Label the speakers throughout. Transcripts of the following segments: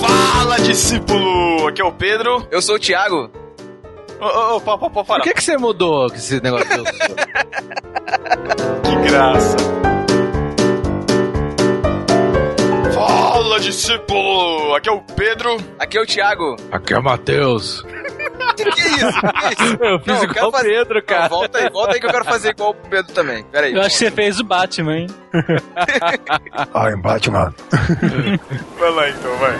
Speaker 1: Fala, discípulo! Aqui é o Pedro.
Speaker 2: Eu sou o Thiago.
Speaker 1: Ô, ô, ô, pa- pa- pa- para.
Speaker 3: Por que, que você mudou esse negócio?
Speaker 1: Que graça. Fala, discípulo! Aqui é o Pedro.
Speaker 2: Aqui é o Thiago.
Speaker 3: Aqui é o Matheus.
Speaker 2: Que que é isso? Que que é isso?
Speaker 4: Eu fiz
Speaker 2: Não, eu quero
Speaker 4: igual o
Speaker 2: fazer-
Speaker 4: Pedro,
Speaker 2: Não,
Speaker 4: cara.
Speaker 2: volta aí, volta aí que eu quero fazer igual o Pedro também. Pera aí.
Speaker 4: eu acho que você fez o Batman, hein?
Speaker 5: Ah, embate, mano.
Speaker 1: Vai lá então, vai.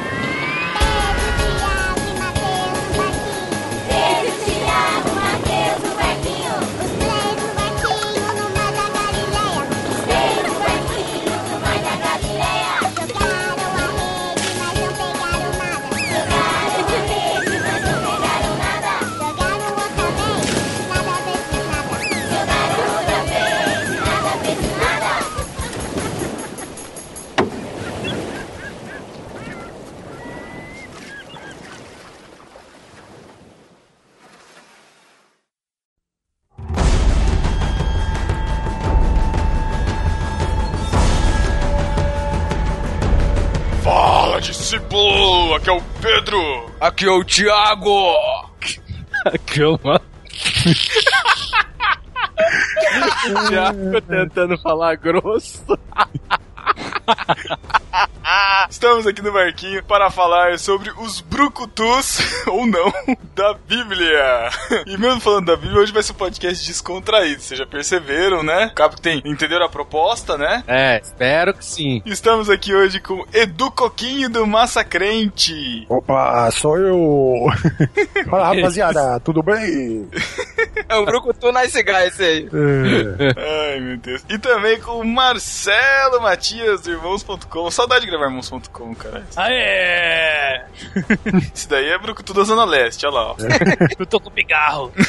Speaker 1: Fala, discípulo! Aqui é o Pedro.
Speaker 2: Aqui é o Thiago.
Speaker 3: Aqui é o Matheus.
Speaker 4: Já ficou tentando falar grosso.
Speaker 1: Estamos aqui no barquinho para falar sobre os brucutus, ou não, da Bíblia. E mesmo falando da Bíblia, hoje vai ser um podcast descontraído. Vocês já perceberam, né? O Capo tem, entenderam a proposta, né?
Speaker 3: É, espero que sim.
Speaker 1: Estamos aqui hoje com Edu Coquinho do Massacrente.
Speaker 5: Opa, sou eu. Fala, rapaziada, tudo bem?
Speaker 2: É o Brucutu Nice Guy esse aí.
Speaker 5: É,
Speaker 1: Ai, meu Deus. E também com o Marcelo Matias do Irmãos.com. Saudade de gravar Irmãos.com, cara.
Speaker 4: Aê!
Speaker 1: Isso daí é Brucutu da Zona Leste, olha lá. ó.
Speaker 4: Eu tô com pigarro.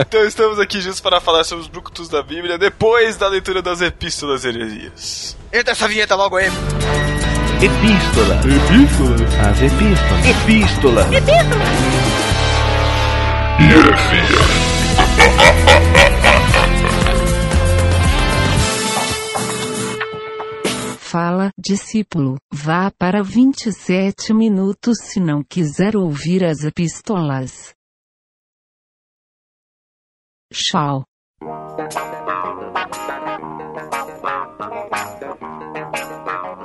Speaker 1: Então estamos aqui juntos para falar sobre os Brucutus da Bíblia depois da leitura das Epístolas Heresias.
Speaker 2: Entra essa vinheta logo aí.
Speaker 6: Epístola. Epístola? As epístolas. Epístola.
Speaker 7: Fala, discípulo, vá para 27 minutos se não quiser ouvir as epístolas. Tchau.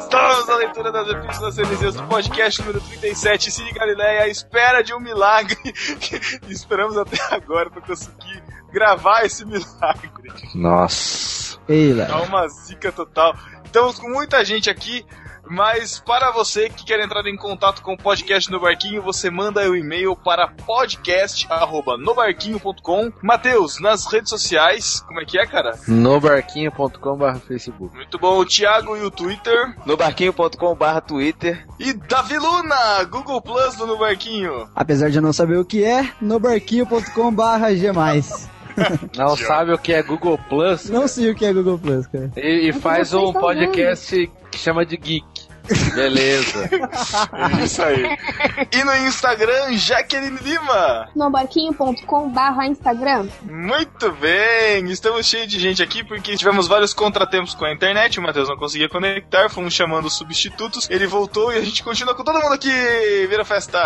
Speaker 1: Estamos na leitura das Epístolas Heresias do podcast número 37, Cine Galileia, à espera de um milagre. Esperamos até agora para conseguir gravar esse milagre.
Speaker 2: Nossa.
Speaker 1: Tá uma zica total. Estamos com muita gente aqui, mas para você que quer entrar em contato com o podcast no Barquinho, você manda o e-mail para podcast@nobarquinho.com. Matheus, nas redes sociais, como é que é, cara?
Speaker 2: Nobarquinho.com.br Facebook.
Speaker 1: Muito bom, o Thiago e o Twitter.
Speaker 2: Nobarquinho.com.br Twitter.
Speaker 1: E Davi Luna, Google Plus do No Barquinho.
Speaker 8: Apesar de eu não saber o que é, no barquinho.com barra G+.
Speaker 3: Não sabe o que é Google Plus
Speaker 8: Não sei o que é Google Plus, cara.
Speaker 3: e, e faz um podcast que chama de Geek. Beleza.
Speaker 1: É isso aí. E no Instagram, Jaqueline Lima.
Speaker 9: Nobarquinho.com barra Instagram.
Speaker 1: Muito bem, estamos cheios de gente aqui porque tivemos vários contratempos com a internet. O Matheus não conseguia conectar, fomos chamando os substitutos. Ele voltou e a gente continua com todo mundo aqui. Vira festa!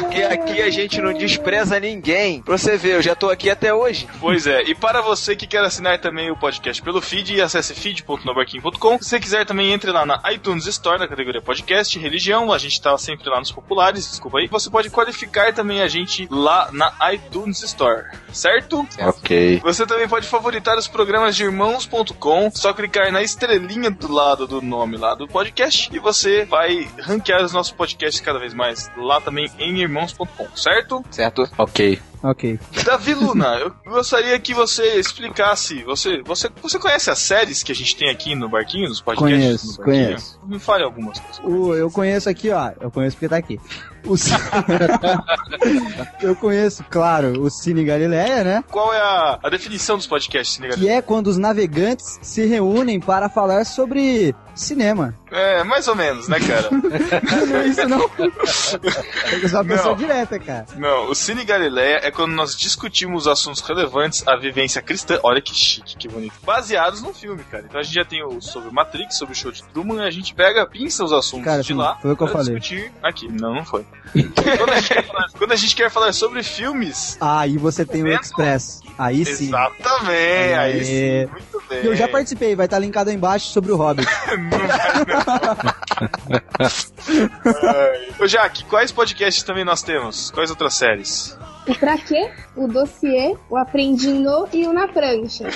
Speaker 2: Porque aqui a gente não despreza ninguém. Pra você ver, eu já tô aqui até hoje.
Speaker 1: Pois é, e para você que quer assinar também o podcast pelo feed, acesse feed.nobarquinho.com. Se você quiser também, entre lá na iTunes Store, na categoria podcast, religião, a gente tá sempre lá nos populares, desculpa aí. Você pode qualificar também a gente lá na iTunes Store, certo?
Speaker 2: Ok.
Speaker 1: Você também pode favoritar os programas de irmãos.com, só clicar na estrelinha do lado do nome lá do podcast e você vai ranquear os nossos podcasts cada vez mais lá também em irmãos.com, certo?
Speaker 2: Certo? Ok.
Speaker 8: Ok.
Speaker 1: Davi Luna, eu gostaria que você explicasse, você, você, você conhece as séries que a gente tem aqui no Barquinho, nos podcasts?
Speaker 8: Conheço,
Speaker 1: no Barquinho?
Speaker 8: conheço.
Speaker 1: Me fale algumas coisas.
Speaker 8: O, eu conheço aqui, ó. Eu conheço porque tá aqui. o ci- Eu conheço, claro, o Cine Galileia, né?
Speaker 1: Qual é a, a definição dos podcasts, Cine Galileia?
Speaker 8: Que é quando os navegantes se reúnem para falar sobre cinema.
Speaker 1: É, mais ou menos, né, cara?
Speaker 8: Não é isso, não. Eu sou uma pessoa
Speaker 1: Não.
Speaker 8: direta, cara.
Speaker 1: Não, o Cine Galileia é quando nós discutimos assuntos relevantes à vivência cristã. Olha que chique, que bonito. Baseados no filme, cara. Então a gente já tem o sobre o Matrix, sobre o show de Truman, a gente pega, pinça os assuntos
Speaker 8: Cara,
Speaker 1: de
Speaker 8: sim,
Speaker 1: lá
Speaker 8: foi o que eu
Speaker 1: pra
Speaker 8: falei.
Speaker 1: discutir aqui. Não, não foi. quando, a gente quer falar, quando a gente quer falar sobre filmes.
Speaker 8: Aí Ah, você tem o
Speaker 1: Vendo?
Speaker 8: Express. Aí sim.
Speaker 1: Exatamente, aí
Speaker 8: É.
Speaker 1: sim, muito bem.
Speaker 8: E Eu já participei, vai estar linkado aí embaixo sobre o Hobbit.
Speaker 1: Ô, Jaque, quais podcasts também nós temos? Quais outras séries?
Speaker 10: O pra quê? O dossiê, o aprendi no e o na prancha.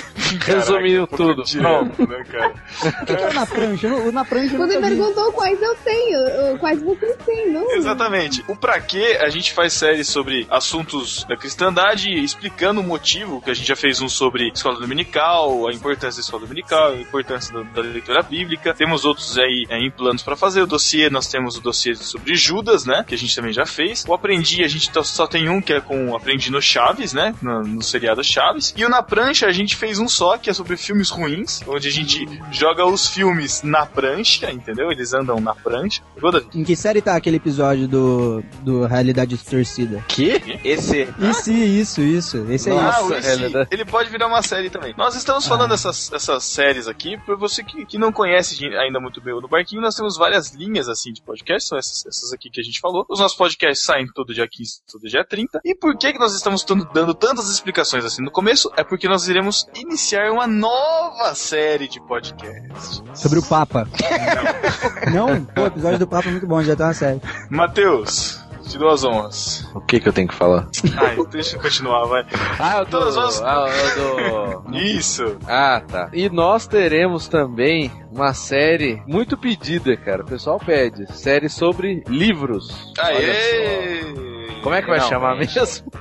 Speaker 3: Resumiu tudo.
Speaker 1: Pronto, né, cara?
Speaker 8: O que, que é o na prancha? Eu não- O na prancha eu
Speaker 10: Você
Speaker 8: nunca vi.
Speaker 10: perguntou quais eu tenho, quais vocês têm, não?
Speaker 1: Exatamente. O Pra Quê, a gente faz séries sobre assuntos da cristandade, explicando o motivo, que a gente já fez um sobre escola dominical, a importância da escola dominical, a importância da, da leitura bíblica. Temos outros aí é, em planos pra fazer. O dossiê, nós temos o dossiê sobre Judas, né, que a gente também já fez. O Aprendi, a gente tá- só tem um, que é com o Aprendi no Chaves, né, no, no seriado Chaves. E o Na Prancha, a gente fez um só, que é sobre filmes ruins, onde a gente joga os filmes na prancha, entendeu? Eles andam na prancha. Igual da
Speaker 8: Em que série tá aquele episódio do, do Realidade Distorcida?
Speaker 2: Que? Esse.
Speaker 8: Isso, isso, isso. Esse é aí.
Speaker 1: Ah,
Speaker 3: Nossa, é Ah.
Speaker 1: o
Speaker 3: realidade.
Speaker 1: Lucy, ele pode virar uma série também. Nós estamos falando essas, essas séries aqui, pra você que, que não conhece gen- ainda muito bem o do Barquinho, nós temos várias linhas assim de podcast, são essas, essas aqui que a gente falou. Os nossos podcasts saem todo dia 15, todo dia 30. E por que, que nós estamos tan- dando tantas explicações assim no começo? É porque nós iremos iniciar uma nova série de podcast.
Speaker 8: Sobre o Papa. Não? Pô, o episódio do Papa é muito bom, já tá na série.
Speaker 1: Matheus, te dou as honras.
Speaker 3: O que que eu tenho que falar?
Speaker 1: Ai, deixa eu continuar, vai.
Speaker 3: Ah, eu
Speaker 1: Todas as-
Speaker 3: tô... Ah, eu tô...
Speaker 1: Isso.
Speaker 3: Ah, tá. E nós teremos também uma série muito pedida, cara. O pessoal pede. Série sobre livros. Olha só.
Speaker 1: Aê!
Speaker 3: Como é que vai chamar mesmo?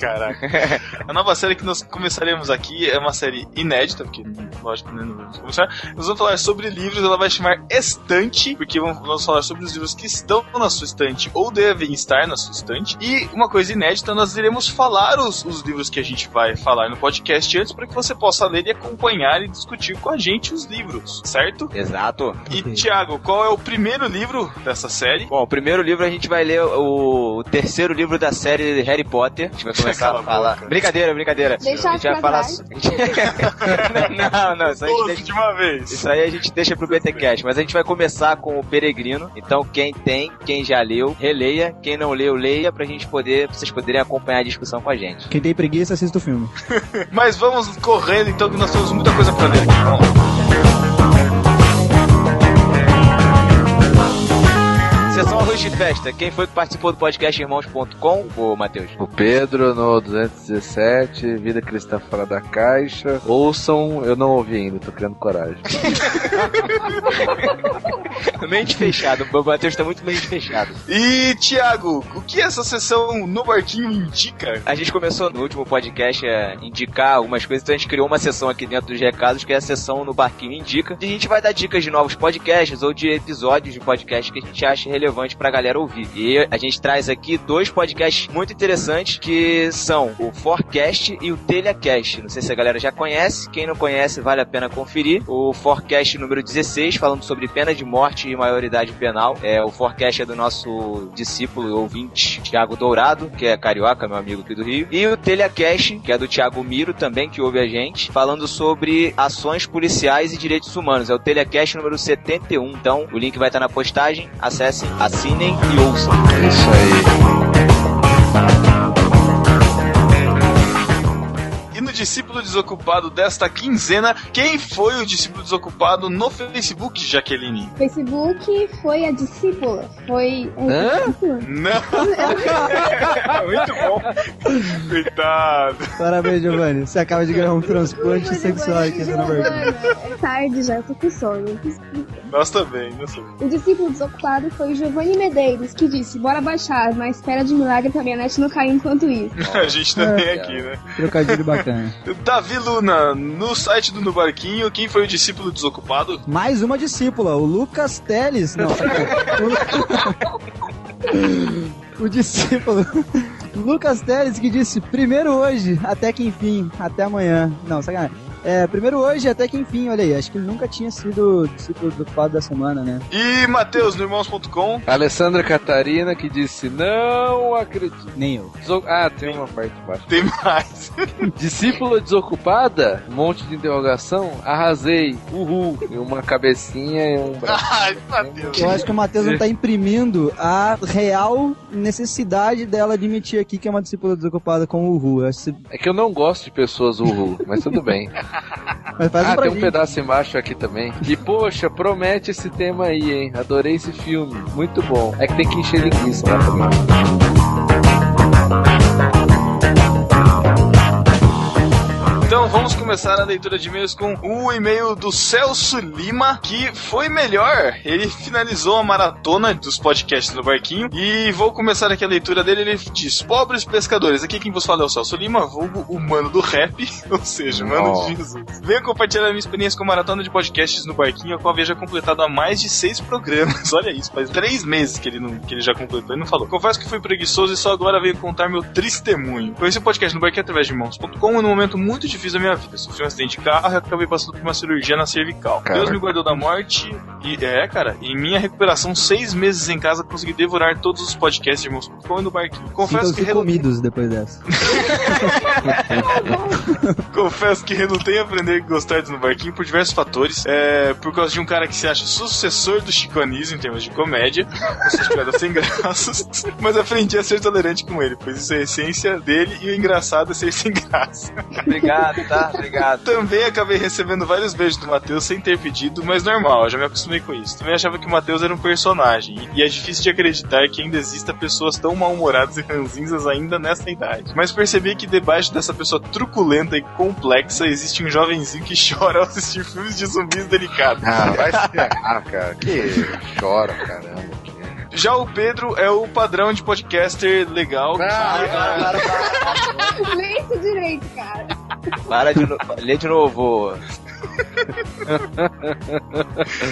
Speaker 1: Caraca. A nova série que nós começaremos aqui é uma série inédita, porque, lógico, né, não vamos começar. Nós vamos falar sobre livros, ela vai chamar Estante, porque vamos, vamos falar sobre os livros que estão na sua estante ou devem estar na sua estante. E uma coisa inédita, nós iremos falar os, os livros que a gente vai falar no podcast antes, para que você possa ler e acompanhar e discutir com a gente os livros, certo?
Speaker 2: Exato.
Speaker 1: E,
Speaker 8: Ok.
Speaker 1: Thiago, qual é o primeiro livro dessa série?
Speaker 2: Bom, o primeiro livro a gente vai ler o, o terceiro livro da série Harry Potter. A gente vai começar
Speaker 1: Cala
Speaker 2: a
Speaker 1: a
Speaker 2: falar.
Speaker 1: boca.
Speaker 2: Brincadeira, brincadeira.
Speaker 10: Deixar
Speaker 2: a gente vai falar.
Speaker 10: pra trás.
Speaker 2: não, não, isso aí a gente
Speaker 1: Todos
Speaker 2: deixa
Speaker 1: de uma vez.
Speaker 2: Isso aí a gente deixa pro BTCast, mas a gente vai começar com o Peregrino. Então, quem tem, quem já leu, releia. Quem não leu, leia pra gente poder, pra vocês poderem acompanhar a discussão com a gente.
Speaker 8: Quem tem preguiça, assista o filme.
Speaker 1: Mas vamos correndo então que nós temos muita coisa pra ler aqui. Vamos lá.
Speaker 2: Sessão Arroz de Festa. Quem foi que participou do podcast Irmãos.com? Ô, Matheus.
Speaker 3: O Pedro no 217, Vida Cristã Fora da Caixa. Ouçam, eu não ouvi ainda, tô criando coragem.
Speaker 2: Mente fechada. O Matheus tá muito mente fechado.
Speaker 1: E Thiago, o que essa sessão no barquinho indica?
Speaker 2: A gente começou no último podcast a indicar algumas coisas, então a gente criou uma sessão aqui dentro dos recados, que é a sessão no Barquinho Indica. E a gente vai dar dicas de novos podcasts ou de episódios de podcast que a gente acha relevante pra galera ouvir. E a gente traz aqui dois podcasts muito interessantes, que são o Forecast e o Telhacast. Não sei se a galera já conhece, quem não conhece vale a pena conferir. O Forecast número 16, falando sobre pena de morte e maioridade penal. É, o Forecast é do nosso discípulo e ouvinte, Thiago Dourado, que é carioca, meu amigo aqui do Rio. E o Telecast, que é do Thiago Miro também, que ouve a gente, falando sobre ações policiais e direitos humanos. É o Telecast número 71. Então, o link vai estar na postagem. Acessem, assinem e ouçam.
Speaker 3: É isso aí.
Speaker 1: E no discípulo desocupado desta quinzena, quem foi o discípulo desocupado no Facebook, Jaqueline?
Speaker 10: Facebook foi a discípula. Foi. um
Speaker 3: Hã?
Speaker 10: discípula.
Speaker 1: Não. Muito bom. Coitado.
Speaker 8: Parabéns, Giovanni. Você acaba de ganhar um transplante sexual aqui no Barquinho.
Speaker 10: É tarde já, eu tô com sono.
Speaker 1: Nós também, nós também.
Speaker 10: O discípulo desocupado foi Giovanni Medeiros, que disse: Bora baixar, mas espera de milagre pra minha net não cair enquanto isso.
Speaker 1: A gente também aqui, né?
Speaker 8: Trocadilho bacana.
Speaker 1: Davi Luna, no site do No Barquinho, quem foi o discípulo desocupado?
Speaker 8: Mais uma discípula, o Lucas Teles. Não. O- O discípulo Lucas Teles que disse: primeiro hoje, até que enfim, até amanhã. Não, sacanagem. É, primeiro hoje, até que enfim, olha aí. Acho que ele nunca tinha sido discípulo do Fado da Semana, né?
Speaker 1: E Matheus, no irmãos.com.
Speaker 3: Alessandra Catarina que disse: Não acredito.
Speaker 8: Nem eu.
Speaker 3: Deso- Ah, tem uma parte embaixo.
Speaker 1: Tem mais.
Speaker 3: Discípula desocupada? Um monte de interrogação? Arrasei. Uhul. E uma cabecinha e um braço.
Speaker 1: Ai, Matheus.
Speaker 8: Eu acho que o Matheus não tá imprimindo a real necessidade dela admitir aqui que é uma discípula desocupada com o Ru. Mas
Speaker 3: É que eu não gosto de pessoas uhul, mas tudo bem.
Speaker 8: faz um
Speaker 3: ah,
Speaker 8: pra
Speaker 3: tem um
Speaker 8: mim.
Speaker 3: pedaço embaixo aqui também. E poxa, promete esse tema aí, hein? Adorei esse filme. Muito bom. É que tem que encher né? linguiça lá também.
Speaker 1: Então vamos começar a leitura de e-mails com o e-mail do Celso Lima, que foi melhor. Ele finalizou a maratona dos podcasts no barquinho. E vou começar aqui a leitura dele. Ele diz: Pobres pescadores, aqui quem vos fala é o Celso Lima, vulgo o mano do rap, ou seja, o mano de Jesus. Venho compartilhar a minha experiência com a maratona de podcasts no barquinho, a qual vejo completado há mais de seis programas. Olha isso, faz três meses que ele, não, que ele já completou e não falou. Confesso que fui preguiçoso e só agora veio contar meu testemunho. Conheci o podcast no barquinho através de irmãos.com e num um momento muito difícil da minha vida. Sofri um acidente de carro e acabei passando por uma cirurgia na cervical.
Speaker 3: Caraca.
Speaker 1: Deus me guardou da morte e, é, cara, em minha recuperação, seis meses em casa, consegui devorar todos os podcasts de irmãos.com e no barquinho. Confesso que
Speaker 8: Sintam-se
Speaker 1: relu-
Speaker 8: assim, comidos depois dessa.
Speaker 1: Confesso que relutei a aprender a gostar de No Barquinho por diversos fatores. É, por causa de um cara que se acha sucessor do Chico Anísio em termos de comédia, com suas piadas sem graças, mas aprendi a é ser tolerante com ele, pois isso é a essência dele e o engraçado é ser sem graça.
Speaker 2: Obrigado, tá? Obrigado.
Speaker 1: Também acabei recebendo vários beijos do Matheus sem ter pedido, mas normal, eu já me acostumei com isso. Também achava que o Matheus era um personagem, e é difícil de acreditar que ainda exista pessoas tão mal-humoradas e ranzinzas ainda nessa idade. Mas percebi que debaixo dessa pessoa truculenta e complexa existe um jovenzinho que chora ao assistir filmes de zumbis delicados.
Speaker 5: Ah, vai se ferrar, cara. Que chora, caramba.
Speaker 1: Já o Pedro é o padrão de podcaster legal. que-
Speaker 5: Ah,
Speaker 10: Lê isso direito, cara.
Speaker 2: Para de novo. Lê de novo.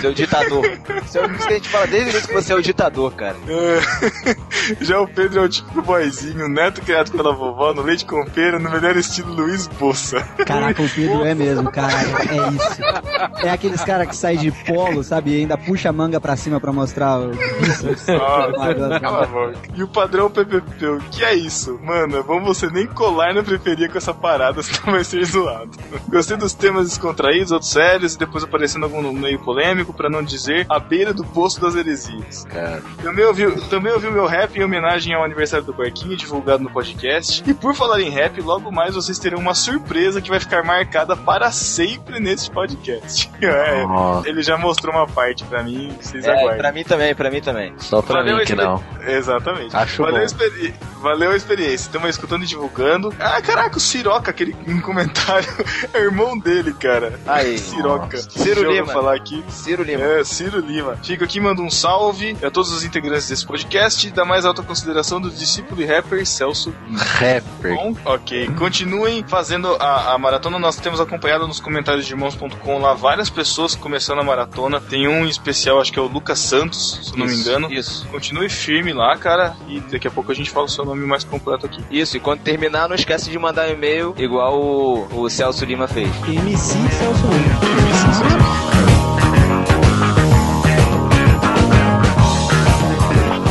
Speaker 2: Seu ditador. Isso é o que a gente fala desde o início que você é o ditador, cara.
Speaker 1: É. Já o Pedro é o típico boizinho, neto criado pela vovó, no leite com pera, no melhor estilo Luiz Bossa.
Speaker 8: Caraca, o Pedro é mesmo, cara. É isso. É aqueles caras que saem de polo, sabe? E ainda puxa a manga pra cima pra mostrar o bíceps.
Speaker 1: Cala a boca. E o padrão PPP, o que é isso? Mano, é bom você nem colar na periferia com essa parada, senão vai ser zoado. Gostei dos temas descontraídos, outros sérios, e depois aparecendo algum meio polêmico, pra não dizer à beira do poço das heresias.
Speaker 3: Cara.
Speaker 1: Também ouvi, também ouvi o meu rap em homenagem ao aniversário do Barquinho, divulgado no podcast. E por falar em rap, logo mais vocês terão uma surpresa que vai ficar marcada para sempre nesse podcast. É, ele já mostrou uma parte pra mim, vocês
Speaker 2: É,
Speaker 1: aguardem.
Speaker 2: pra mim também, pra mim também.
Speaker 5: Só pra
Speaker 1: Valeu,
Speaker 5: mim que
Speaker 1: Espe-
Speaker 5: não.
Speaker 1: Exatamente.
Speaker 5: Acho
Speaker 1: Valeu,
Speaker 5: bom.
Speaker 1: a experi- Valeu a experiência. Estamos escutando e divulgando. Ah, caraca, o Siroca, aquele em comentário, é irmão dele, cara.
Speaker 2: Aí.
Speaker 1: Siroca.
Speaker 2: Ciro
Speaker 1: Deixa eu
Speaker 2: Lima.
Speaker 1: falar aqui.
Speaker 2: Ciro Lima.
Speaker 1: É, Ciro Lima. Fico aqui, mando um salve a todos os integrantes desse podcast e da mais alta consideração do discípulo e rapper Celso
Speaker 5: Rapper.
Speaker 1: Bom, ok. Continuem fazendo a, a maratona. Nós temos acompanhado nos comentários de irmãos.com lá várias pessoas começando a maratona. Tem um em especial, acho que é o Lucas Santos, se eu não me
Speaker 2: Isso,
Speaker 1: engano.
Speaker 2: Isso,
Speaker 1: Continue firme lá, cara, e daqui a pouco a gente fala o seu nome mais completo aqui.
Speaker 2: isso. E quando terminar, não esquece de mandar um e-mail, igual o, o Celso Lima fez.
Speaker 8: MC Celso Lima.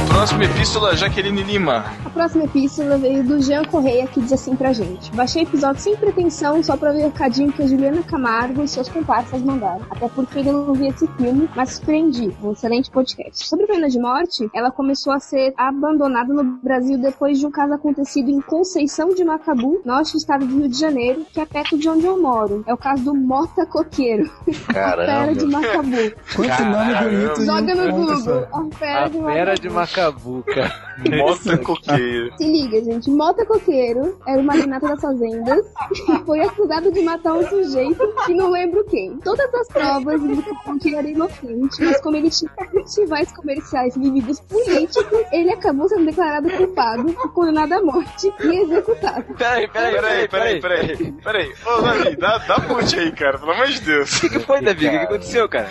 Speaker 1: Próxima epístola, Jaqueline Lima.
Speaker 10: A próxima epístola veio do Jean Correia, que diz assim pra gente: Baixei o episódio sem pretensão só pra ver o cadinho que a Juliana Camargo e seus comparsas mandaram. Até porque ainda não vi esse filme, mas surpreendi. Um excelente podcast. Sobre pena de morte, ela começou a ser abandonada no Brasil depois de um caso acontecido em Conceição de Macabu, norte do estado do Rio de Janeiro, que é perto de onde eu moro. É o caso do Mota Coqueiro, Pera de
Speaker 5: Caramba.
Speaker 10: Macabu.
Speaker 8: Quanto nome bonito. em
Speaker 10: Joga no
Speaker 8: um ponto só.
Speaker 10: Google. A fera
Speaker 3: A
Speaker 10: de
Speaker 3: fera
Speaker 10: Macabu.
Speaker 3: de Macabu, cara.
Speaker 1: Mota coqueiro.
Speaker 10: Se liga, gente. Mota Coqueiro era o magnata das fazendas e foi acusado de matar um sujeito que não lembro quem. Todas as provas indicam que ele era inocente, mas como ele tinha festivais comerciais vividos políticos, ele acabou sendo declarado culpado, condenado à morte e executado.
Speaker 2: Peraí,
Speaker 1: Peraí, peraí, peraí. Peraí. Ô, Davi, dá, dá mute aí, cara, pelo amor de Deus.
Speaker 2: O que, que foi, Davi? O que, que aconteceu, cara?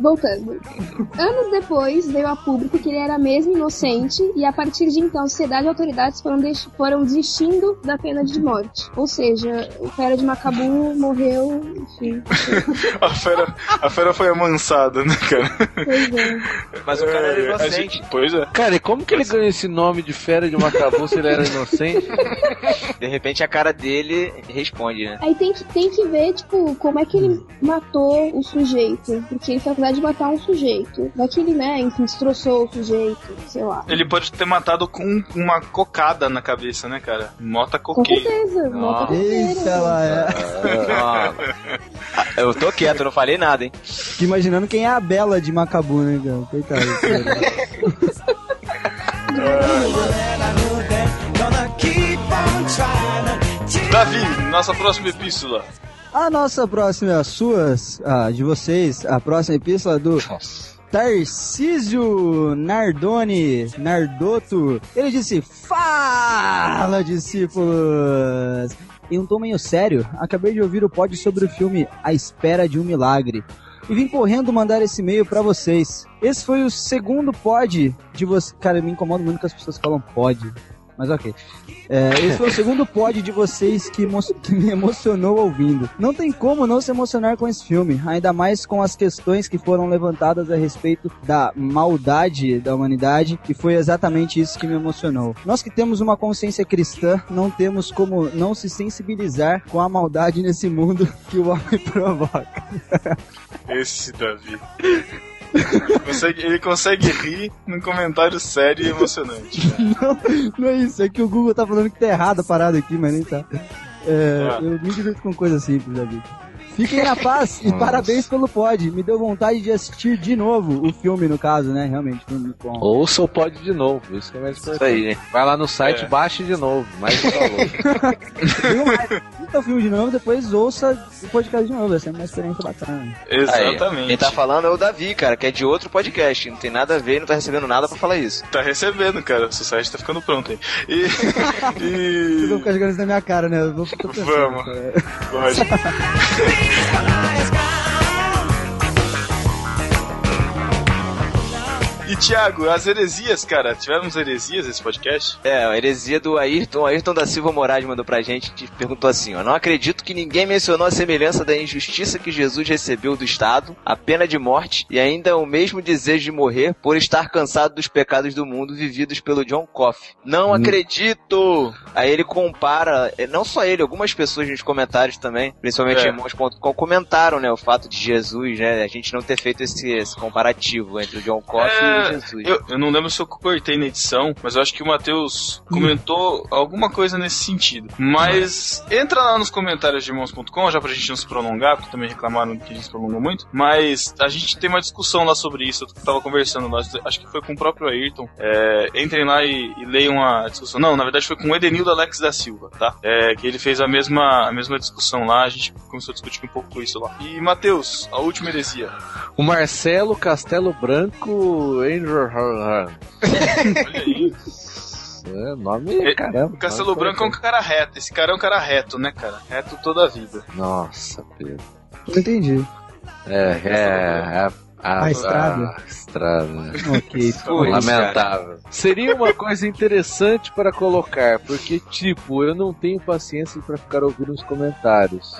Speaker 10: Voltando. Anos depois, veio a público que ele era mesmo inocente e a partir de então, sociedade e autoridades foram, deix- foram desistindo da pena de morte. Ou seja, o fera de Macabu morreu, enfim,
Speaker 1: A fera, a fera foi amansada, né, cara?
Speaker 10: pois é.
Speaker 2: Mas o cara
Speaker 1: É,
Speaker 2: era
Speaker 1: a
Speaker 2: inocente.
Speaker 1: gente- Pois é.
Speaker 3: Cara, e como que ele ganhou esse nome de fera de macabu se ele era inocente?
Speaker 2: De repente a cara dele responde, né?
Speaker 10: Aí tem que, tem que ver, tipo, como é que ele matou o sujeito. Porque ele foi acusado de matar um sujeito. Não é que ele, né, enfim, destroçou o sujeito, sei lá.
Speaker 1: Ele pode ter matado com uma cocada na cabeça, né, cara? Mota
Speaker 10: Com
Speaker 1: coqueiro.
Speaker 10: certeza, mata
Speaker 2: Nossa.
Speaker 10: com certeza.
Speaker 8: Eita, lá é.
Speaker 2: Ah, eu tô quieto, não falei nada, hein?
Speaker 8: Fico imaginando quem é a Bela de Macabu, né, cara? Coitado. cara.
Speaker 1: Davi, nossa próxima epístola.
Speaker 8: a nossa próxima, as suas, a de vocês, a próxima epístola do Tarcísio Nardoni, Nardoto. Ele disse: Fala, discípulos! Em um tom meio sério, acabei de ouvir o pod sobre o filme A Espera de um Milagre. E vim correndo mandar esse e-mail pra vocês. Esse foi o segundo pod de vocês. Cara, eu me incomodo muito que as pessoas falam pod. Mas ok. É, esse foi o segundo pod de vocês que, emo- que me emocionou ouvindo. Não tem como não se emocionar com esse filme, ainda mais com as questões que foram levantadas a respeito da maldade da humanidade, e foi exatamente isso que me emocionou. Nós que temos uma consciência cristã, não temos como não se sensibilizar com a maldade nesse mundo que o homem provoca.
Speaker 1: Esse Davi. Consegue- ele consegue rir num comentário sério e emocionante.
Speaker 8: Não é isso, é que o Google tá falando que tá errado a parada aqui, mas nem tá. É,
Speaker 1: Ah.
Speaker 8: Eu me divirto com coisa simples da vida. Fiquem na paz e parabéns pelo pod. Me deu vontade de assistir de novo o filme, no caso, né? Realmente, filme muito bom.
Speaker 3: Ouça o pod de novo, isso que é mais
Speaker 2: Isso
Speaker 3: importante.
Speaker 2: aí, né?
Speaker 3: Vai lá no site,
Speaker 1: É.
Speaker 3: baixe de novo, mais um valor.
Speaker 8: Viu? Assista o filme de novo, depois ouça o podcast de novo. Essa é uma experiência bacana.
Speaker 2: Quem
Speaker 1: Exatamente.
Speaker 2: tá falando é o Davi, cara, que é de outro podcast. Não tem nada a ver, e não tá recebendo nada pra falar isso.
Speaker 1: Tá recebendo, cara. O seu site tá ficando pronto aí. E.
Speaker 8: Vocês vão
Speaker 1: e...
Speaker 8: ficar jogando isso na minha cara, né? Eu vou ficar pensando,
Speaker 1: Vamos.
Speaker 8: cara.
Speaker 1: Pode. E Thiago, as heresias, cara, tivemos heresias esse podcast?
Speaker 2: É, a heresia do Ayrton. Ayrton da Silva Moraes mandou pra gente e perguntou assim: ó, Não acredito que ninguém mencionou a semelhança da injustiça que Jesus recebeu do Estado, a pena de morte e ainda o mesmo desejo de morrer por estar cansado dos pecados do mundo vividos pelo John Coffey.
Speaker 1: Hum.
Speaker 2: Não acredito! Aí ele compara, eh, não só ele, algumas pessoas nos comentários também, principalmente
Speaker 1: É.
Speaker 2: irmãos.com, comentaram, né, o fato de Jesus, né, a gente não ter feito esse, esse comparativo entre o John Coffey
Speaker 1: É,
Speaker 2: e o Jesus.
Speaker 1: Eu, eu não lembro se eu cortei na edição, mas eu acho que o Matheus comentou alguma coisa nesse sentido. Mas entra lá nos comentários de irmãos.com, já pra gente não se prolongar, porque também reclamaram que a gente se prolongou muito. Mas a gente tem uma discussão lá sobre isso, eu tava conversando lá, acho que foi com o próprio Ayrton. É, entrem lá e, e leiam a discussão. Não, na verdade foi com o Edenildo Alex da Silva, tá? É, que ele fez a mesma, a mesma discussão lá, a gente começou a discutir um pouco isso lá. E Matheus, a última heresia.
Speaker 3: O Marcelo Castelo Branco Andrew Hurhan.
Speaker 1: Olha aí.
Speaker 3: É, nome,
Speaker 1: É,
Speaker 3: caramba.
Speaker 1: O Castelo
Speaker 3: nome
Speaker 1: Branco é um cara reto. Esse cara é um cara reto, né, cara? Reto toda a vida.
Speaker 3: Nossa, Pedro.
Speaker 8: Não entendi.
Speaker 3: É, é. A, a,
Speaker 8: A estrada?
Speaker 3: a estrada.
Speaker 8: Ok.
Speaker 2: Pois,
Speaker 3: Lamentável. Seria uma coisa interessante para colocar, porque, tipo, eu não tenho paciência para ficar ouvindo os comentários.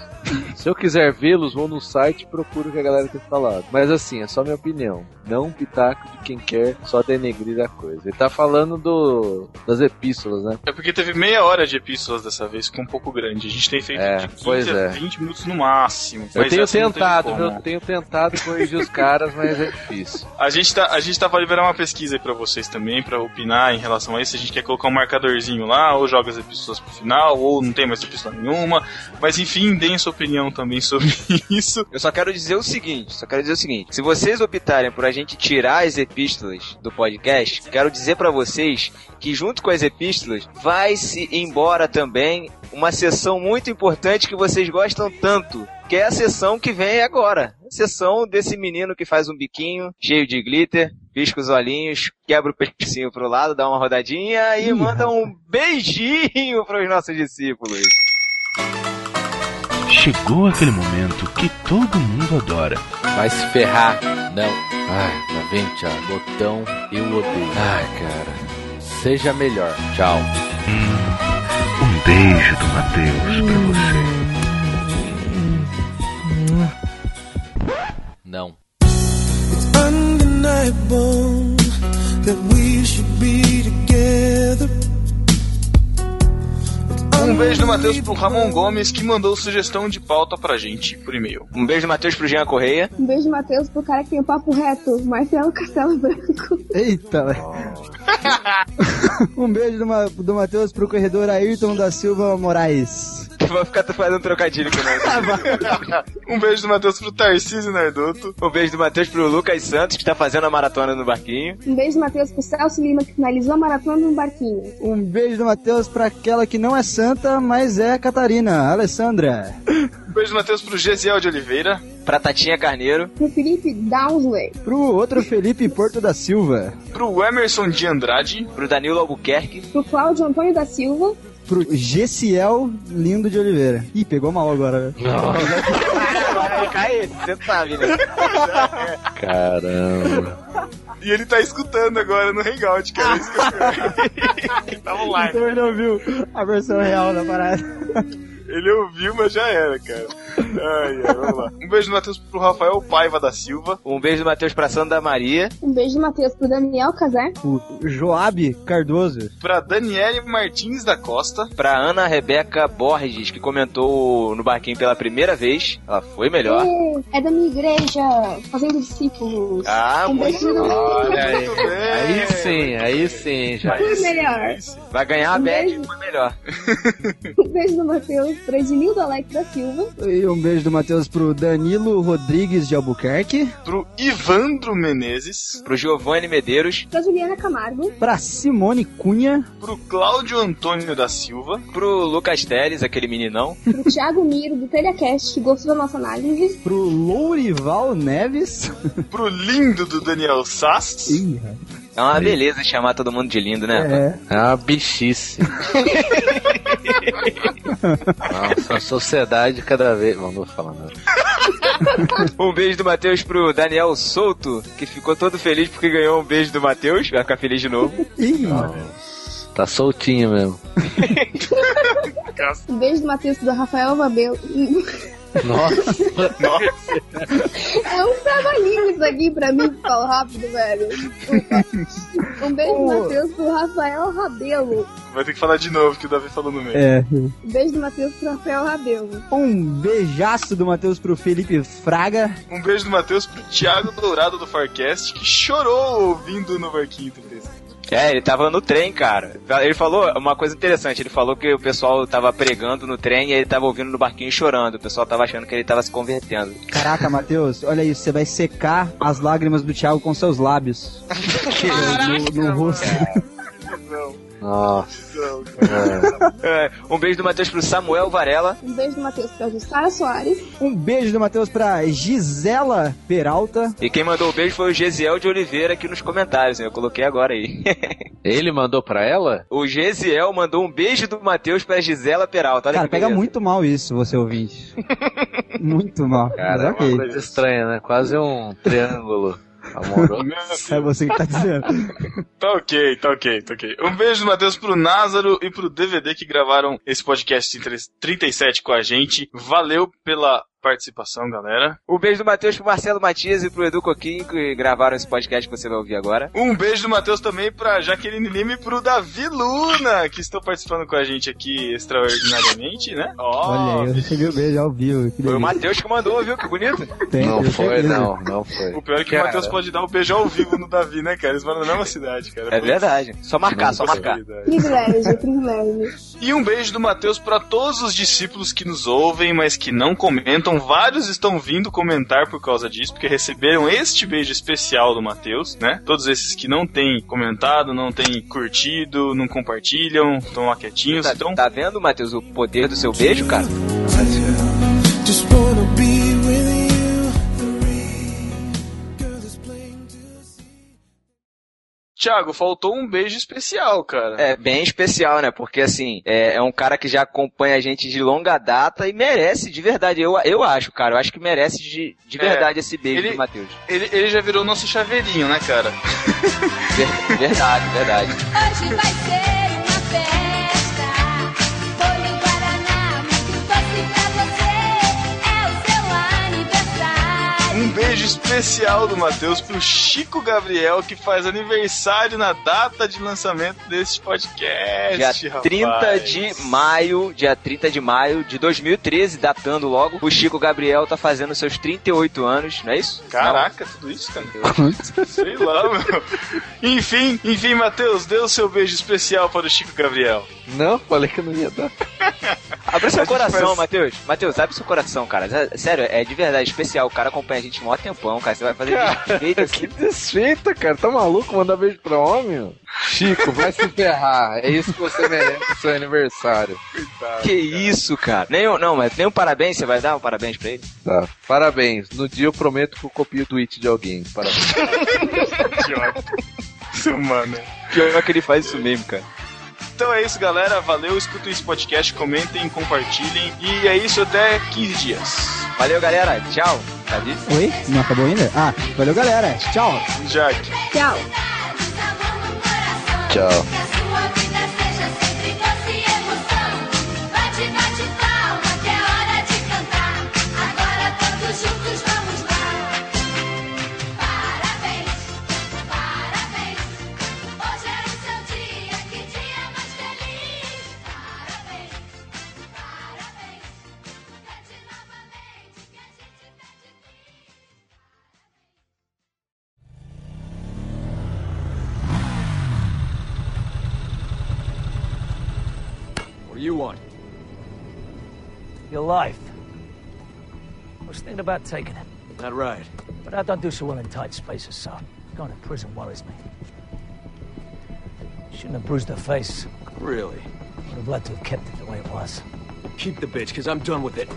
Speaker 3: Se eu quiser vê-los, vou no site e procuro o que a galera tem falado. Mas assim, é só minha opinião. Não um pitaco de quem quer só denegrir a coisa. Ele tá falando do, das epístolas, né?
Speaker 1: É porque teve meia hora de epístolas dessa vez, ficou um pouco grande. A gente tem feito
Speaker 3: É,
Speaker 1: de 15
Speaker 3: pois
Speaker 1: a
Speaker 3: é.
Speaker 1: 20 minutos no máximo.
Speaker 3: Eu
Speaker 1: Mas
Speaker 3: tenho
Speaker 1: essa é, não teve
Speaker 3: tentado,
Speaker 1: como.
Speaker 3: viu? Eu tenho tentado corrigir os caras, mas é difícil.
Speaker 1: A gente, tá, a gente tá pra liberar uma pesquisa aí pra vocês também, pra opinar em relação a isso. A gente quer colocar um marcadorzinho lá, ou joga as epístolas pro final, ou não tem mais epístola nenhuma. Mas enfim, deem sua opinião também sobre isso.
Speaker 2: Eu só quero dizer o seguinte, só quero dizer o seguinte. Se vocês optarem por a gente tirar as epístolas do podcast, quero dizer pra vocês que junto com as epístolas vai se embora também uma sessão muito importante que vocês gostam tanto, que é a sessão que vem agora. A sessão desse menino que faz um biquinho cheio de glitter, pisca os olhinhos, quebra o pescocinho pro lado, dá uma rodadinha e
Speaker 8: Ih,
Speaker 2: manda um beijinho pros nossos discípulos.
Speaker 5: Chegou aquele momento que todo mundo adora.
Speaker 3: Vai se ferrar. Não. Ai, tá vendo, Thiago? Botão, eu odeio. Ai, cara. Seja melhor. Tchau.
Speaker 5: Um beijo do Matheus pra você.
Speaker 3: Não.
Speaker 11: It's undeniable that we should be together.
Speaker 1: Um beijo do Matheus pro Ramon Gomes, que mandou sugestão de pauta pra gente por e-mail.
Speaker 2: Um beijo do Matheus pro Jean Correia.
Speaker 10: Um beijo, Matheus, pro cara que tem o papo reto, Marcelo Castelo Branco.
Speaker 8: Eita, velho. um beijo do, Ma do Matheus pro corredor Ayrton da Silva Moraes.
Speaker 2: Que vai ficar fazendo um trocadilho com nós.
Speaker 1: um beijo do Matheus pro Tarcísio Narduto.
Speaker 2: Um beijo do Matheus pro Lucas Santos, que tá fazendo a maratona no barquinho.
Speaker 10: Um beijo, Matheus, pro Celso Lima, que finalizou a maratona no barquinho.
Speaker 8: Um beijo do Matheus pra aquela que não é santa, mas é Catarina, Alessandra.
Speaker 1: Um beijo do Matheus pro Gesiel de Oliveira.
Speaker 2: Pra Tatinha Carneiro.
Speaker 10: Pro Felipe Downsley.
Speaker 8: Pro outro Felipe Porto da Silva.
Speaker 1: Pro Emerson de Andrade.
Speaker 2: Pro Danilo Albuquerque.
Speaker 10: Pro Cláudio Antônio da Silva.
Speaker 8: Pro Gesiel Lindo de Oliveira. Ih, pegou mal agora, né? velho.
Speaker 2: Cai, você sabe, né?
Speaker 3: Caramba.
Speaker 1: E ele tá escutando agora no Hangout, que era isso que eu Ele tava lá.
Speaker 8: Então ele ouviu a versão real da parada.
Speaker 1: Ele ouviu, mas já era, cara. Ai, ai, vamos lá. Um beijo do Matheus pro Rafael Paiva da Silva.
Speaker 2: Um beijo do Matheus pra Sandra Maria.
Speaker 10: Um beijo do Matheus pro Daniel Casar.
Speaker 8: O Joab Cardoso.
Speaker 1: Pra Daniele Martins da Costa.
Speaker 2: Pra Ana Rebeca Borges, que comentou no barquinho pela primeira vez. Ela foi melhor.
Speaker 10: É da minha igreja, fazendo discípulos.
Speaker 2: Ah,
Speaker 10: um
Speaker 2: muito
Speaker 10: beijo do
Speaker 2: Olha aí.
Speaker 1: Muito bem.
Speaker 3: Aí sim, aí sim,
Speaker 8: é
Speaker 3: já.
Speaker 10: Fui melhor.
Speaker 2: Vai ganhar a
Speaker 10: Um
Speaker 2: bag,
Speaker 10: beijo.
Speaker 2: foi melhor.
Speaker 10: Um beijo do Matheus pro Ednildo Alex da Silva.
Speaker 8: E um beijo do Matheus pro Danilo Rodrigues de Albuquerque.
Speaker 1: Pro Ivandro Menezes.
Speaker 2: Pro Giovanni Medeiros.
Speaker 10: Pra Juliana Camargo.
Speaker 8: Pra Simone Cunha.
Speaker 1: Pro Cláudio Antônio da Silva.
Speaker 2: Pro Lucas Teles, aquele meninão.
Speaker 10: Pro Thiago Miro, do Telecast, que gostou da nossa análise.
Speaker 8: Pro Lourival Neves.
Speaker 1: Pro lindo do Daniel Sass.
Speaker 8: Ih,
Speaker 2: É uma beleza chamar todo mundo de lindo, né?
Speaker 8: é.
Speaker 3: É uma bichice. Nossa, a sociedade cada vez. Não, não vou falar né? nada.
Speaker 2: Um beijo do Matheus pro Daniel Souto, que ficou todo feliz porque ganhou um beijo do Matheus. Vai ficar feliz de novo.
Speaker 8: Ih,
Speaker 3: Tá soltinho mesmo.
Speaker 10: Um beijo do Matheus do Rafael Vabel.
Speaker 3: Nossa,
Speaker 10: É um trabalhinho isso aqui pra mim, que falo rápido, velho. Desculpa. Um beijo do Matheus pro Rafael Rabelo.
Speaker 1: Vai ter que falar de novo, que o Davi falou no meio.
Speaker 8: é.
Speaker 10: Um beijo do Matheus pro Rafael Rabelo.
Speaker 8: Um beijaço do Matheus pro Felipe Fraga.
Speaker 1: Um beijo do Matheus pro Thiago Dourado do Farcast, que chorou ouvindo o Novarquinho 36.
Speaker 2: É, ele tava no trem, cara. Ele falou uma coisa interessante. Ele falou que o pessoal tava pregando no trem e ele tava ouvindo no barquinho e chorando. O pessoal tava achando que ele tava se convertendo.
Speaker 8: Caraca, Matheus, olha isso, você vai secar as lágrimas do Thiago com seus lábios. no, no rosto.
Speaker 3: nossa.
Speaker 1: Não,
Speaker 2: É, um beijo do Matheus pro Samuel Varela.
Speaker 10: Um beijo do Matheus pra Jussara Soares.
Speaker 8: Um beijo do Matheus pra Gisela Peralta.
Speaker 2: E quem mandou o beijo foi o Gesiel de Oliveira aqui nos comentários, né? Eu coloquei agora aí.
Speaker 3: Ele mandou pra ela?
Speaker 2: o Gesiel mandou um beijo do Matheus pra Gisela Peralta. Olha
Speaker 8: Cara,
Speaker 2: que
Speaker 8: pega
Speaker 2: beleza.
Speaker 8: muito mal isso, você ouvinte. muito mal.
Speaker 3: Cara, é
Speaker 8: Mas ok.
Speaker 3: uma coisa estranha, né? Quase um triângulo amoroso.
Speaker 8: É você que tá dizendo.
Speaker 1: Tá ok, tá ok, tá ok. Um beijo do Matheus pro Názaro e pro DVD que gravaram esse podcast em 3- 37 com a gente. Valeu pela participação, galera.
Speaker 2: Um beijo do Matheus pro Marcelo Matias e pro Edu Coquinho, que gravaram esse podcast que você vai ouvir agora.
Speaker 1: Um beijo do Matheus também pra Jaqueline Lima e pro Davi Luna, que estão participando com a gente aqui extraordinariamente, né? Ó,
Speaker 8: Olha aí, eu recebi o beijo ao vivo. Que
Speaker 2: Foi o
Speaker 8: delícia.
Speaker 2: Matheus que mandou, viu? Que bonito.
Speaker 8: Tem,
Speaker 3: Não
Speaker 8: eu
Speaker 3: foi,
Speaker 8: certeza.
Speaker 3: não, não foi.
Speaker 1: o pior é que o
Speaker 3: Cara.
Speaker 1: Matheus pode dar um beijo ao vivo no Davi, né, cara? Eles moram na mesma cidade, cara.
Speaker 2: É verdade. Só marcar, só marcar. Tá,
Speaker 1: Possibilidade.
Speaker 10: Privilégio, privilégio.
Speaker 1: E um beijo do Matheus pra todos os discípulos que nos ouvem, mas que não comentam. Vários estão vindo comentar por causa disso, porque receberam este beijo especial do Matheus, né? Todos esses que não têm comentado, não têm curtido, não compartilham, estão lá quietinhos.
Speaker 2: Tá,
Speaker 1: Então,
Speaker 2: tá vendo, Matheus, o poder do seu beijo, cara?
Speaker 11: Just wanna be with you. The ring, girl, is plain to see.
Speaker 1: Thiago, faltou um beijo especial, cara.
Speaker 2: É, bem especial, né? Porque, assim, é, é um cara que já acompanha a gente de longa data e merece, de verdade, eu, eu acho, cara. Eu acho que merece de, de
Speaker 1: É.
Speaker 2: verdade esse beijo
Speaker 1: Ele-
Speaker 2: do Matheus.
Speaker 1: Ele, ele já virou nosso chaveirinho, né, cara?
Speaker 2: verdade, verdade.
Speaker 9: Hoje vai ser uma festa. Bolo em Guaraná, muito doce pra você. É o seu aniversário.
Speaker 1: Um beijo especial do Matheus pro Chico Gabriel, que faz aniversário na data de lançamento desse
Speaker 2: Dia
Speaker 1: podcast.
Speaker 2: 30
Speaker 1: rapaz.
Speaker 2: de maio, dia 30 de maio de 2013, datando logo, o Chico Gabriel tá fazendo seus 38 anos, não é isso?
Speaker 1: Caraca, tudo isso, cara? Sei lá, meu. Enfim, enfim, Matheus, dê o seu beijo especial para o Chico Gabriel.
Speaker 3: Não, falei que não ia dar.
Speaker 2: Abre
Speaker 1: A
Speaker 2: seu
Speaker 1: gente
Speaker 2: coração,
Speaker 1: faz-
Speaker 2: Matheus. Matheus, abre seu coração, cara. Zé- Sério, é de verdade especial. O cara acompanha a gente mó tempão, cara. Você vai fazer desfeita
Speaker 3: Que desfeita, cara. Tá maluco mandar beijo pra homem? ó? Chico, vai se ferrar. É isso que você merece no seu aniversário.
Speaker 2: Que isso, cara. Nem, um- não, mas nem um parabéns, você vai dar um parabéns pra ele?
Speaker 3: Tá, parabéns. No dia eu prometo que eu copio o tweet de alguém. Parabéns.
Speaker 1: Seu mano.
Speaker 2: Pior é que ele faz isso mesmo, cara.
Speaker 1: Então é isso, galera. Valeu, escutem esse podcast, comentem, compartilhem. E é isso, até 15 dias.
Speaker 2: Valeu, galera. Tchau.
Speaker 12: Oi? Não acabou ainda? Ah, valeu galera. Tchau.
Speaker 1: Jack.
Speaker 10: Tchau.
Speaker 3: Tchau.
Speaker 9: Que a sua vida seja sempre doce e emoção. Bate, bate palma, que é hora de cantar. Agora todos juntos vamos lá. Parabéns, parabéns. Hoje é o seu dia, que dia mais feliz. Parabéns, parabéns. Cante novamente que a gente pede feliz.
Speaker 7: What do you want? Your life. I was thinking about taking it,
Speaker 13: Not right.
Speaker 7: but I don't do so well in tight spaces, so going to prison worries me. Shouldn't have bruised her face.
Speaker 13: Really?
Speaker 7: Would have liked to have kept it the way it was.
Speaker 13: Keep the bitch, cause I'm done with it.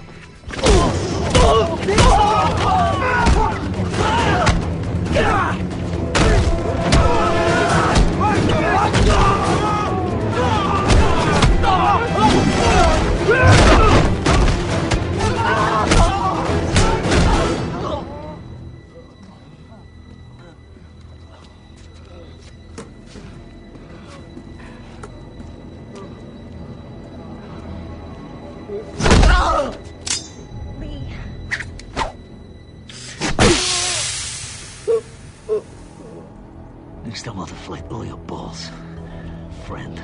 Speaker 7: Next time I'll deflate all your balls, friend.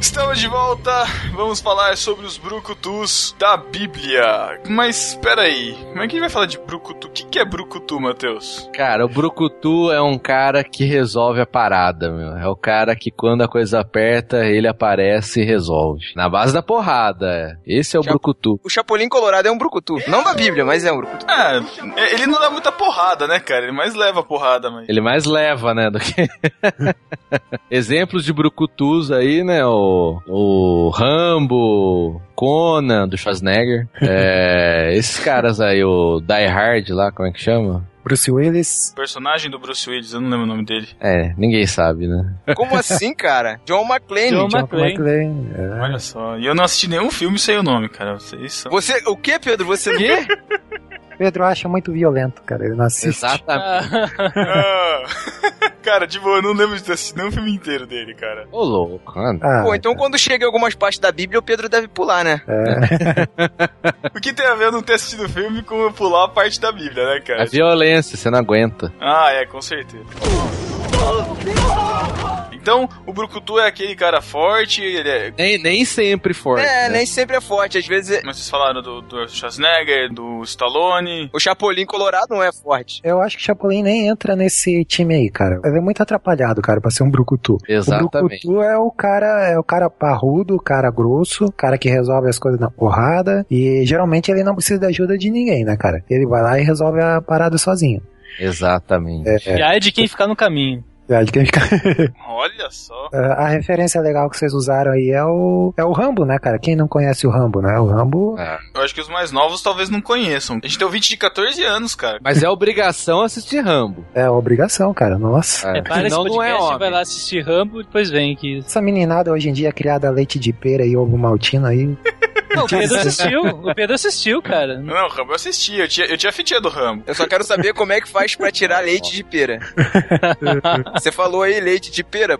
Speaker 1: Estamos de volta. Vamos falar sobre os brucutus da Bíblia. Mas espera aí, como é que a gente vai falar de brucutu? O que, que é brucutu, Matheus?
Speaker 13: Cara,
Speaker 3: o Brucutu é um cara que resolve a parada, meu. É o cara que quando a coisa aperta, ele aparece e resolve. Na base da porrada, é. Esse é o Brucutu.
Speaker 2: O Chapolin Colorado é um brucutu. Não da Bíblia, mas é um brucutu.
Speaker 1: Ah, é, ele não dá muita porrada, né, cara? Ele mais leva porrada, mas.
Speaker 3: Ele mais leva, né, do que... Exemplos de brucutus aí, né, o, o Rambo, Conan, do Schwarzenegger, é, esses caras aí, o Die Hard lá, como é que chama?
Speaker 8: Bruce Willis.
Speaker 1: O personagem do Bruce Willis, eu não lembro o nome dele.
Speaker 3: É, ninguém sabe, né?
Speaker 2: Como assim, cara? John McClane.
Speaker 1: Olha só, e eu não assisti nenhum filme sem o nome, cara. Vocês são.
Speaker 2: Você, o que, Pedro? Você quê?
Speaker 8: Pedro acha muito violento, cara. Ele não assiste.
Speaker 1: cara, de boa, eu não lembro de ter assistido nenhum filme inteiro dele, cara.
Speaker 3: Ô, louco, mano.
Speaker 8: Ah,
Speaker 2: Pô, então quando chega em algumas partes da Bíblia, o Pedro deve pular, né?
Speaker 1: O que tem a ver eu não ter assistido o filme com eu pular a parte da Bíblia, né,
Speaker 3: É
Speaker 1: cara?
Speaker 3: violência, você não aguenta.
Speaker 1: Ah, é, com certeza. Então, o Brucutu é aquele cara forte, ele é.
Speaker 3: Nem, nem sempre forte.
Speaker 1: É,
Speaker 3: né?
Speaker 1: nem
Speaker 2: sempre é forte, às vezes.
Speaker 1: Mas vocês falaram do, do Schwarzenegger, do Stallone.
Speaker 2: O Chapolin Colorado não é forte.
Speaker 8: Eu acho que o Chapolin nem entra nesse time aí, cara. Ele é muito atrapalhado, cara, pra ser um brucutu. O
Speaker 3: Exatamente.
Speaker 8: brucutu é o cara, é o cara parrudo, o cara grosso, o cara que resolve as coisas na porrada. E geralmente ele não precisa da ajuda de ninguém, né, cara? Ele vai lá e resolve a parada sozinho.
Speaker 3: Exatamente.
Speaker 8: É, é.
Speaker 14: Já é de quem ficar no caminho.
Speaker 8: Verdade, quem fica-
Speaker 1: Olha só.
Speaker 8: É, a referência legal que vocês usaram aí é o, é o Rambo, né, cara? Quem não conhece o Rambo, né? O Rambo.
Speaker 1: Eu acho que os mais novos talvez não conheçam. A gente tem ouvinte de 14 anos, cara.
Speaker 3: Mas é obrigação assistir Rambo.
Speaker 8: É obrigação, cara. Nossa.
Speaker 7: É, para esse
Speaker 3: Senão não é
Speaker 7: podcast,
Speaker 3: homem.
Speaker 7: vai lá assistir Rambo e depois vem aqui.
Speaker 8: Essa meninada hoje em dia é criada a leite de pera e ovo maltino aí.
Speaker 7: Não, o Pedro assistiu, o Pedro assistiu, cara.
Speaker 1: Não, o Rambo eu assisti, eu tinha, eu tinha fitinha do Rambo.
Speaker 2: Eu só quero saber como é que faz pra tirar leite de pera. Você falou aí leite de pera?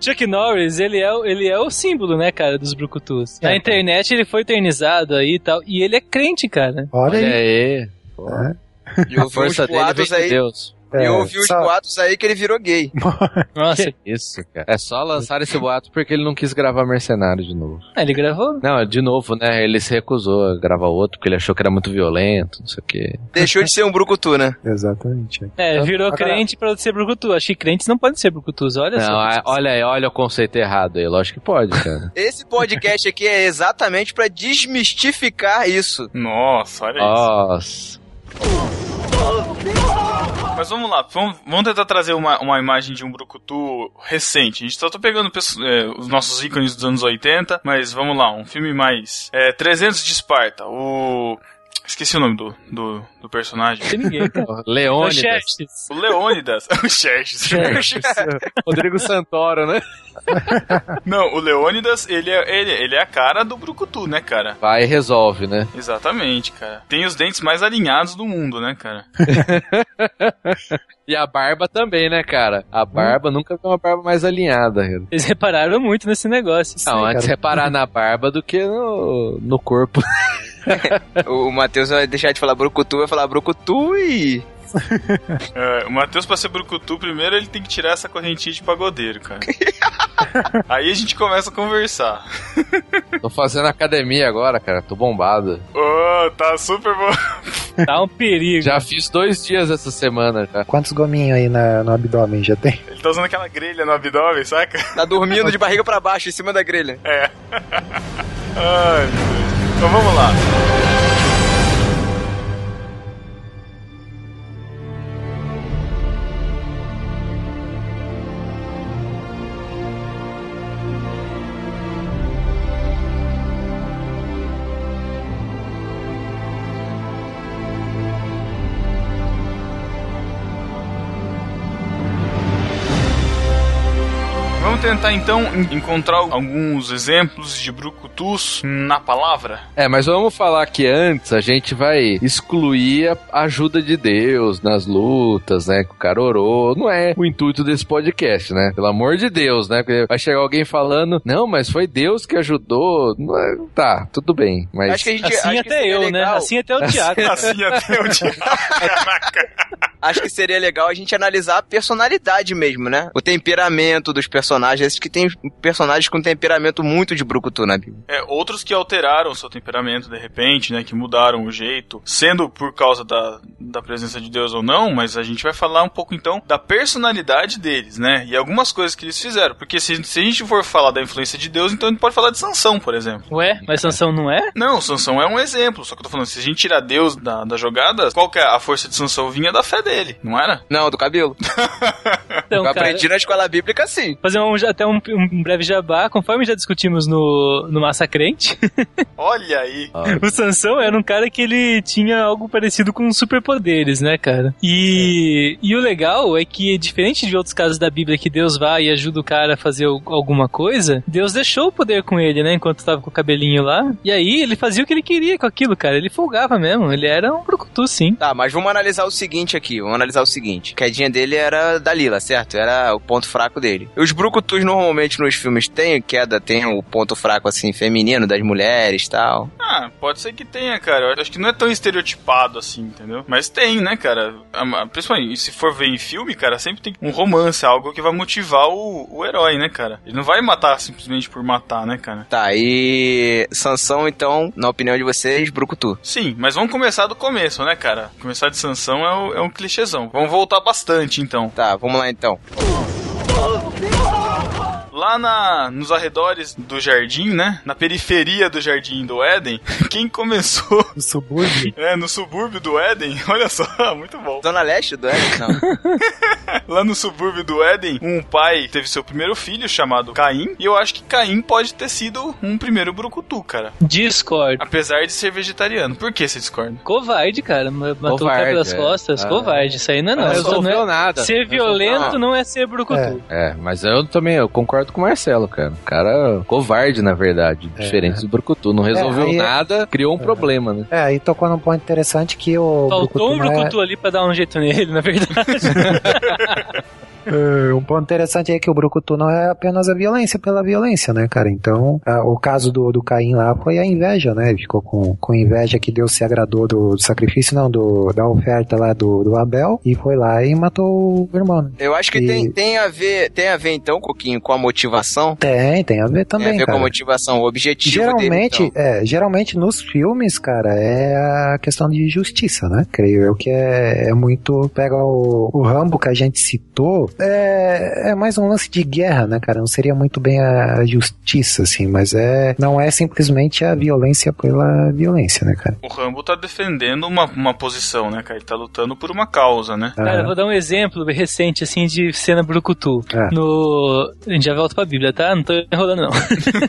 Speaker 7: Chuck Norris, ele é, o- ele é o símbolo, né, cara, dos brucutus. Na internet ele foi eternizado aí e tal, e ele é crente, cara.
Speaker 8: Olha
Speaker 2: E
Speaker 3: aí.
Speaker 2: eu vi uns
Speaker 7: força dele vem
Speaker 2: boatos
Speaker 7: de
Speaker 2: aí.
Speaker 7: Deus.
Speaker 8: É,
Speaker 2: eu vi uns
Speaker 8: só-
Speaker 2: boatos aí que ele virou gay.
Speaker 7: Nossa.
Speaker 3: Que isso, cara. É só lançar esse boato porque ele não quis gravar Mercenário de novo.
Speaker 7: Ah, ele gravou?
Speaker 3: Não, de novo, né? Ele se recusou a gravar outro porque ele achou que era muito violento, não sei o quê.
Speaker 2: Deixou de ser um brucutu, né?
Speaker 8: Exatamente.
Speaker 7: É, virou
Speaker 3: Agora-
Speaker 7: crente pra ser brucutu. Acho que crentes não podem ser brucutus, olha
Speaker 3: Não,
Speaker 7: só.
Speaker 3: a- olha aí, olha o conceito errado aí. Lógico que pode, cara.
Speaker 2: Esse podcast aqui é exatamente pra desmistificar isso.
Speaker 1: Nossa, olha
Speaker 3: Ah. Nossa.
Speaker 1: Mas vamos lá, vamos, vamos tentar trazer uma, uma imagem de um brucutu recente. A gente só tá pegando pesso- é, os nossos ícones dos anos 80, mas vamos lá, um filme mais. É, 300 de Esparta, o... Esqueci o nome do, do, do personagem.
Speaker 7: Tem ninguém, cara.
Speaker 3: Leônidas.
Speaker 7: O Xerxes.
Speaker 1: O Leônidas. o Xerxes.
Speaker 3: Rodrigo Santoro, né?
Speaker 1: Não, o Leônidas, ele é, ele, ele é a cara do brucutu, né, cara?
Speaker 3: Vai e resolve, né?
Speaker 1: Exatamente, cara. Tem os dentes mais alinhados do mundo, né, cara?
Speaker 3: E a barba também, né, cara? A barba nunca foi uma barba mais alinhada. cara.
Speaker 7: Eles repararam muito nesse negócio. Assim, isso
Speaker 3: Não,
Speaker 7: aí,
Speaker 3: antes
Speaker 7: cara.
Speaker 3: reparar na barba do que no, no corpo.
Speaker 2: O o Matheus vai deixar de falar brucutu, vai falar brucutu e...
Speaker 1: É, o Matheus, pra ser brucutu, primeiro ele tem que tirar essa correntinha de pagodeiro, cara. Aí a gente começa a conversar.
Speaker 3: Tô fazendo academia agora, cara. Tô bombado.
Speaker 1: Ô, tá super bom.
Speaker 7: Tá um perigo.
Speaker 3: Já fiz dois dias essa semana, já.
Speaker 8: Quantos gominhos aí na- no abdômen já tem?
Speaker 1: Ele tá usando aquela grelha no abdômen, saca?
Speaker 2: Tá dormindo de barriga pra baixo, em cima da grelha.
Speaker 1: É. Ai, meu Deus. Então vamos lá. Vamos tentar então en- encontrar alguns exemplos de brucutus na palavra?
Speaker 3: É, mas vamos falar que antes a gente vai excluir a ajuda de Deus nas lutas, né? Que o cara orou. Não é o intuito desse podcast, né? Pelo amor de Deus, né? Porque vai chegar alguém falando, não, mas foi Deus que ajudou. Não é- Tá, tudo bem. Mas
Speaker 2: Acho que a gente...
Speaker 7: Assim
Speaker 2: acho que
Speaker 7: até
Speaker 2: seria
Speaker 7: eu, né?
Speaker 2: legal-
Speaker 7: Assim até o Tiago.
Speaker 1: Assim até o dia.
Speaker 2: Acho que seria legal a gente analisar a personalidade mesmo, né? O temperamento dos personagens. Esses que tem personagens com temperamento muito de brucutu na Bíblia.
Speaker 1: É, outros que alteraram o seu temperamento de repente, né? Que mudaram o jeito, sendo por causa da, da presença de Deus ou não, mas a gente vai falar um pouco então da personalidade deles, né? E algumas coisas que eles fizeram. Porque se, se a gente for falar da influência de Deus, então a gente pode falar de Sansão, por exemplo.
Speaker 7: Ué, mas Sansão não é?
Speaker 1: Não, Sansão é um exemplo, só que eu tô falando, se a gente tirar Deus da, da jogada, qual que é a força de Sansão vinha da fé dele, não era?
Speaker 2: Não, do cabelo.
Speaker 7: Então,
Speaker 2: eu
Speaker 7: cara,
Speaker 2: aprendi na escola bíblica sim.
Speaker 7: fazer um, até um, um breve jabá, conforme já discutimos no, no Massacrente,
Speaker 1: Olha aí.
Speaker 7: o Sansão era um cara que ele tinha algo parecido com superpoderes, né, cara? E, e o legal é que, diferente de outros casos da Bíblia que Deus vai e ajuda o cara a fazer al- alguma coisa, Deus deixou o poder com ele, né, enquanto tava com o cabelinho lá. E aí ele fazia o que ele queria com aquilo, cara. Ele folgava mesmo, ele era um brucutu, sim.
Speaker 2: Tá, mas vamos analisar o seguinte aqui, vamos analisar o seguinte. A quedinha dele era Dalila, certo? Era o ponto fraco dele. Os brucutus normalmente nos filmes têm queda, tem o ponto fraco assim feminino das mulheres, tal.
Speaker 1: Ah, pode ser que tenha, cara. Eu acho que não é tão estereotipado assim, entendeu? Mas tem, né, cara? A- a- Principalmente, se for ver em filme, cara, sempre tem um romance, algo que vai motivar o, o herói, né, cara? Ele não vai matar simplesmente por matar, né, cara?
Speaker 2: Tá, e Sansão então, na opinião de vocês, brucutu.
Speaker 1: Sim, mas vamos começar do começo, né, cara? Começar de Sansão é, o- é um clichêzão. Vamos voltar bastante, então.
Speaker 2: Tá, vamos lá então.
Speaker 1: lá na, nos arredores do jardim, né? Na periferia do jardim do Éden, quem começou.
Speaker 8: No subúrbio?
Speaker 1: É, no subúrbio do Éden, olha só, muito bom.
Speaker 2: Zona Leste do Éden, não.
Speaker 1: Lá no subúrbio do Éden, um pai teve seu primeiro filho chamado Caim, e eu acho que Caim pode ter sido um primeiro brucutu, cara.
Speaker 7: Discord.
Speaker 1: Apesar de ser vegetariano. Por que você discorda?
Speaker 7: Covarde, cara. ma- Matou o cara
Speaker 1: Covarde,
Speaker 7: pelas
Speaker 1: é.
Speaker 7: costas.
Speaker 1: Ah.
Speaker 7: Covarde. Isso aí não é não.
Speaker 15: Não
Speaker 7: Isso não é-
Speaker 15: resolveu nada.
Speaker 7: Ser
Speaker 15: Resolveu
Speaker 7: violento
Speaker 15: nada.
Speaker 7: não é ser brucutu.
Speaker 15: É, mas eu também eu concordo com o Marcelo, cara. O cara covarde, na verdade.
Speaker 2: É,
Speaker 15: diferente do Brucutu. Não resolveu
Speaker 8: É, aí é-
Speaker 15: nada, criou um problema, né?
Speaker 8: É, aí tocou num ponto interessante que o.
Speaker 7: Faltou um
Speaker 8: não é-
Speaker 7: brucutu ali pra dar um jeito nele, na verdade.
Speaker 8: É, um ponto interessante é que o Brucutu não é apenas a violência pela violência, né, cara? Então, a- o caso do, do Caim lá foi a inveja, né? Ele ficou com, com inveja que Deus se agradou do, do sacrifício, não, do, da oferta lá do, do Abel, e foi lá e matou o irmão. né?
Speaker 2: Eu acho que
Speaker 8: E-
Speaker 2: tem, tem a ver, tem a ver então, Coquinho, com a motivação.
Speaker 8: Tem, tem a ver também,
Speaker 2: É, tem a ver
Speaker 8: cara.
Speaker 2: com a motivação, o objetivo
Speaker 8: Geralmente,
Speaker 2: dele. então.
Speaker 8: é, geralmente nos filmes, cara, é a questão de justiça, né? Creio eu que é, é muito. Pega o, o Rambo que a gente citou, é, é mais um lance de guerra, né, cara? Não seria muito bem a justiça, assim, mas é não é simplesmente a violência pela violência, né, cara?
Speaker 1: O Rambo tá defendendo uma, uma posição, né, cara? Ele tá lutando por uma causa, né?
Speaker 7: Cara, eu vou dar um exemplo recente, assim, de cena brucutu. No... A gente já volta pra Bíblia, tá? Não tô enrolando, não.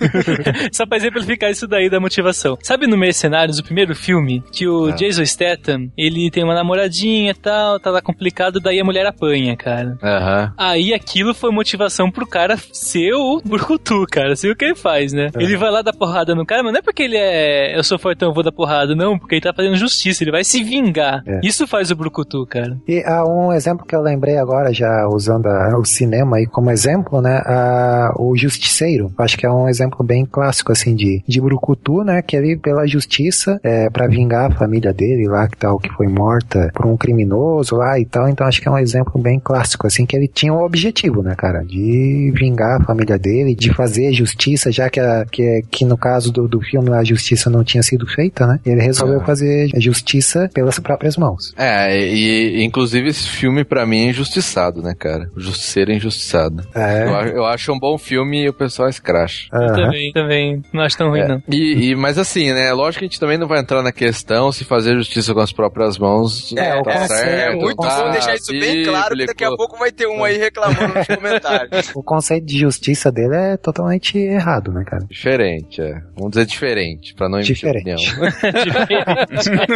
Speaker 7: Só pra exemplificar isso daí da motivação. Sabe no Mercenários, o primeiro filme, que o Jason Statham, ele tem uma namoradinha e tal, tá lá complicado, daí a mulher apanha, cara.
Speaker 15: Aham.
Speaker 7: Aí aquilo foi motivação pro cara ser o Brucutu, cara. Ser o que ele faz, né? Ele vai lá dar porrada no cara, mas não é porque ele é. Eu sou fortão, vou dar porrada, não, porque ele tá fazendo justiça, ele vai se vingar.
Speaker 8: É.
Speaker 7: Isso faz o Brucutu, cara.
Speaker 8: E há um exemplo que eu lembrei agora, já usando a- o cinema aí como exemplo, né? a- o Justiceiro. Acho que é um exemplo bem clássico, assim, de, de Brucutu, né? Que ele, pela justiça, é, para vingar a família dele lá, que tal, que foi morta por um criminoso lá e tal. Então acho que é um exemplo bem clássico, assim, que ele tinha um objetivo, né, cara? De vingar a família dele, de fazer justiça, já que, a- que, que no caso do, do filme lá, a justiça não tinha sido feita, né? Ele resolveu
Speaker 15: Ah.
Speaker 8: fazer justiça pelas próprias mãos.
Speaker 15: É, e e, inclusive esse filme pra mim é injustiçado, né, cara? Justiceiro é injustiçado.
Speaker 8: É.
Speaker 15: Eu, a- eu acho um bom filme e o pessoal escracha.
Speaker 7: Também, também. Não acho tão ruim, né?
Speaker 15: É,
Speaker 7: não.
Speaker 15: E, e- mas assim, né? Lógico que a gente também não vai entrar na questão se fazer justiça com as próprias mãos.
Speaker 2: É,
Speaker 15: tá
Speaker 2: é, é muito bom deixar isso bem claro, que daqui a pouco vai ter um aí reclamando nos comentários.
Speaker 8: o conceito de justiça dele é totalmente errado, né, cara?
Speaker 15: Diferente, é. Vamos dizer diferente, pra não emitir
Speaker 8: Diferente.
Speaker 15: opinião.
Speaker 7: Tipo,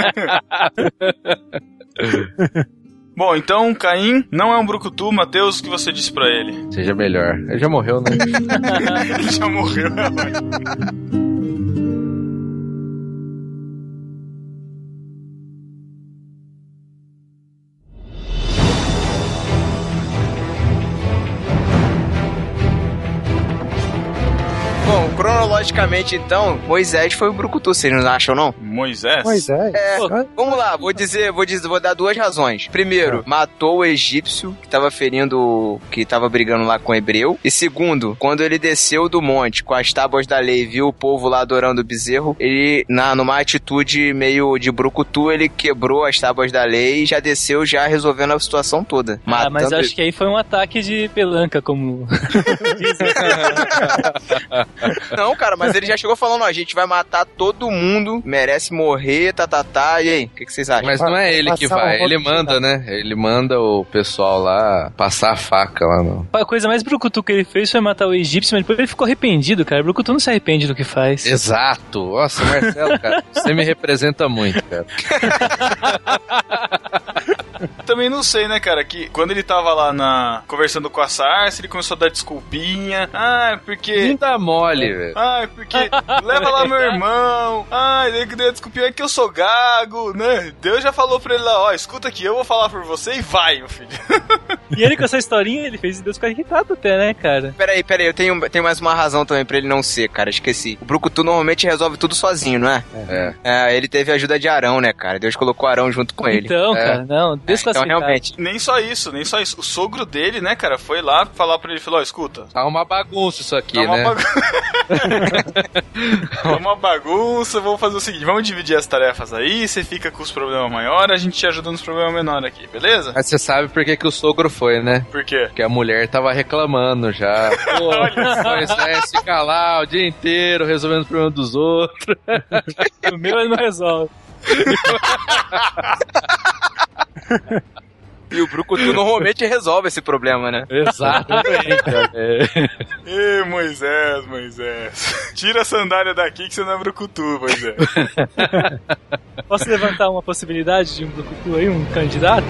Speaker 1: Bom, então Caim não é um brucutu, Matheus, o que você disse pra ele?
Speaker 15: Seja melhor. Ele já morreu, né?
Speaker 1: ele já morreu.
Speaker 2: Bom, cronologicamente então, Moisés foi o Brucutu, vocês não acham não?
Speaker 1: Moisés?
Speaker 8: Moisés?
Speaker 2: É, vamos lá, vou dizer, vou dizer, vou dar duas razões. Primeiro,
Speaker 7: Tá.
Speaker 2: matou o egípcio que tava ferindo, que tava brigando lá com o hebreu. E segundo, quando ele desceu do monte com as tábuas da lei, e viu o povo lá adorando o bezerro, ele na numa atitude meio de brucutu, ele quebrou as tábuas da lei e já desceu já resolvendo a situação toda.
Speaker 7: Ah, mas
Speaker 2: Matando-
Speaker 7: acho que aí foi um ataque de pelanca, como.
Speaker 2: Não, cara, mas ele já chegou falando, ó, a gente vai matar todo mundo, merece morrer, tá, tá, tá. E aí, o que, que vocês acham?
Speaker 15: Mas não é ele que vai, ele manda, né? Ele manda o pessoal lá passar a faca lá no.
Speaker 7: A coisa mais brucutu que ele fez foi matar o egípcio, mas depois ele ficou arrependido, cara. O brucutu não se arrepende do que faz.
Speaker 15: Exato! Nossa, Marcelo, cara, você me representa muito, cara.
Speaker 1: Também não sei, né, cara, que quando ele tava lá na conversando com a Sarce, ele começou a dar desculpinha. Ah, é porque
Speaker 15: Tá mole, velho.
Speaker 1: Ah, é porque leva lá meu irmão. Ah, ele que deu a desculpinha é que eu sou gago, né? Deus já falou pra ele lá, ó, escuta aqui, eu vou falar por você e vai, meu filho.
Speaker 7: E ele com essa historinha, ele fez Deus ficar irritado até, né, cara?
Speaker 2: Peraí, peraí, eu tenho, tenho mais uma razão também pra ele não ser, cara, esqueci. O Brucutu normalmente resolve tudo sozinho, não é?
Speaker 15: É.
Speaker 2: ele teve a ajuda de Arão, né, cara? Deus colocou Arão junto com ele. É.
Speaker 7: Então, cara, não,
Speaker 2: Então,
Speaker 7: desclassificado.
Speaker 2: realmente.
Speaker 1: Nem só isso, nem só isso. O sogro dele, né, cara, foi lá falar pra ele, falou, ó, escuta,
Speaker 15: Tá uma bagunça isso aqui,
Speaker 1: Tá uma
Speaker 15: né?
Speaker 1: bagunça. É uma bagunça, vamos fazer o seguinte, vamos dividir as tarefas aí, você fica com os problemas maiores, a gente te ajuda nos problemas menores aqui, beleza?
Speaker 15: Mas você sabe por que, que o sogro
Speaker 3: foi, né?
Speaker 1: Por quê?
Speaker 3: Porque a mulher tava reclamando já. Pô, pois
Speaker 15: né?
Speaker 3: é, fica lá o dia inteiro resolvendo os problemas dos outros.
Speaker 7: o meu ele não resolve.
Speaker 2: E o Brucutu normalmente resolve esse problema, né?
Speaker 3: Exatamente, cara.
Speaker 1: Ê, Moisés, Moisés. Tira a sandália daqui que você não é brucutu, Moisés.
Speaker 7: Posso levantar uma possibilidade de um Brucutu aí, um candidato?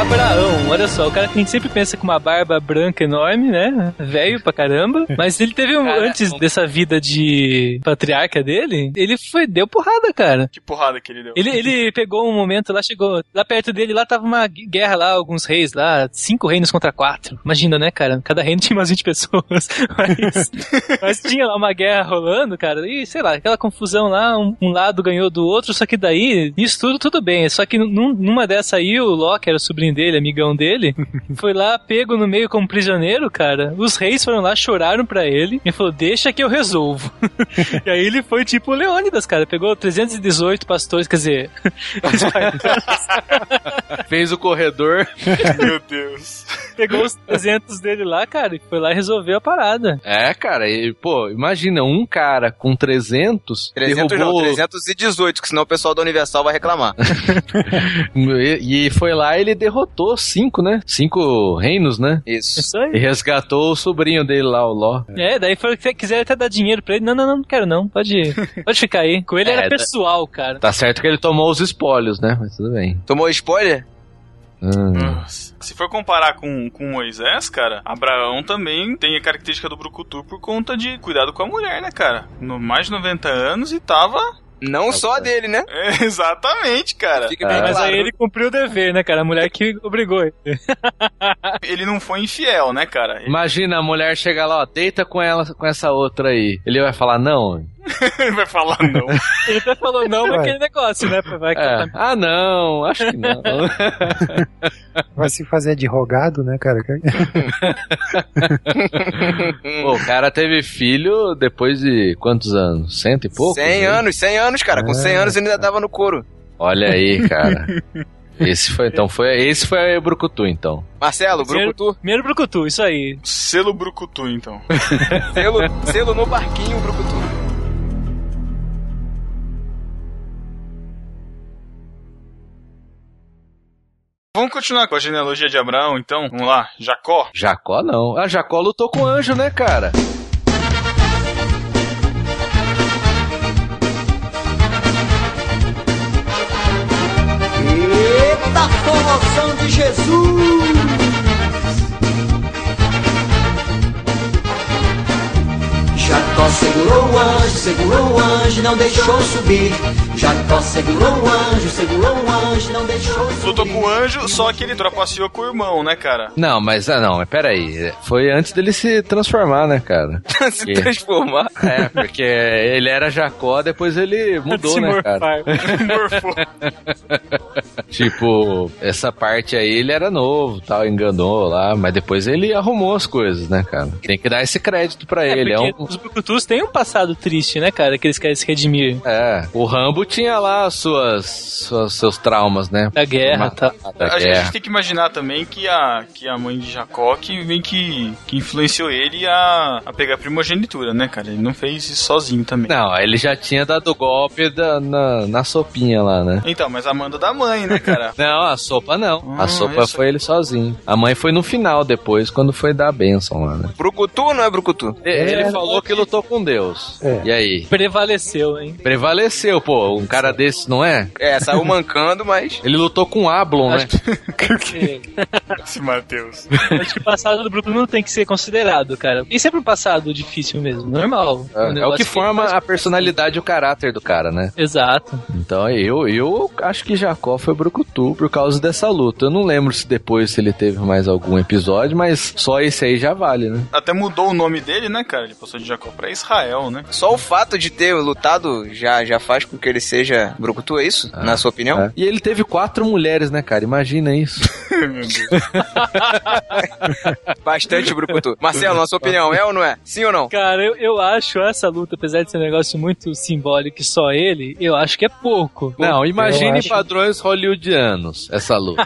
Speaker 7: Abraão, olha só, o cara que a gente sempre pensa com uma barba branca enorme, né? Velho pra caramba. Mas ele teve um. antes dessa vida de patriarca dele, ele foi, deu porrada, cara.
Speaker 1: Que porrada que ele deu.
Speaker 7: Ele, ele pegou um momento lá, chegou lá perto dele, lá tava uma guerra lá, alguns reis lá, cinco reinos contra quatro. Imagina, né, cara? Cada reino tinha umas 20 pessoas. Mas, mas tinha lá uma guerra rolando, cara, e sei lá, aquela confusão lá, um, um lado ganhou do outro, só que daí, isso tudo, tudo bem. Só que num- numa dessa aí, o Loki era o sobrinho dele, amigão dele, foi lá pego no meio como prisioneiro, cara. Os reis foram lá, choraram pra ele, e falou: Deixa que eu resolvo. e aí ele foi tipo o Leônidas, cara. Pegou 318 pastores, quer dizer,
Speaker 3: Fez o corredor.
Speaker 1: Meu Deus.
Speaker 7: pegou os 300 dele lá, cara, e foi lá e resolveu a parada.
Speaker 3: É, cara, e, pô, imagina, um cara com 300,
Speaker 2: 300 não,
Speaker 3: derrubou...
Speaker 2: 318, que senão o pessoal da Universal vai reclamar.
Speaker 3: E, e foi lá ele derrotou cinco, né? Cinco reinos, né?
Speaker 2: Isso.
Speaker 7: É Isso aí.
Speaker 3: E resgatou o sobrinho dele lá, o Ló.
Speaker 7: É, daí foi que quiser até dar dinheiro pra ele. Não, não, não, não quero não. Pode, pode ficar aí. Com ele
Speaker 3: É,
Speaker 7: era
Speaker 3: tá-
Speaker 7: pessoal, cara.
Speaker 3: Tá certo que ele tomou os espólios, né? Mas tudo bem.
Speaker 2: Tomou spoiler?
Speaker 3: Hum.
Speaker 1: Ah, Se for comparar com, com Moisés, cara, Abraão também tem a característica do brucutu por conta de cuidado com a mulher, né, cara? No mais de 90 anos e tava...
Speaker 2: Não só dele, né?
Speaker 1: É, exatamente, cara.
Speaker 2: Fica
Speaker 3: Ah,
Speaker 2: bem
Speaker 7: Mas
Speaker 2: claro.
Speaker 7: aí ele cumpriu o dever, né, cara? A mulher que obrigou ele.
Speaker 1: Ele não foi infiel, né, cara? Ele
Speaker 3: Imagina a mulher chegar lá, ó, deita com ela, com essa outra aí. Ele vai falar não?
Speaker 1: vai falar não.
Speaker 7: Ele até falou não
Speaker 16: Vai.
Speaker 7: naquele negócio, né? Vai que
Speaker 3: É. Ah, não, acho que não.
Speaker 16: Vai se fazer de rogado, né, cara?
Speaker 3: Pô, o cara teve filho depois de quantos anos? Cento e né? pouco?
Speaker 2: 100 anos, 100 anos, cara. Com 100 anos ele ainda tava no couro.
Speaker 3: Olha aí, cara. Esse foi então, foi esse foi o Brucutu então.
Speaker 2: Marcelo, Brucutu,
Speaker 7: Primeiro Brucutu, isso aí.
Speaker 1: Selo brucutu, então.
Speaker 2: selo, selo no barquinho, Brucutu.
Speaker 1: Vamos continuar com a genealogia de Abraão, então. Vamos lá. Jacó.
Speaker 3: Jacó não. Ah, Jacó lutou com o anjo, né, cara?
Speaker 8: Eita formação de Jesus! Jacó segurou o anjo, segurou o anjo, não deixou subir. Jacó segurou o anjo, segurou o anjo, não deixou subir.
Speaker 1: Lutou com o anjo, só que ele trapaceou com o irmão, né, cara?
Speaker 3: Não, mas ah, não, mas peraí. Foi antes dele se transformar, né, cara?
Speaker 2: Se transformar.
Speaker 3: É, porque ele era Jacó, depois ele mudou,
Speaker 7: Se
Speaker 3: né, cara?
Speaker 7: morfar.
Speaker 1: Morfou.
Speaker 3: Tipo, essa parte aí ele era novo, tal, enganou lá, mas depois ele arrumou as coisas, né, cara? Tem que dar esse crédito pra ele. É,
Speaker 7: porque
Speaker 3: um,
Speaker 7: Os Brucutus têm um passado triste, né, cara? Que eles querem se redimir
Speaker 3: é, o Rambo tinha lá suas, suas seus traumas, né?
Speaker 7: da guerra
Speaker 3: Uma-
Speaker 7: e tal.
Speaker 3: Da
Speaker 1: A gente,
Speaker 3: guerra.
Speaker 1: tem que imaginar também que a, que a mãe de Jacó que vem que, que influenciou ele a, a pegar a primogenitura, né, cara? Ele não fez isso sozinho também.
Speaker 3: Não, ele já tinha dado golpe da- na, na sopinha lá, né?
Speaker 1: Então, mas a manda da mãe, né, cara?
Speaker 3: Não, a sopa não.
Speaker 1: Ah,
Speaker 3: a sopa
Speaker 1: isso.
Speaker 3: foi ele sozinho. A mãe foi no final, depois, quando foi dar a bênção lá, né?
Speaker 2: Brucutu ou não é Brucutu?
Speaker 3: Ele falou que lutou com Deus.
Speaker 16: É.
Speaker 3: E aí?
Speaker 7: Prevaleceu, hein?
Speaker 3: Prevaleceu, pô. Um cara desse, não é?
Speaker 2: É, saiu mancando, mas.
Speaker 3: Ele lutou com Ablon, né?
Speaker 1: Esse Mateus.
Speaker 7: Acho que o passado do Brucutu não tem que ser considerado, cara. E sempre um passado difícil mesmo, normal. Um
Speaker 3: É, é o
Speaker 7: negócio
Speaker 3: que forma a personalidade e o caráter do cara, né?
Speaker 7: Exato.
Speaker 3: Então eu, eu acho que Jacó foi brucutu por causa dessa luta. Eu não lembro se depois se ele teve mais algum episódio, mas só esse aí já vale, né?
Speaker 1: Até mudou o nome dele, né, cara? Ele passou de Jacó pra Israel, né?
Speaker 2: Só o fato de ter lutado já, já faz com
Speaker 3: um-
Speaker 2: que ele seja Brucutu, é isso? Na sua opinião?
Speaker 3: É. E ele teve quatro mulheres, né, cara? Imagina isso.
Speaker 2: Bastante brucutu. Marcelo, na sua opinião, é ou não é? Sim ou não?
Speaker 7: Cara, eu, eu acho essa luta, apesar de ser um negócio muito simbólico e só ele, eu acho que é pouco.
Speaker 3: Não, imagine
Speaker 7: acho-
Speaker 3: padrões hollywoodianos, essa luta.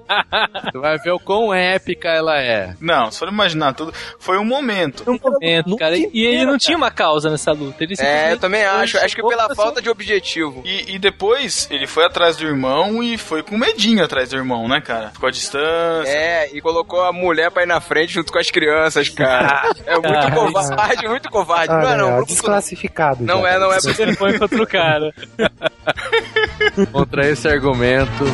Speaker 3: Você vai ver o quão épica ela é.
Speaker 1: Não, se for imaginar tudo, foi um momento.
Speaker 7: Um momento, cara. E ele não tinha uma causa nessa luta. Ele
Speaker 1: É,
Speaker 7: simplesmente-
Speaker 1: eu também acho. Acho que pela falta
Speaker 2: de objetivo.
Speaker 1: E, e depois ele foi atrás do irmão e foi com medinho atrás do irmão, né, cara? Ficou à distância.
Speaker 2: É, e colocou a mulher pra ir na frente junto com as crianças, cara. É muito
Speaker 1: Cara,
Speaker 2: covarde, muito covarde. Não é
Speaker 17: Olha,
Speaker 2: não,
Speaker 17: ó,
Speaker 2: brucutu não.
Speaker 17: desclassificado.
Speaker 2: Não
Speaker 17: já.
Speaker 2: é, não é.
Speaker 7: Ele põe pra outro cara.
Speaker 3: Contra esse argumento.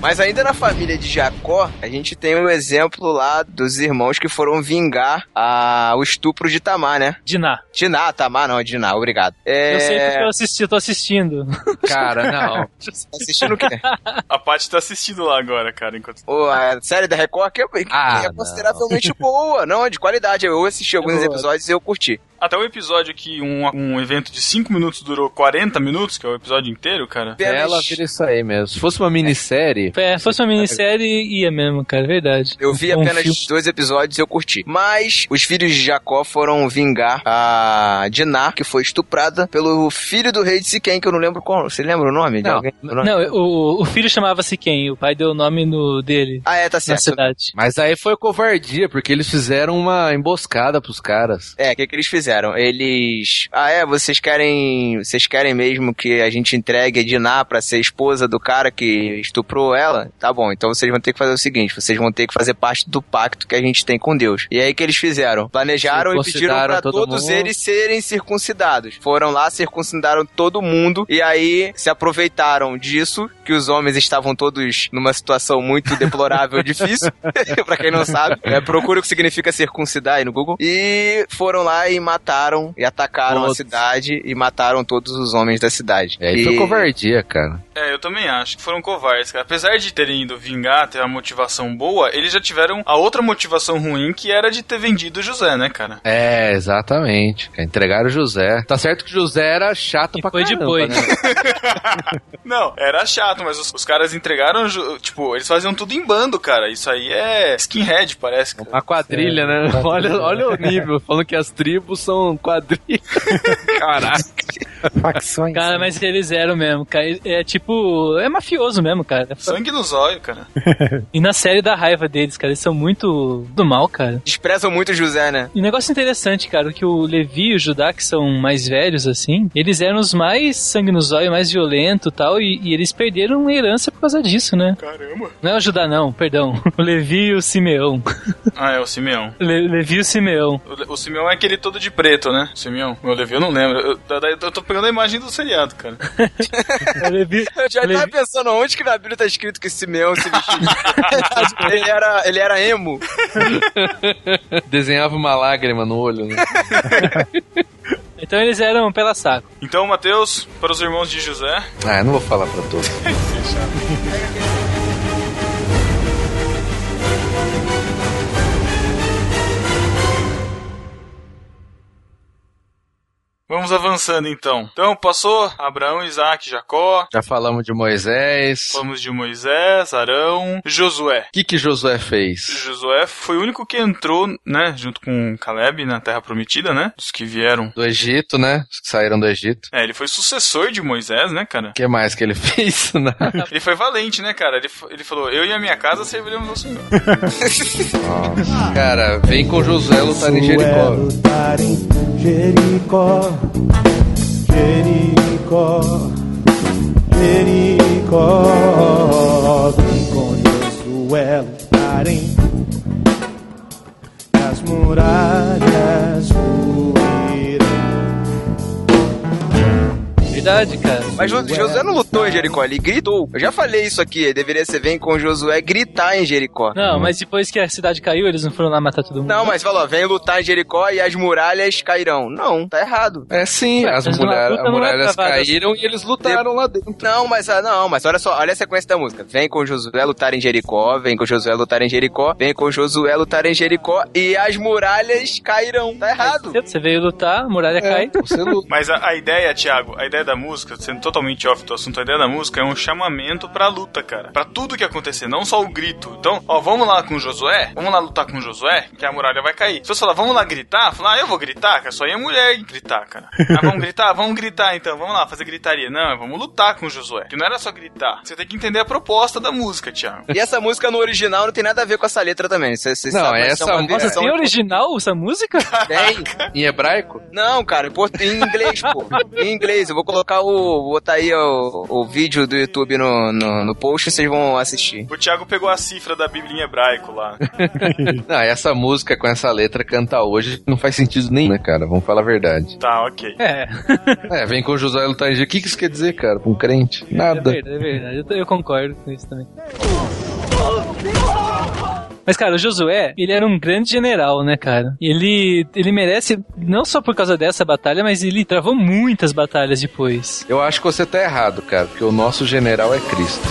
Speaker 2: Mas ainda na família de Jacó, a gente tem o exemplo lá dos irmãos que foram vingar a- o estupro de Tamar, né?
Speaker 7: Diná.
Speaker 2: Diná, Tamar não, é Diná, obrigado. É...
Speaker 7: Eu sei porque eu assisti, eu tô assistindo.
Speaker 2: Cara, não. Assistindo o quê?
Speaker 1: A Paty tá assistindo lá agora, cara, enquanto.
Speaker 2: Pô, a série da Record que é, que
Speaker 7: Ah,
Speaker 2: é consideravelmente boa, não, é de qualidade. Eu assisti alguns episódios e eu curti.
Speaker 1: Até o episódio que um, um evento de 5 minutos durou 40 minutos, que é o episódio inteiro, cara.
Speaker 3: Ela vira isso aí mesmo. Se fosse uma minissérie.
Speaker 7: É, se fosse uma minissérie, ia mesmo, cara, é verdade.
Speaker 2: Eu vi
Speaker 7: Um
Speaker 2: apenas
Speaker 7: filme.
Speaker 2: dois episódios e eu curti. Mas os filhos de Jacó foram vingar a Diná, que foi estuprada pelo filho do rei de Siquém, que eu não lembro qual. Você lembra o nome? de
Speaker 7: Não,
Speaker 2: alguém? O nome?
Speaker 7: não o, o filho chamava-se quem? O pai deu o nome no, dele.
Speaker 2: Ah, é, tá
Speaker 7: Na cidade.
Speaker 3: Mas aí foi covardia, porque eles fizeram uma emboscada pros caras.
Speaker 2: É, o que, que eles fizeram? Eles. Ah, é, vocês querem. Vocês querem mesmo que a gente entregue a Diná pra ser esposa do cara que estuprou ela? Tá bom, então vocês vão ter que fazer o seguinte: vocês vão ter que fazer parte do pacto que a gente tem com Deus. E aí o que eles fizeram? Planejaram e pediram
Speaker 3: Circuncidaram
Speaker 2: pra
Speaker 3: todo
Speaker 2: todos
Speaker 3: mundo.
Speaker 2: eles serem circuncidados. Foram lá, circuncidaram todo mundo e aí se aproveitaram disso, que os homens estavam todos numa situação muito deplorável e difícil. pra quem não sabe, é, procura o que significa circuncidar aí no Google. E foram lá e mataram e atacaram a
Speaker 3: Todos.
Speaker 2: cidade e mataram todos os homens da cidade.
Speaker 3: É, aí foi covardia, cara.
Speaker 1: É, eu também acho que foram covardes, cara. Apesar de terem ido vingar, ter uma motivação boa, eles já tiveram a outra motivação ruim, que era de ter vendido o José, né, cara?
Speaker 3: É, exatamente. cara. Entregaram o José. Tá certo que o José era chato pra
Speaker 1: foi
Speaker 3: caramba,
Speaker 1: depois.
Speaker 3: né?
Speaker 1: Não, era chato, mas os, os caras entregaram, ju- tipo, eles faziam tudo em bando, cara. Isso aí é skinhead, parece. Cara.
Speaker 3: Uma quadrilha, né? Olha, olha o nível, falando que as tribos são quadrilha.
Speaker 1: Caraca.
Speaker 2: é.
Speaker 17: Facções.
Speaker 7: Cara, mas eles eram mesmo, cara. É tipo. É mafioso mesmo, cara.
Speaker 1: Sangue nos olhos, cara.
Speaker 7: E na série da raiva deles, cara, eles são muito do mal, cara.
Speaker 2: Desprezam muito o José, né?
Speaker 7: E um negócio interessante, cara, que o Levi e o Judá, que são mais velhos, assim, eles eram os mais sangue no zóio, mais violento e tal, e, e eles perderam herança por causa disso, né?
Speaker 1: Caramba.
Speaker 7: Não é o Judá, não, perdão. O Levi e o Simeão.
Speaker 1: Ah, é o Simeão.
Speaker 7: Le, Levi e o Simeão.
Speaker 1: O, Le- o Simeão é aquele todo de preto, né? O Simeão. Meu Levi, eu não lembro. Eu, da- da- eu tô pegando a imagem do seriado, cara.
Speaker 7: O Levi,
Speaker 2: Eu já tava pensando onde que na Bíblia tá escrito que Simeão se vestiu. de- ele, era, ele era emo.
Speaker 3: Desenhava uma lágrima no olho, né?
Speaker 7: Então eles eram pela saco.
Speaker 1: Então, Matheus, para os irmãos de José.
Speaker 3: Ah, eu não vou falar pra todos.
Speaker 1: Vamos avançando então. Então, passou Abraão, Isaac, Jacó.
Speaker 3: Já falamos de Moisés. O
Speaker 1: Falamos de Moisés, Arão, Josué.
Speaker 3: que que Josué fez?
Speaker 1: Josué foi o único que entrou, né, junto com Caleb na Terra Prometida, né? Os que vieram.
Speaker 3: Do Egito, né? Os que saíram do Egito.
Speaker 1: É, ele foi sucessor de Moisés, né, cara?
Speaker 3: O que mais que ele fez? né? Nada.
Speaker 1: Ele foi valente, né, cara? Ele, f- ele falou: Eu e a minha casa serviremos ao Senhor.
Speaker 3: Nossa, cara, vem com Josué lutar em Jericó.
Speaker 8: lutar em Jericó, Jericó, Jericó. Vem com Josué lutar em as muralhas ruirão. E
Speaker 7: verdade, cara.
Speaker 2: Mas Lu-
Speaker 3: é.
Speaker 2: Josué não lutou em Jericó, ele gritou. Eu já falei isso aqui, deveria ser vem com Josué gritar em Jericó.
Speaker 7: Não, mas depois que a cidade caiu, eles não foram lá matar todo mundo.
Speaker 2: Não, mas falou, vem lutar em Jericó e as muralhas cairão. Não, tá errado.
Speaker 3: É sim,
Speaker 2: Ué,
Speaker 3: as
Speaker 2: mas
Speaker 3: mulher-
Speaker 2: a luta
Speaker 3: as
Speaker 2: não é
Speaker 3: muralhas
Speaker 2: travada.
Speaker 3: caíram e eles lutaram lá dentro.
Speaker 2: Não, mas ah, não, mas olha só, olha a sequência da música. Vem com Josué lutar em Jericó, vem com Josué lutar em Jericó, vem com Josué lutar em Jericó e as muralhas cairão. Tá errado.
Speaker 7: Você veio lutar, a
Speaker 8: É.
Speaker 7: muralha cai.
Speaker 1: Mas a, a ideia, Thiago, a ideia da música, sendo totalmente off do assunto, a ideia da música é um chamamento pra luta, cara. Pra tudo que acontecer, não só o grito. Então, ó, vamos lá com o Josué, vamos lá lutar com o Josué, que a muralha vai cair. Se você falar, vamos lá gritar, falar, ah, eu vou gritar, cara, só aí é mulher gritar, cara. Ah, vamos gritar? Vamos gritar então, vamos lá fazer gritaria. Não, é, vamos lutar com o Josué. Que não era só gritar. Você tem que entender a proposta da música, Thiago.
Speaker 2: E essa música no original não tem nada a ver com essa letra também. Cê, cê
Speaker 3: Não,
Speaker 2: sabe, mas
Speaker 3: essa
Speaker 2: é uma
Speaker 3: música-
Speaker 2: versão-
Speaker 7: Tem original essa música?
Speaker 2: Tem.
Speaker 3: Em hebraico?
Speaker 2: Não, cara, em port- em inglês, pô. Em inglês. Eu vou colocar o. Vou botar aí o, o vídeo do YouTube no, no, no post e vocês vão assistir.
Speaker 1: O Thiago pegou a cifra da Bíblia em hebraico lá.
Speaker 3: não, essa música com essa letra cantar hoje não faz sentido nenhum, né, cara? Vamos falar a verdade.
Speaker 1: Tá, ok.
Speaker 7: É.
Speaker 3: É, vem com Josué lutar em Jericó. O que, que isso quer dizer, cara? Pra um crente? Nada.
Speaker 7: É verdade, é verdade. Eu, t- eu concordo com isso também. Mas, cara, o Josué, ele era um grande general, né, cara? Ele, ele merece, não só por causa dessa batalha, mas ele travou muitas batalhas depois.
Speaker 3: Eu acho que você tá errado, cara, porque o nosso general é Cristo.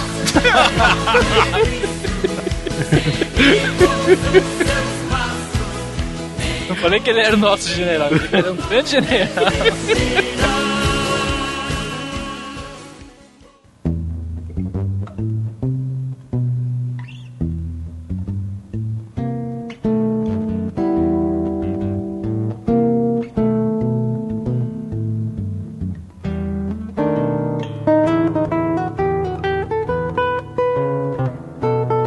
Speaker 7: Não falei que ele era o nosso general, ele era um grande general.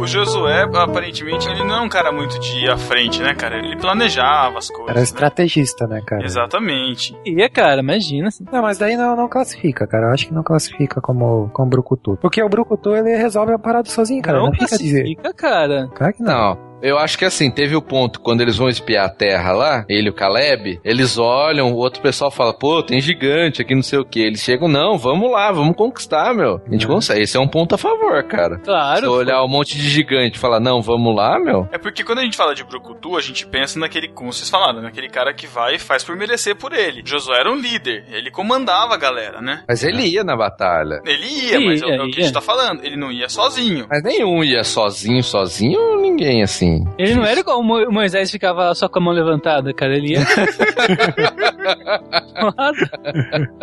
Speaker 1: O Josué, aparentemente, ele não é um cara muito de ir à frente, né, cara? Ele planejava as coisas.
Speaker 8: Era estrategista, né, cara?
Speaker 1: Exatamente.
Speaker 7: E é, cara, imagina. assim.
Speaker 8: Não, mas daí não, não classifica, cara. Eu acho que não classifica como, como Brucutu. Porque o Brucutu, ele resolve a parada sozinho, cara. Não,
Speaker 7: não
Speaker 8: fica dizer.
Speaker 7: classifica, cara.
Speaker 8: Claro que
Speaker 3: Não. Eu acho que assim, teve o ponto, quando eles vão espiar a terra lá, ele e o Caleb, eles olham, o outro pessoal fala, pô, tem gigante aqui, não sei o que. Eles chegam, não, vamos lá, vamos conquistar, meu. A gente consegue. Esse é um ponto a favor, cara.
Speaker 7: Claro.
Speaker 3: Se eu olhar um monte de gigante e falar, não, vamos lá, meu.
Speaker 1: É porque quando a gente fala de Brucutu, a gente pensa naquele, como vocês falaram, naquele cara que vai e faz por merecer por ele. Josué era um líder, ele comandava a galera, né?
Speaker 3: Mas ele ia na batalha.
Speaker 1: Ele ia, mas é, o- é o que a gente tá falando, ele não ia sozinho.
Speaker 3: Mas nenhum ia sozinho, sozinho, ninguém assim.
Speaker 7: Ele não era igual o Mo- o Moisés ficava só com a mão levantada, cara. Ele ia.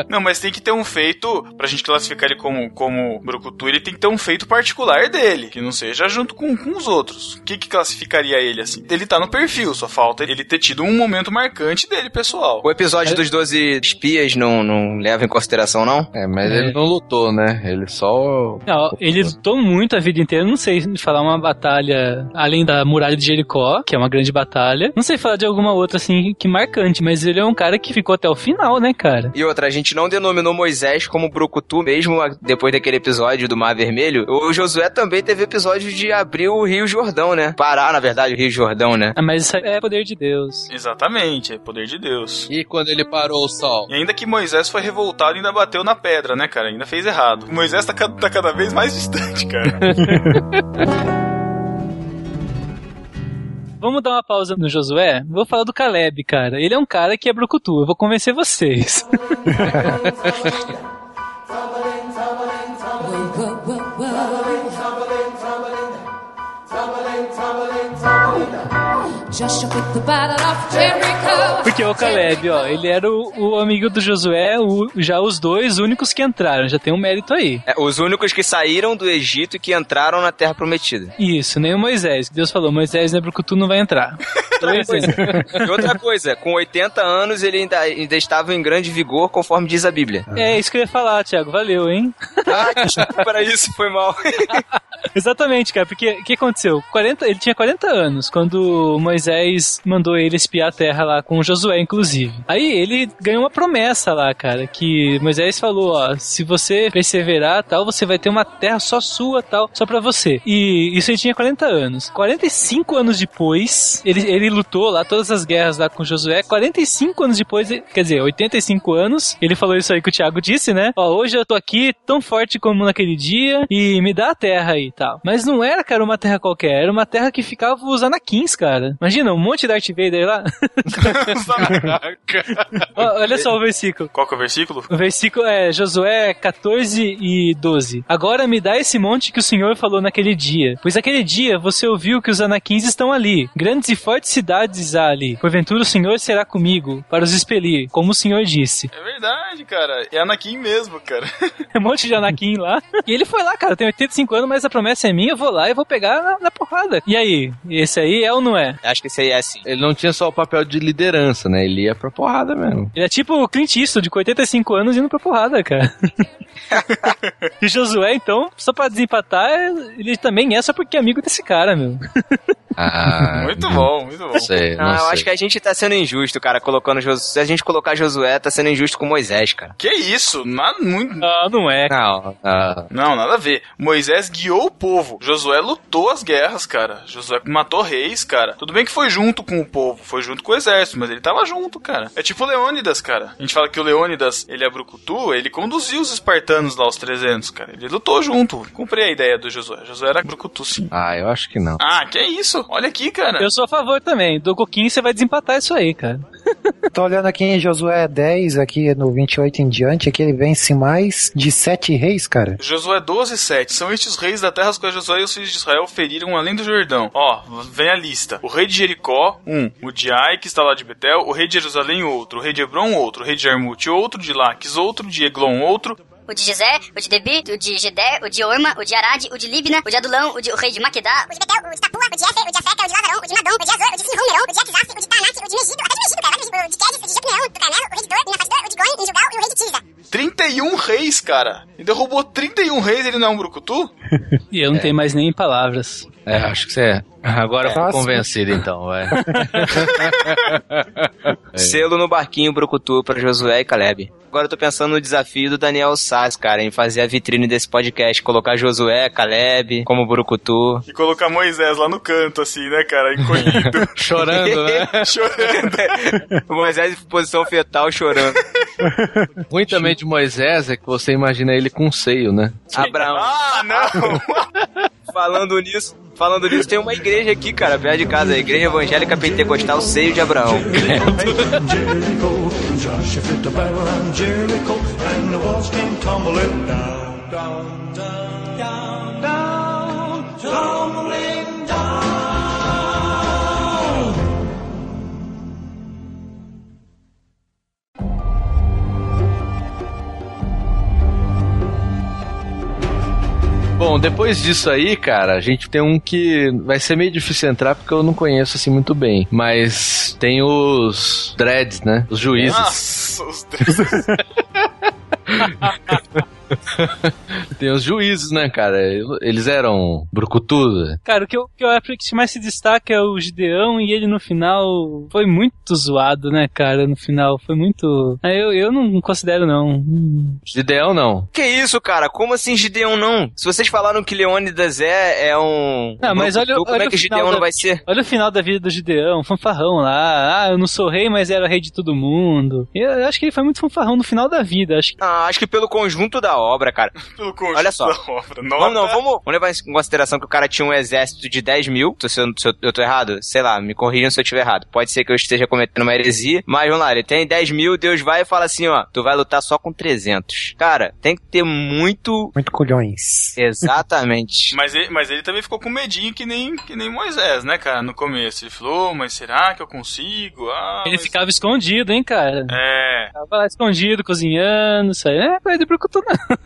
Speaker 1: Não, mas tem que ter um feito, pra gente classificar ele como, como Brucutu, ele tem que ter um feito particular dele, que não seja junto com, com os outros. O que que classificaria ele assim? Ele tá no perfil, só falta ele ter tido um momento marcante dele, pessoal.
Speaker 2: O episódio dos 12 espias não, não leva em consideração, não?
Speaker 3: É, mas ele não lutou, né? Ele só.
Speaker 7: Não, ele lutou muito a vida inteira. Não sei falar uma batalha além da Muralha de Jericó, que é uma grande batalha. Não sei falar de alguma outra assim que marcante, mas ele é um cara que ficou até o final, né, cara?
Speaker 2: E outra, a gente não denominou Moisés como Brucutu, mesmo a- depois daquele episódio do Mar Vermelho. O Josué também teve episódio de abrir o Rio Jordão, né? Pará, na verdade, o Rio Jordão, né?
Speaker 7: Ah, mas isso é poder de Deus.
Speaker 1: Exatamente, é poder de Deus.
Speaker 3: E quando ele parou o sol?
Speaker 1: E ainda que Moisés foi revoltado, ainda bateu na pedra, né, cara? Ainda fez errado. Moisés tá, ca- tá cada vez mais distante, cara.
Speaker 7: Vamos dar uma pausa no Josué? Vou falar do Caleb, cara. Ele é um cara que é brucutu. Eu vou convencer vocês.
Speaker 9: Joshua with the battle of Jericho.
Speaker 7: Porque o Caleb, ó, ele era o, o amigo do Josué, o- já os dois únicos que entraram. Já tem um mérito aí.
Speaker 2: É, os únicos que saíram do Egito e que entraram na Terra Prometida.
Speaker 7: Isso, nem o Moisés. Deus falou, Moisés, né, brucutu, não vai entrar. Dois, né?
Speaker 2: E outra coisa, com 80 anos ele ainda, ainda estava em grande vigor, conforme diz a Bíblia.
Speaker 7: É isso que eu ia falar, Thiago. Valeu, hein?
Speaker 2: Ah, desculpa, era isso, foi mal.
Speaker 7: Exatamente, cara, porque o que aconteceu? 40, ele tinha 40 anos quando Moisés mandou ele espiar a terra lá com Josué, inclusive. Aí ele ganhou uma promessa lá, cara, que Moisés falou, ó, se você perseverar, tal, você vai ter uma terra só sua, tal, só pra você. E isso ele tinha 40 anos. 45 anos depois, ele, ele lutou lá todas as guerras lá com Josué. 45 anos depois, quer dizer, 85 anos, ele falou isso aí que o Thiago disse, né? Ó, hoje eu tô aqui tão forte como naquele dia e me dá a terra aí, tal. Mas não era, cara, uma terra qualquer, era uma terra que ficava os anakins, cara. Imagina, um monte de Darth Vader lá. Ó, Olha só o versículo.
Speaker 1: Qual que é o versículo?
Speaker 7: O versículo é Josué 14 e 12. Agora me dá esse monte que o Senhor falou naquele dia. Pois aquele dia você ouviu que os anakins estão ali. Grandes e fortes cidades há ali. Porventura o Senhor será comigo para os expelir, como o Senhor disse.
Speaker 1: É verdade, cara. É Anakin mesmo, cara.
Speaker 7: É um monte de anakin lá. E ele foi lá, cara. Tem 85 anos, mas a promessa é minha. Eu vou lá e vou pegar na, na porrada. E aí? Esse aí é ou não é?
Speaker 2: Acho que esse aí é assim.
Speaker 3: Ele não tinha só o papel de liderança, né? Ele ia pra porrada mesmo.
Speaker 7: Ele é tipo o Clint Eastwood, com 85 anos, indo pra porrada, cara. e Josué, então, só pra desempatar, ele também é só porque é amigo desse cara, meu.
Speaker 3: Ah,
Speaker 1: Muito bom, muito bom.
Speaker 3: Não sei, não
Speaker 2: Ah, eu
Speaker 3: sei.
Speaker 2: acho que a gente tá sendo injusto, cara, colocando Josué. Se a gente colocar Josué, tá sendo injusto com Moisés, cara.
Speaker 1: Que isso? Nada, muito...
Speaker 7: Ah, não é.
Speaker 3: Não, ah,
Speaker 1: Não, nada a ver. Moisés guiou o povo. Josué lutou as guerras, cara. Josué matou reis, cara. Tudo bem que foi junto com o povo, foi junto com o exército, mas ele tava junto, cara. É tipo o Leônidas, cara. A gente fala que o Leônidas, ele é brucutu, ele conduziu os espartanos lá, os 300, cara. Ele lutou junto. Cumpri a ideia do Josué. Josué era brucutu, sim.
Speaker 3: ah, eu acho que não.
Speaker 1: Ah, que isso? Olha aqui, cara.
Speaker 7: Eu sou a favor também. Do Coquinho você vai desempatar isso aí, cara.
Speaker 8: Tô olhando aqui em Josué 10, aqui no 28 em diante, aqui ele vence mais de sete reis, cara.
Speaker 1: Josué 12, 7. São estes reis da terra os quais Josué e os filhos de Israel feriram além do Jordão. Ó, vem a lista. O rei de Jericó, um. O de Ai, que está lá de Betel. O rei de Jerusalém, outro. O rei de Hebron, outro. O rei de Jarmute, outro. De Laques, outro. De Eglon, outro.
Speaker 18: O de José, o de Debi, o de Gedé, o de Orma, o de Arade, o de Libna, o de Adulão, o, de, o rei de Maquedá. O de Betel, o de Tapua, o de Efe, o de Afeca, o de Lavarão, o de Madom, o de Azor, o de Sinrumerão, o de Aquizafe, o de Tanak, o de Megido, até de Megido, cara, o de Kedis, o de Jotneão, do Carmelo, o rei de Dor, o de Nafasdor, o de Goin, o de Jugal e o rei de Tisa.
Speaker 1: 31 reis, cara. E derrubou 31 reis, ele não é um brucutu?
Speaker 7: E eu não tenho mais nem palavras.
Speaker 3: É, acho que você é. Agora eu fui
Speaker 8: Próximo.
Speaker 3: convencido, então, vai.
Speaker 2: Selo no barquinho Brucutu pra Josué e Caleb. Agora eu tô pensando no desafio do Daniel Sass, cara, em fazer a vitrine desse podcast, colocar Josué, Caleb, como Brucutu.
Speaker 1: E colocar Moisés lá no canto, assim, né, cara? Encolhido,
Speaker 3: Chorando, né?
Speaker 1: chorando.
Speaker 2: Moisés em posição fetal chorando.
Speaker 3: Ruim também de Moisés é que você imagina ele com seio, né?
Speaker 2: Abraão,
Speaker 1: Ah, não!
Speaker 2: falando nisso, falando nisso, tem uma igreja aqui, cara, perto de casa, a Igreja Evangélica Pentecostal Seio de Abraão.
Speaker 5: Jericho, Joshua fit the battle around Jericho, and the walls came tumbling down, down, down, down, down, tumbling down.
Speaker 3: Bom, depois disso aí, cara, a gente tem um que vai ser meio difícil entrar porque eu não conheço assim muito bem. Mas tem os dreads, né? Os juízes.
Speaker 1: Nossa, os deuses.
Speaker 3: Tem os juízes, né, cara? Eles eram brucutuda.
Speaker 7: Cara, o que eu, o que eu acho que mais se destaca é o Gideão e ele no final foi muito zoado, né, cara? No final foi muito. Ah, Eu, eu não considero, não. Hum.
Speaker 3: Gideão não.
Speaker 2: Que isso, cara? Como assim Gideon não? Se vocês falaram que Leônidas é, é um.
Speaker 7: Ah, mas olha-
Speaker 2: Como
Speaker 7: olha
Speaker 2: é que
Speaker 7: o final
Speaker 2: Gideon
Speaker 7: da-
Speaker 2: não vai ser?
Speaker 7: Olha o final da vida do Gideão, fanfarrão lá. Ah, eu não sou rei, mas era o rei de todo mundo. Eu, eu acho que ele foi muito fanfarrão no final da vida. Acho que.
Speaker 2: Ah, acho que pelo conjunto da obra, cara.
Speaker 1: Pelo conjunto
Speaker 2: Olha só.
Speaker 1: da obra. Nota.
Speaker 2: Vamos, não, vamos, vamos levar em consideração que o cara tinha um exército de 10 mil. Tô- Se eu, se eu, eu tô errado, sei lá, me corrijam se eu estiver errado. Pode ser que eu esteja cometendo uma heresia, mas vamos lá, ele tem 10 mil, Deus vai e fala assim, ó, tu vai lutar só com 300. Cara, tem que ter muito...
Speaker 8: Muito culhões.
Speaker 2: Exatamente.
Speaker 1: Mas ele, mas ele também ficou com medinho que nem, que nem Moisés, né, cara? No começo. Ele falou, "Ô, mas será que eu consigo? Ah,
Speaker 7: Ele
Speaker 1: mas-
Speaker 7: ficava escondido, hein, cara?
Speaker 1: É.
Speaker 7: Ficava lá escondido, cozinhando, isso aí. É, coisa de brucutu, não.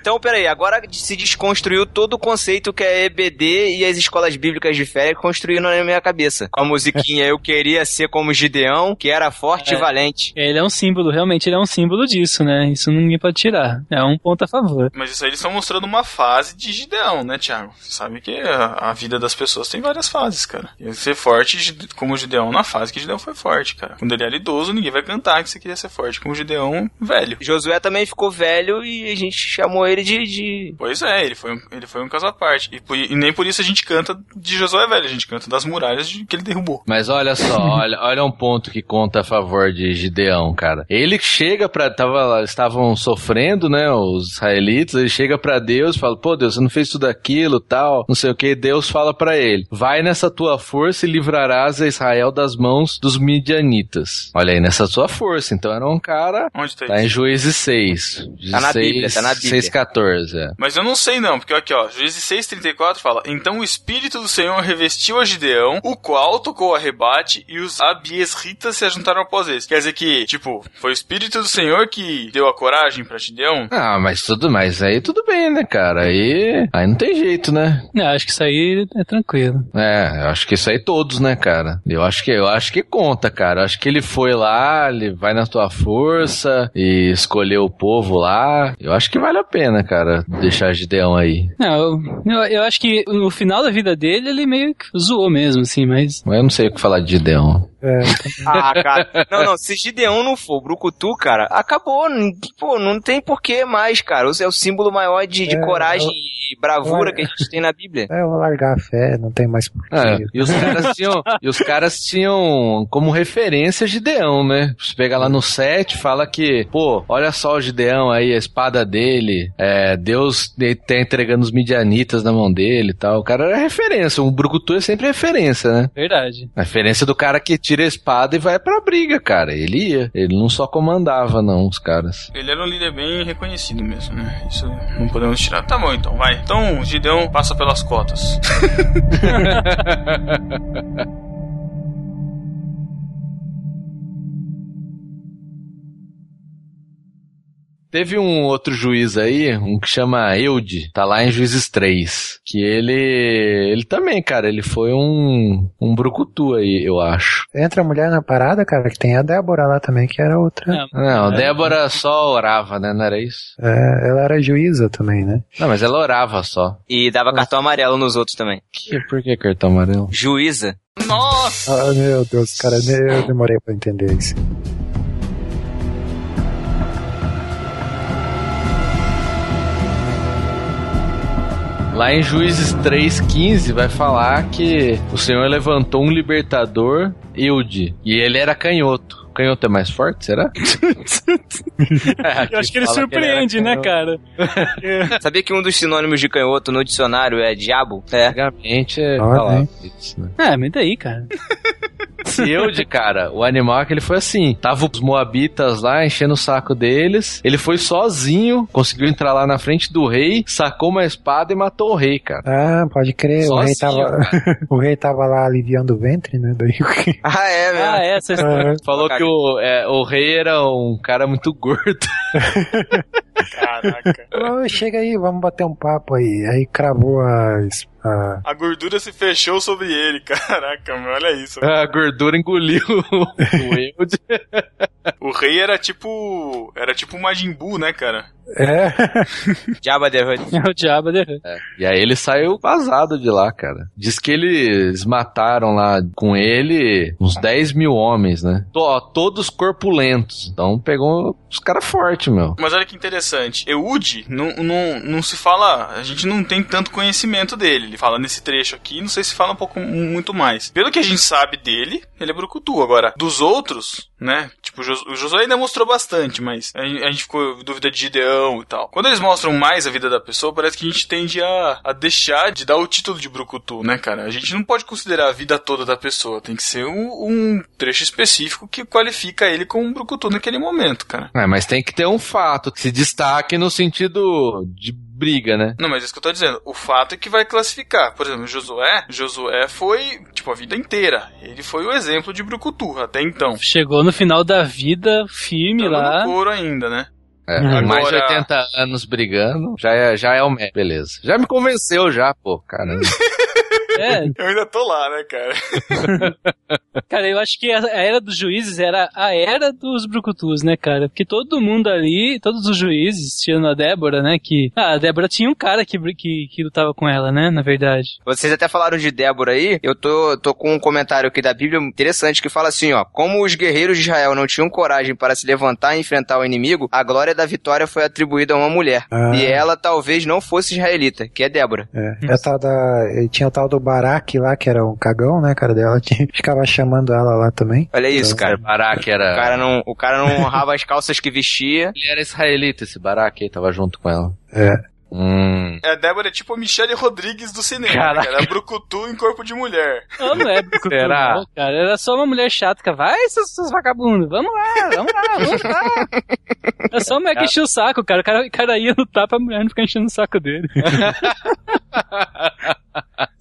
Speaker 2: Então, peraí, agora se desconstruiu todo o conceito que é EBD e as escolas bíblicas de férias construíram na minha cabeça. Com a musiquinha Eu Queria Ser Como Gideão, que era forte
Speaker 7: É.
Speaker 2: e valente.
Speaker 7: Ele é um símbolo, realmente ele é um símbolo disso, né? Isso ninguém pode tirar. É um ponto a favor.
Speaker 1: Mas isso aí eles estão mostrando uma fase de Gideão, né, Thiago? Você sabe que a, a vida das pessoas tem várias fases, cara. E ser forte Gide- como Gideão na fase que Gideão foi forte, cara. Quando ele era idoso, ninguém vai cantar que você queria ser forte como Gideão velho.
Speaker 2: Josué também ficou velho e a gente chamou ele de. de...
Speaker 1: Pois é, ele foi um, ele foi um caso à parte. E, por- e nem por isso a gente canta de Josué velho, a gente canta das muralhas de- que ele derrubou.
Speaker 3: Mas olha só, olha, olha um ponto que conta a favor de Gideão, cara. Ele chega pra. Tava, lá, estavam sofrendo, né? Os israelitas. Ele chega pra Deus e fala: Pô, Deus, você não fez tudo aquilo, tal, não sei o que. Deus fala pra ele: Vai nessa tua força e livrarás a Israel das mãos dos midianitas. Olha aí, nessa sua força. Então era um cara.
Speaker 1: Onde tá
Speaker 3: Tá em Juízes 6.
Speaker 1: Tá na Bíblia, tá na Bíblia.
Speaker 3: 6, 14. É.
Speaker 1: Mas eu não sei não, porque aqui ó, Juízes 6,34 fala Então o Espírito do Senhor revestiu a Gideão, o qual tocou a rebate e os abiesritas se ajuntaram após eles. Quer dizer que, tipo, foi o Espírito do Senhor que deu a coragem pra Gideão?
Speaker 3: Ah, mas tudo mais. Aí tudo bem, né, cara? Aí, aí não tem jeito, né?
Speaker 7: Não, acho que isso aí é tranquilo.
Speaker 3: É, eu acho que isso aí todos, né, cara? Eu acho que eu acho que conta, cara. Eu acho que ele foi lá, ele vai na tua força e escolheu o povo lá. Eu acho que vale a pena, cara, deixar Gideão aí.
Speaker 7: Não, eu, eu, eu acho que no final da vida dele ele meio que zoou mesmo, assim, mas.
Speaker 3: Mas eu não sei o que falar de Gideão.
Speaker 8: É,
Speaker 2: Ah, cara. Não, não, se Gideão não for Brucutu, cara, acabou. N- Pô, não tem porquê mais, cara. Isso é o símbolo maior de, de
Speaker 8: É,
Speaker 2: coragem
Speaker 8: eu-
Speaker 2: e bravura que a gente tem na Bíblia.
Speaker 8: É, eu vou largar a fé, não tem mais porquê.
Speaker 3: É, e os caras tinham, e os caras tinham como referência Gideão, né? Você pega lá no set, fala que, pô, olha só o Gideão aí, a espada dele, é, Deus de- tá entregando os midianitas na mão dele e tal. O cara era referência, um brucutu é sempre referência, né?
Speaker 7: Verdade.
Speaker 3: A referência do cara que tira a espada e vai pra briga, cara. Ele ia. Ele não só comandava, não, os caras.
Speaker 1: Ele era um líder bem reconhecido mesmo, né? Isso não podemos tirar. Tá bom então, vai. Então Gideão passa pelas cotas.
Speaker 3: Teve um outro juiz aí, um que chama Eude, tá lá em Juízes 3, que ele ele também, cara, ele foi um um brucutu aí, eu acho.
Speaker 8: Entra a mulher na parada, cara, que tem a Débora lá também, que era
Speaker 2: É.
Speaker 7: Ah.
Speaker 8: outra.
Speaker 3: Não, Débora só orava, né? Não era isso?
Speaker 8: É, ela era juíza também, né?
Speaker 3: Não, mas ela orava só.
Speaker 2: E dava cartão amarelo nos outros também.
Speaker 3: Que, por que cartão amarelo?
Speaker 2: Juíza.
Speaker 1: Nossa!
Speaker 8: Ah, meu Deus, cara, eu demorei pra entender isso.
Speaker 3: Lá em Juízes 3,15 vai falar que o Senhor levantou um libertador, Eude, e ele era canhoto. Canhoto é mais forte, será?
Speaker 7: Eu acho que
Speaker 2: fala que ele
Speaker 7: ele surpreende,
Speaker 2: era
Speaker 7: né, cara?
Speaker 2: Sabia que um dos sinônimos de canhoto no dicionário é diabo? É.
Speaker 3: Antigamente é
Speaker 2: falar.
Speaker 3: né?
Speaker 7: É, mas daí, cara.
Speaker 3: Se Eude, cara, o animal que ele foi assim. Tava os moabitas lá enchendo o saco deles. Ele foi sozinho, conseguiu entrar lá na frente do rei, sacou uma espada e matou o rei, cara.
Speaker 8: Ah, pode crer, o rei,
Speaker 3: Sozinho,
Speaker 8: tava, o rei tava lá aliviando o ventre, né? Daí o que. né?
Speaker 2: Ah, é, mesmo.
Speaker 7: Ah, é, essa
Speaker 8: história.
Speaker 3: Falou que o, é, o rei era um cara muito gordo.
Speaker 1: Caraca.
Speaker 8: Ô, chega aí, vamos bater um papo aí. Aí cravou a. es- a-
Speaker 1: A gordura se fechou sobre ele, caraca, meu, olha isso.
Speaker 3: A gordura engoliu o Eude.
Speaker 1: O rei era tipo. Era tipo um Majin Buu, né, cara?
Speaker 8: É.
Speaker 2: Diabo de Hood.
Speaker 7: É o diabo de Hood.
Speaker 3: E aí ele saiu vazado de lá, cara. Diz que eles mataram lá com ele uns 10 mil homens, né? To- ó, Todos corpulentos. Então pegou os caras fortes, meu.
Speaker 1: Mas olha que interessante, Eude não, não, não se fala, a gente não tem tanto conhecimento dele. Ele fala nesse trecho aqui, não sei se fala um pouco muito mais. Pelo que a gente sabe dele, ele é brucutu. Agora, dos outros, né? Tipo, o Jos- o Josué ainda mostrou bastante, mas a gen- a gente ficou em dúvida de Gideão e tal. Quando eles mostram mais a vida da pessoa, parece que a gente tende a, a deixar de dar o título de brucutu, né, cara? A gente não pode considerar a vida toda da pessoa, tem que ser um, um trecho específico que qualifica ele como um brucutu naquele momento, cara.
Speaker 3: É, mas tem que ter um fato que se destaque no sentido de briga, né?
Speaker 1: Não, mas é isso que eu tô dizendo. O fato é que vai classificar. Por exemplo, Josué, Josué foi, tipo, a vida inteira. Ele foi o exemplo de Brucutu até então.
Speaker 7: Chegou no final da vida, firme
Speaker 1: Tava
Speaker 7: lá.
Speaker 1: no couro ainda, né?
Speaker 3: É,
Speaker 7: Agora-
Speaker 3: Mais de 80 anos brigando, já é, já é o mérito. Beleza. Já me convenceu já, pô, caramba.
Speaker 1: Eu ainda tô lá, né, cara?
Speaker 7: É, Cara, eu acho que a a era dos juízes era a era dos brucutus, né, cara? Porque todo mundo ali, todos os juízes, tirando a Débora, né, que... Ah, a Débora tinha um cara que, br- que, que lutava com ela, né, na verdade.
Speaker 2: Vocês até falaram de Débora aí. Eu tô, tô com um comentário aqui da Bíblia interessante que fala assim, ó. Como os guerreiros de Israel não tinham coragem para se levantar e enfrentar o inimigo, a glória da vitória foi atribuída a uma mulher.
Speaker 8: Ah.
Speaker 2: E é. ela talvez não fosse israelita, que é Débora.
Speaker 8: É, é o tal da, e tinha o tal do Baraque lá, que era um cagão, né, cara dela? Tinha- ficava chamando ela lá também.
Speaker 2: Olha isso, cara.
Speaker 3: Barak era...
Speaker 2: O cara não, o cara não honrava as calças que vestia.
Speaker 3: Ele era israelita, esse Barak aí, tava junto com ela.
Speaker 8: É.
Speaker 3: Hum.
Speaker 1: É, a Débora é tipo a Michelle Rodrigues do cinema, né,
Speaker 3: Caraca.
Speaker 1: cara. É brucutu em corpo de mulher.
Speaker 7: Não, não é brucutu,
Speaker 1: Será?
Speaker 7: não, cara. Era só uma mulher chata, cara. Vai, seus, seus vagabundos, vamos lá, vamos lá, vamos lá. É só uma mulher que enchia o saco, cara. O cara, o cara ia lutar pra mulher não ficar enchendo o saco dele.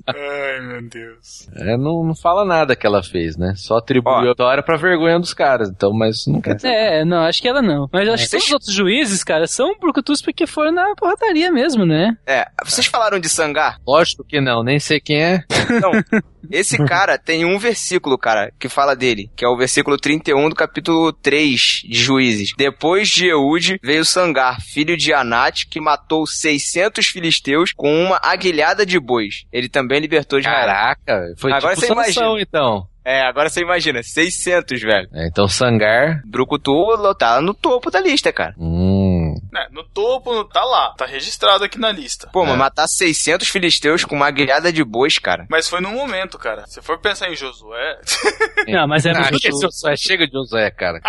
Speaker 1: Ai, meu Deus.
Speaker 3: É, não, não fala nada que ela fez, né? Só atribuiu a vitória pra vergonha dos caras. Então, mas isso não quer dizer.
Speaker 7: É, não, acho que ela não. Mas acho que todos os outros juízes, cara, são brucutus porque foram na porradaria mesmo, né?
Speaker 2: É, vocês falaram de Sangar?
Speaker 3: Lógico que não, nem sei quem é.
Speaker 2: Esse cara tem um versículo, cara, que fala dele, que é o versículo 31 do capítulo 3 de Juízes. Depois de Eude veio Sangar, filho de Anat, que matou 600 filisteus com uma aguilhada de bois. Ele também libertou de
Speaker 3: Caraca, foi
Speaker 2: Agora
Speaker 3: tipo
Speaker 2: você
Speaker 3: Sansão,
Speaker 2: imagina.
Speaker 3: então.
Speaker 2: É, agora você imagina, 600, velho.
Speaker 3: É, então, Sangar.
Speaker 2: Brucutu tá no topo da lista, cara.
Speaker 3: Hum.
Speaker 1: É, no topo, no- tá lá, tá registrado aqui na lista.
Speaker 2: Pô, mas matar 600 filisteus com uma aguilhada de bois, cara.
Speaker 1: Mas foi num momento, cara. Se for pensar em Josué.
Speaker 7: Não, mas é
Speaker 3: Ah,
Speaker 7: brucutu.
Speaker 3: que Josué, chega de Josué, cara.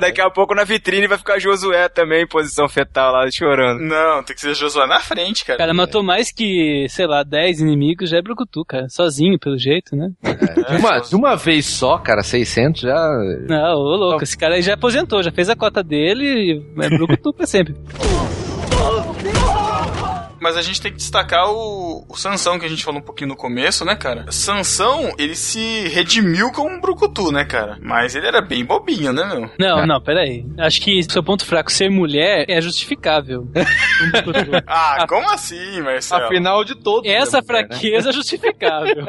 Speaker 2: Daqui a pouco na vitrine vai ficar Josué também em posição fetal lá, chorando.
Speaker 1: Não, tem que ser Josué na frente,
Speaker 7: O cara matou mais que, sei lá, 10 inimigos, já é brucutu, cara. Sozinho, pelo jeito, né?
Speaker 2: É.
Speaker 3: De uma, de uma vez só, cara, 600 já.
Speaker 7: Não, ô louco, esse cara aí já aposentou, já fez a cota dele e é brucutu pra sempre.
Speaker 1: Mas a gente tem que destacar o, o Sansão, que a gente falou um pouquinho no começo, né, cara? Sansão, ele se redimiu como um brucutu, né, cara? Mas ele era bem bobinho, né, meu?
Speaker 7: Não, não, peraí. Acho que seu ponto fraco ser mulher é justificável.
Speaker 1: Ah, como assim, Marcelo?
Speaker 3: Afinal É de todos. né,
Speaker 7: Essa fraqueza é justificável.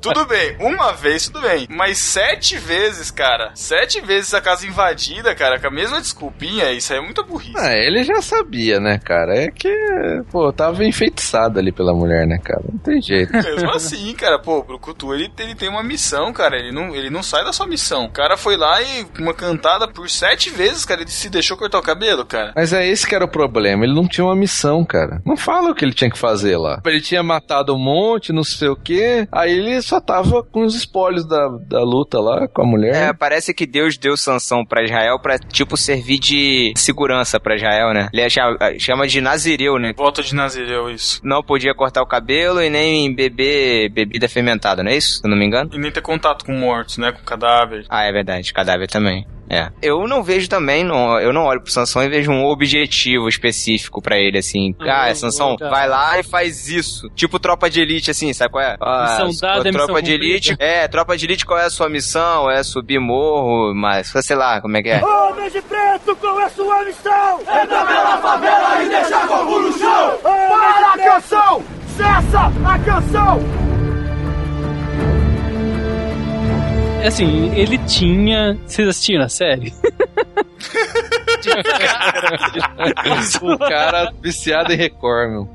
Speaker 1: Tudo bem, uma vez tudo bem. Mas sete vezes, cara. Sete vezes a casa invadida, cara, com a mesma desculpinha, isso aí é muita burrice.
Speaker 3: Ah, ele já sabia, né, cara? É que, pô, tava enfeitiçado ali pela mulher, né, cara? Não tem jeito.
Speaker 1: Mesmo assim, cara, pô, o Brucutu, ele, ele tem uma missão, cara, ele não, ele não sai da sua missão. O cara foi lá e uma cantada por sete vezes, cara, ele se deixou cortar o cabelo, cara.
Speaker 3: Mas é esse que era o problema, ele não tinha uma missão, cara. Não fala o que ele tinha que fazer lá. Ele tinha matado um monte, não sei o quê, aí ele só tava com os espólios da, da luta lá com a mulher.
Speaker 2: É, parece que Deus deu sanção pra Israel pra, tipo, servir de segurança pra Israel, né? Ele cha- chama de Nazireu, né?
Speaker 1: Volta de Nazireu, é isso.
Speaker 2: Não podia cortar o cabelo e nem beber bebida fermentada, não é isso? Se eu não me engano.
Speaker 1: E nem ter contato com mortos, né, com cadáver.
Speaker 2: Ah, é verdade, cadáver também. É. Eu não vejo também, não, eu não olho pro Sansão e vejo um objetivo específico pra ele, assim. Ah, Sansão,
Speaker 7: cara.
Speaker 2: vai lá e faz isso. Tipo tropa de elite, assim, sabe qual é? Ah,
Speaker 7: Missão dada,
Speaker 2: a
Speaker 7: missão
Speaker 2: tropa de
Speaker 7: cumprida.
Speaker 2: elite. É, tropa de elite, qual é a sua missão? É subir morro, mas sei lá, como é que é?
Speaker 9: Homens de preto, qual é sua missão? Entrar pela favela e deixar fogo no chão! Para a canção! Cessa a canção!
Speaker 7: Assim, ele tinha. Vocês assistiram a série?
Speaker 3: o cara viciado em Record, meu.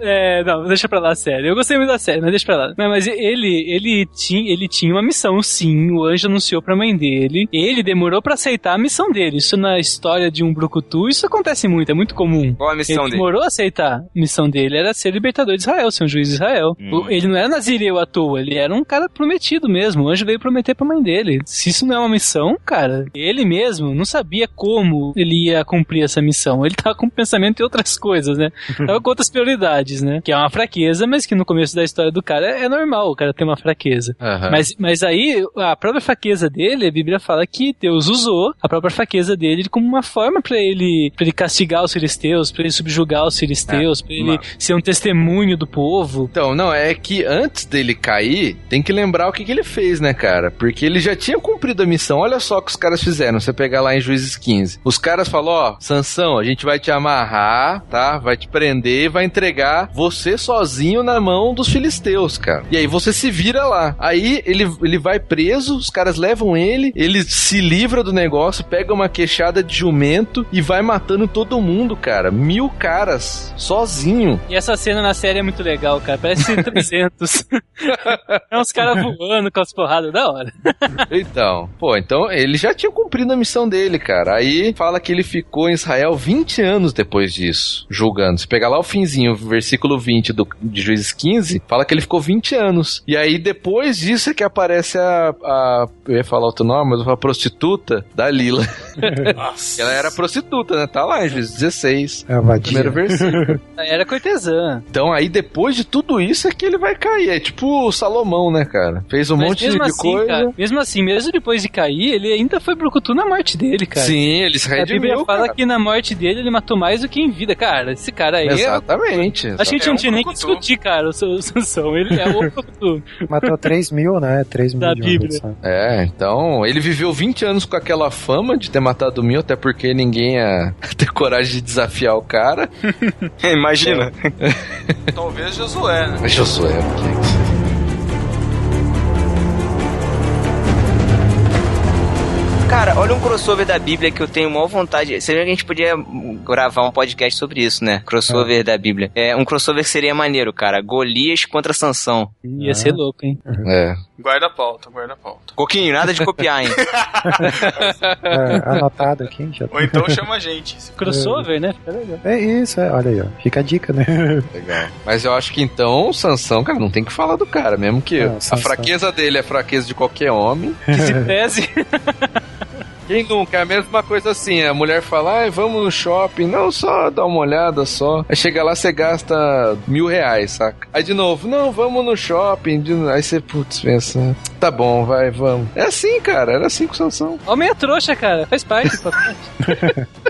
Speaker 7: É, não, deixa pra lá a série. Eu gostei muito da série, mas deixa pra lá. Não, mas ele, ele, tinha, ele tinha uma missão, sim. O anjo anunciou pra mãe dele. Ele demorou pra aceitar a missão dele. Isso na história de um brucutu, isso acontece muito, é muito comum.
Speaker 2: Qual a missão
Speaker 7: ele
Speaker 2: dele?
Speaker 7: demorou a aceitar. A missão dele era ser libertador de Israel, ser um juiz de Israel.
Speaker 2: Hum.
Speaker 7: O- Ele não era nazireu à toa, ele era um cara prometido mesmo. O anjo veio prometer pra mãe dele. Se isso não é uma missão, cara, ele mesmo não sabia como ele ia cumprir essa missão. Ele tava com pensamento em outras coisas, né? Tava com outras prioridades, né? Que é uma fraqueza, mas que no começo da história do cara é é normal o cara ter uma fraqueza.
Speaker 3: Aham.
Speaker 7: Mas, mas aí, a própria fraqueza dele, a Bíblia fala que Deus usou a própria fraqueza dele como uma forma pra ele, pra ele castigar os filisteus, pra ele subjugar os filisteus, pra ele
Speaker 3: É, mas-
Speaker 7: ser um testemunho do povo.
Speaker 3: Então, não, é que antes dele cair, tem que lembrar o que, que ele fez, né, cara? Porque ele já tinha cumprido a missão. Olha só o que os caras fizeram. Você pegar lá em Juízes 15. Os caras falaram: Ó, Sansão, a gente vai te amarrar, tá? Vai te prender e vai entregar você sozinho na mão dos filisteus, cara. E aí você se vira lá. Aí ele, ele vai preso, os caras levam ele, ele se livra do negócio, pega uma queixada de jumento e vai matando todo mundo, cara. Mil caras, sozinho.
Speaker 7: E essa cena na série é muito legal, cara. Parece 300. é uns caras voando com as porradas da hora.
Speaker 3: Então, pô, então ele já tinha cumprido a missão dele, cara. Aí fala que ele ficou em Israel 20 anos depois disso, julgando. Se pegar lá o finzinho, o versículo 20 do, de Juízes 15, fala que ele ficou 20 anos. E aí depois disso é que aparece a. a- eu ia falar outro nome, mas eu vou falar prostituta da Lila. Ela era prostituta, né? Tá lá em Juízes 16.
Speaker 8: É vadia.
Speaker 3: Primeiro versículo.
Speaker 7: Era cortesã.
Speaker 3: Então aí depois de tudo isso é que ele vai cair. É tipo o Salomão, né, cara? Fez um
Speaker 7: Mas
Speaker 3: monte
Speaker 7: mesmo
Speaker 3: de
Speaker 7: assim,
Speaker 3: coisa.
Speaker 7: cara, mesmo assim, mesmo depois de cair, ele ainda foi brucutu na morte dele, cara.
Speaker 3: Sim, ele se
Speaker 7: A Bíblia
Speaker 3: redimiu,
Speaker 7: fala
Speaker 3: cara.
Speaker 7: que na morte dele ele matou mais do que em vida, cara. Esse cara aí. é-
Speaker 3: Exatamente.
Speaker 7: Acho que a gente
Speaker 3: É
Speaker 7: não
Speaker 3: um
Speaker 7: tinha nem que discutir, cara, o seu Sansão. Ele é o brucutu.
Speaker 8: Matou 3 mil, né? 3 mil
Speaker 7: Da
Speaker 8: de uma
Speaker 7: Bíblia.
Speaker 8: vez só.
Speaker 3: É, então ele viveu 20 anos com aquela fama de ter matado mil, até porque ninguém ia ter coragem de desafiar o cara.
Speaker 1: Imagina. Talvez Josué, né?
Speaker 3: Josué, ok.
Speaker 2: Cara, olha um crossover da Bíblia que eu tenho maior vontade. Seria que a gente podia hum, gravar um podcast sobre isso, né?
Speaker 7: Ah.
Speaker 2: Crossover da Bíblia. É, um crossover que seria maneiro, cara. Golias contra Sansão.
Speaker 7: Ia ser
Speaker 8: Ah.
Speaker 7: louco, hein?
Speaker 3: É.
Speaker 1: Guarda a pauta, guarda a pauta.
Speaker 2: Coquinho, nada de copiar, hein?
Speaker 8: É, anotado aqui. Já...
Speaker 1: Ou então chama a gente.
Speaker 7: Crossover, né?
Speaker 8: É isso, é. olha aí, ó. Fica a dica, né?
Speaker 3: Legal. Mas eu acho que então o Sansão, cara, não tem que falar do cara, mesmo que
Speaker 8: É, o
Speaker 3: a
Speaker 8: Sansão.
Speaker 3: fraqueza dele é a fraqueza de qualquer homem.
Speaker 7: Tese.
Speaker 3: Quem nunca? É a mesma coisa assim, a mulher fala, ai, vamos no shopping, não, só dá uma olhada só. Aí chega lá, você gasta mil reais, saca? Aí de novo, não, vamos no shopping, de no- aí você, putz, pensa, tá bom, vai, vamos. É assim, cara, era assim com o Sansão.
Speaker 7: Homem é trouxa, cara. Faz parte. pô.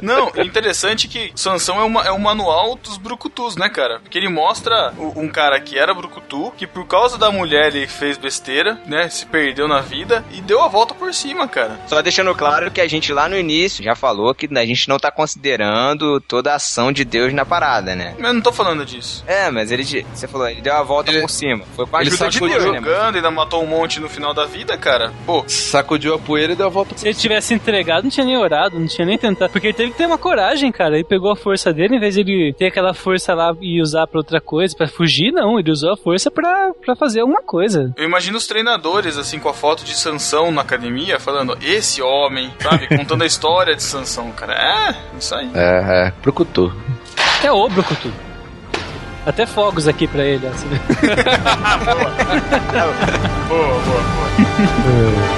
Speaker 1: Não, é interessante que Sansão é, uma, é um manual dos brucutus, né, cara? Porque ele mostra o- um cara que era brucutu, que por causa da mulher ele fez besteira, né? Se perdeu na vida e deu a volta por cima, cara.
Speaker 2: Só deixando claro que a gente lá no início já falou que a gente não tá considerando toda a ação de Deus na parada, né?
Speaker 1: Mas eu não tô falando disso.
Speaker 2: É, mas ele, de- você falou, ele deu a volta por cima. Foi com a
Speaker 1: ele
Speaker 2: ajuda de
Speaker 1: sacudiu
Speaker 2: Deus, né? mano?
Speaker 1: jogando, ainda matou um monte no final da vida, cara. Pô,
Speaker 3: Sacudiu a poeira e deu a volta
Speaker 7: Se ele tivesse entregado, não tinha nem orado, não tinha nem tentado. Porque ele teve que ter uma coragem, cara. Ele pegou a força dele, em vez de ele ter aquela força lá e usar pra outra coisa, pra fugir, não. Ele usou a força pra, pra fazer alguma coisa.
Speaker 1: Eu imagino os treinadores, assim, com a foto de Sansão na academia, falando, esse homem, sabe? Contando a história de Sansão, cara. É, isso aí.
Speaker 3: É, é, procutou.
Speaker 7: Até o Brucutu. É Até fogos aqui pra ele. ó, você vê.
Speaker 1: Boa, boa, boa.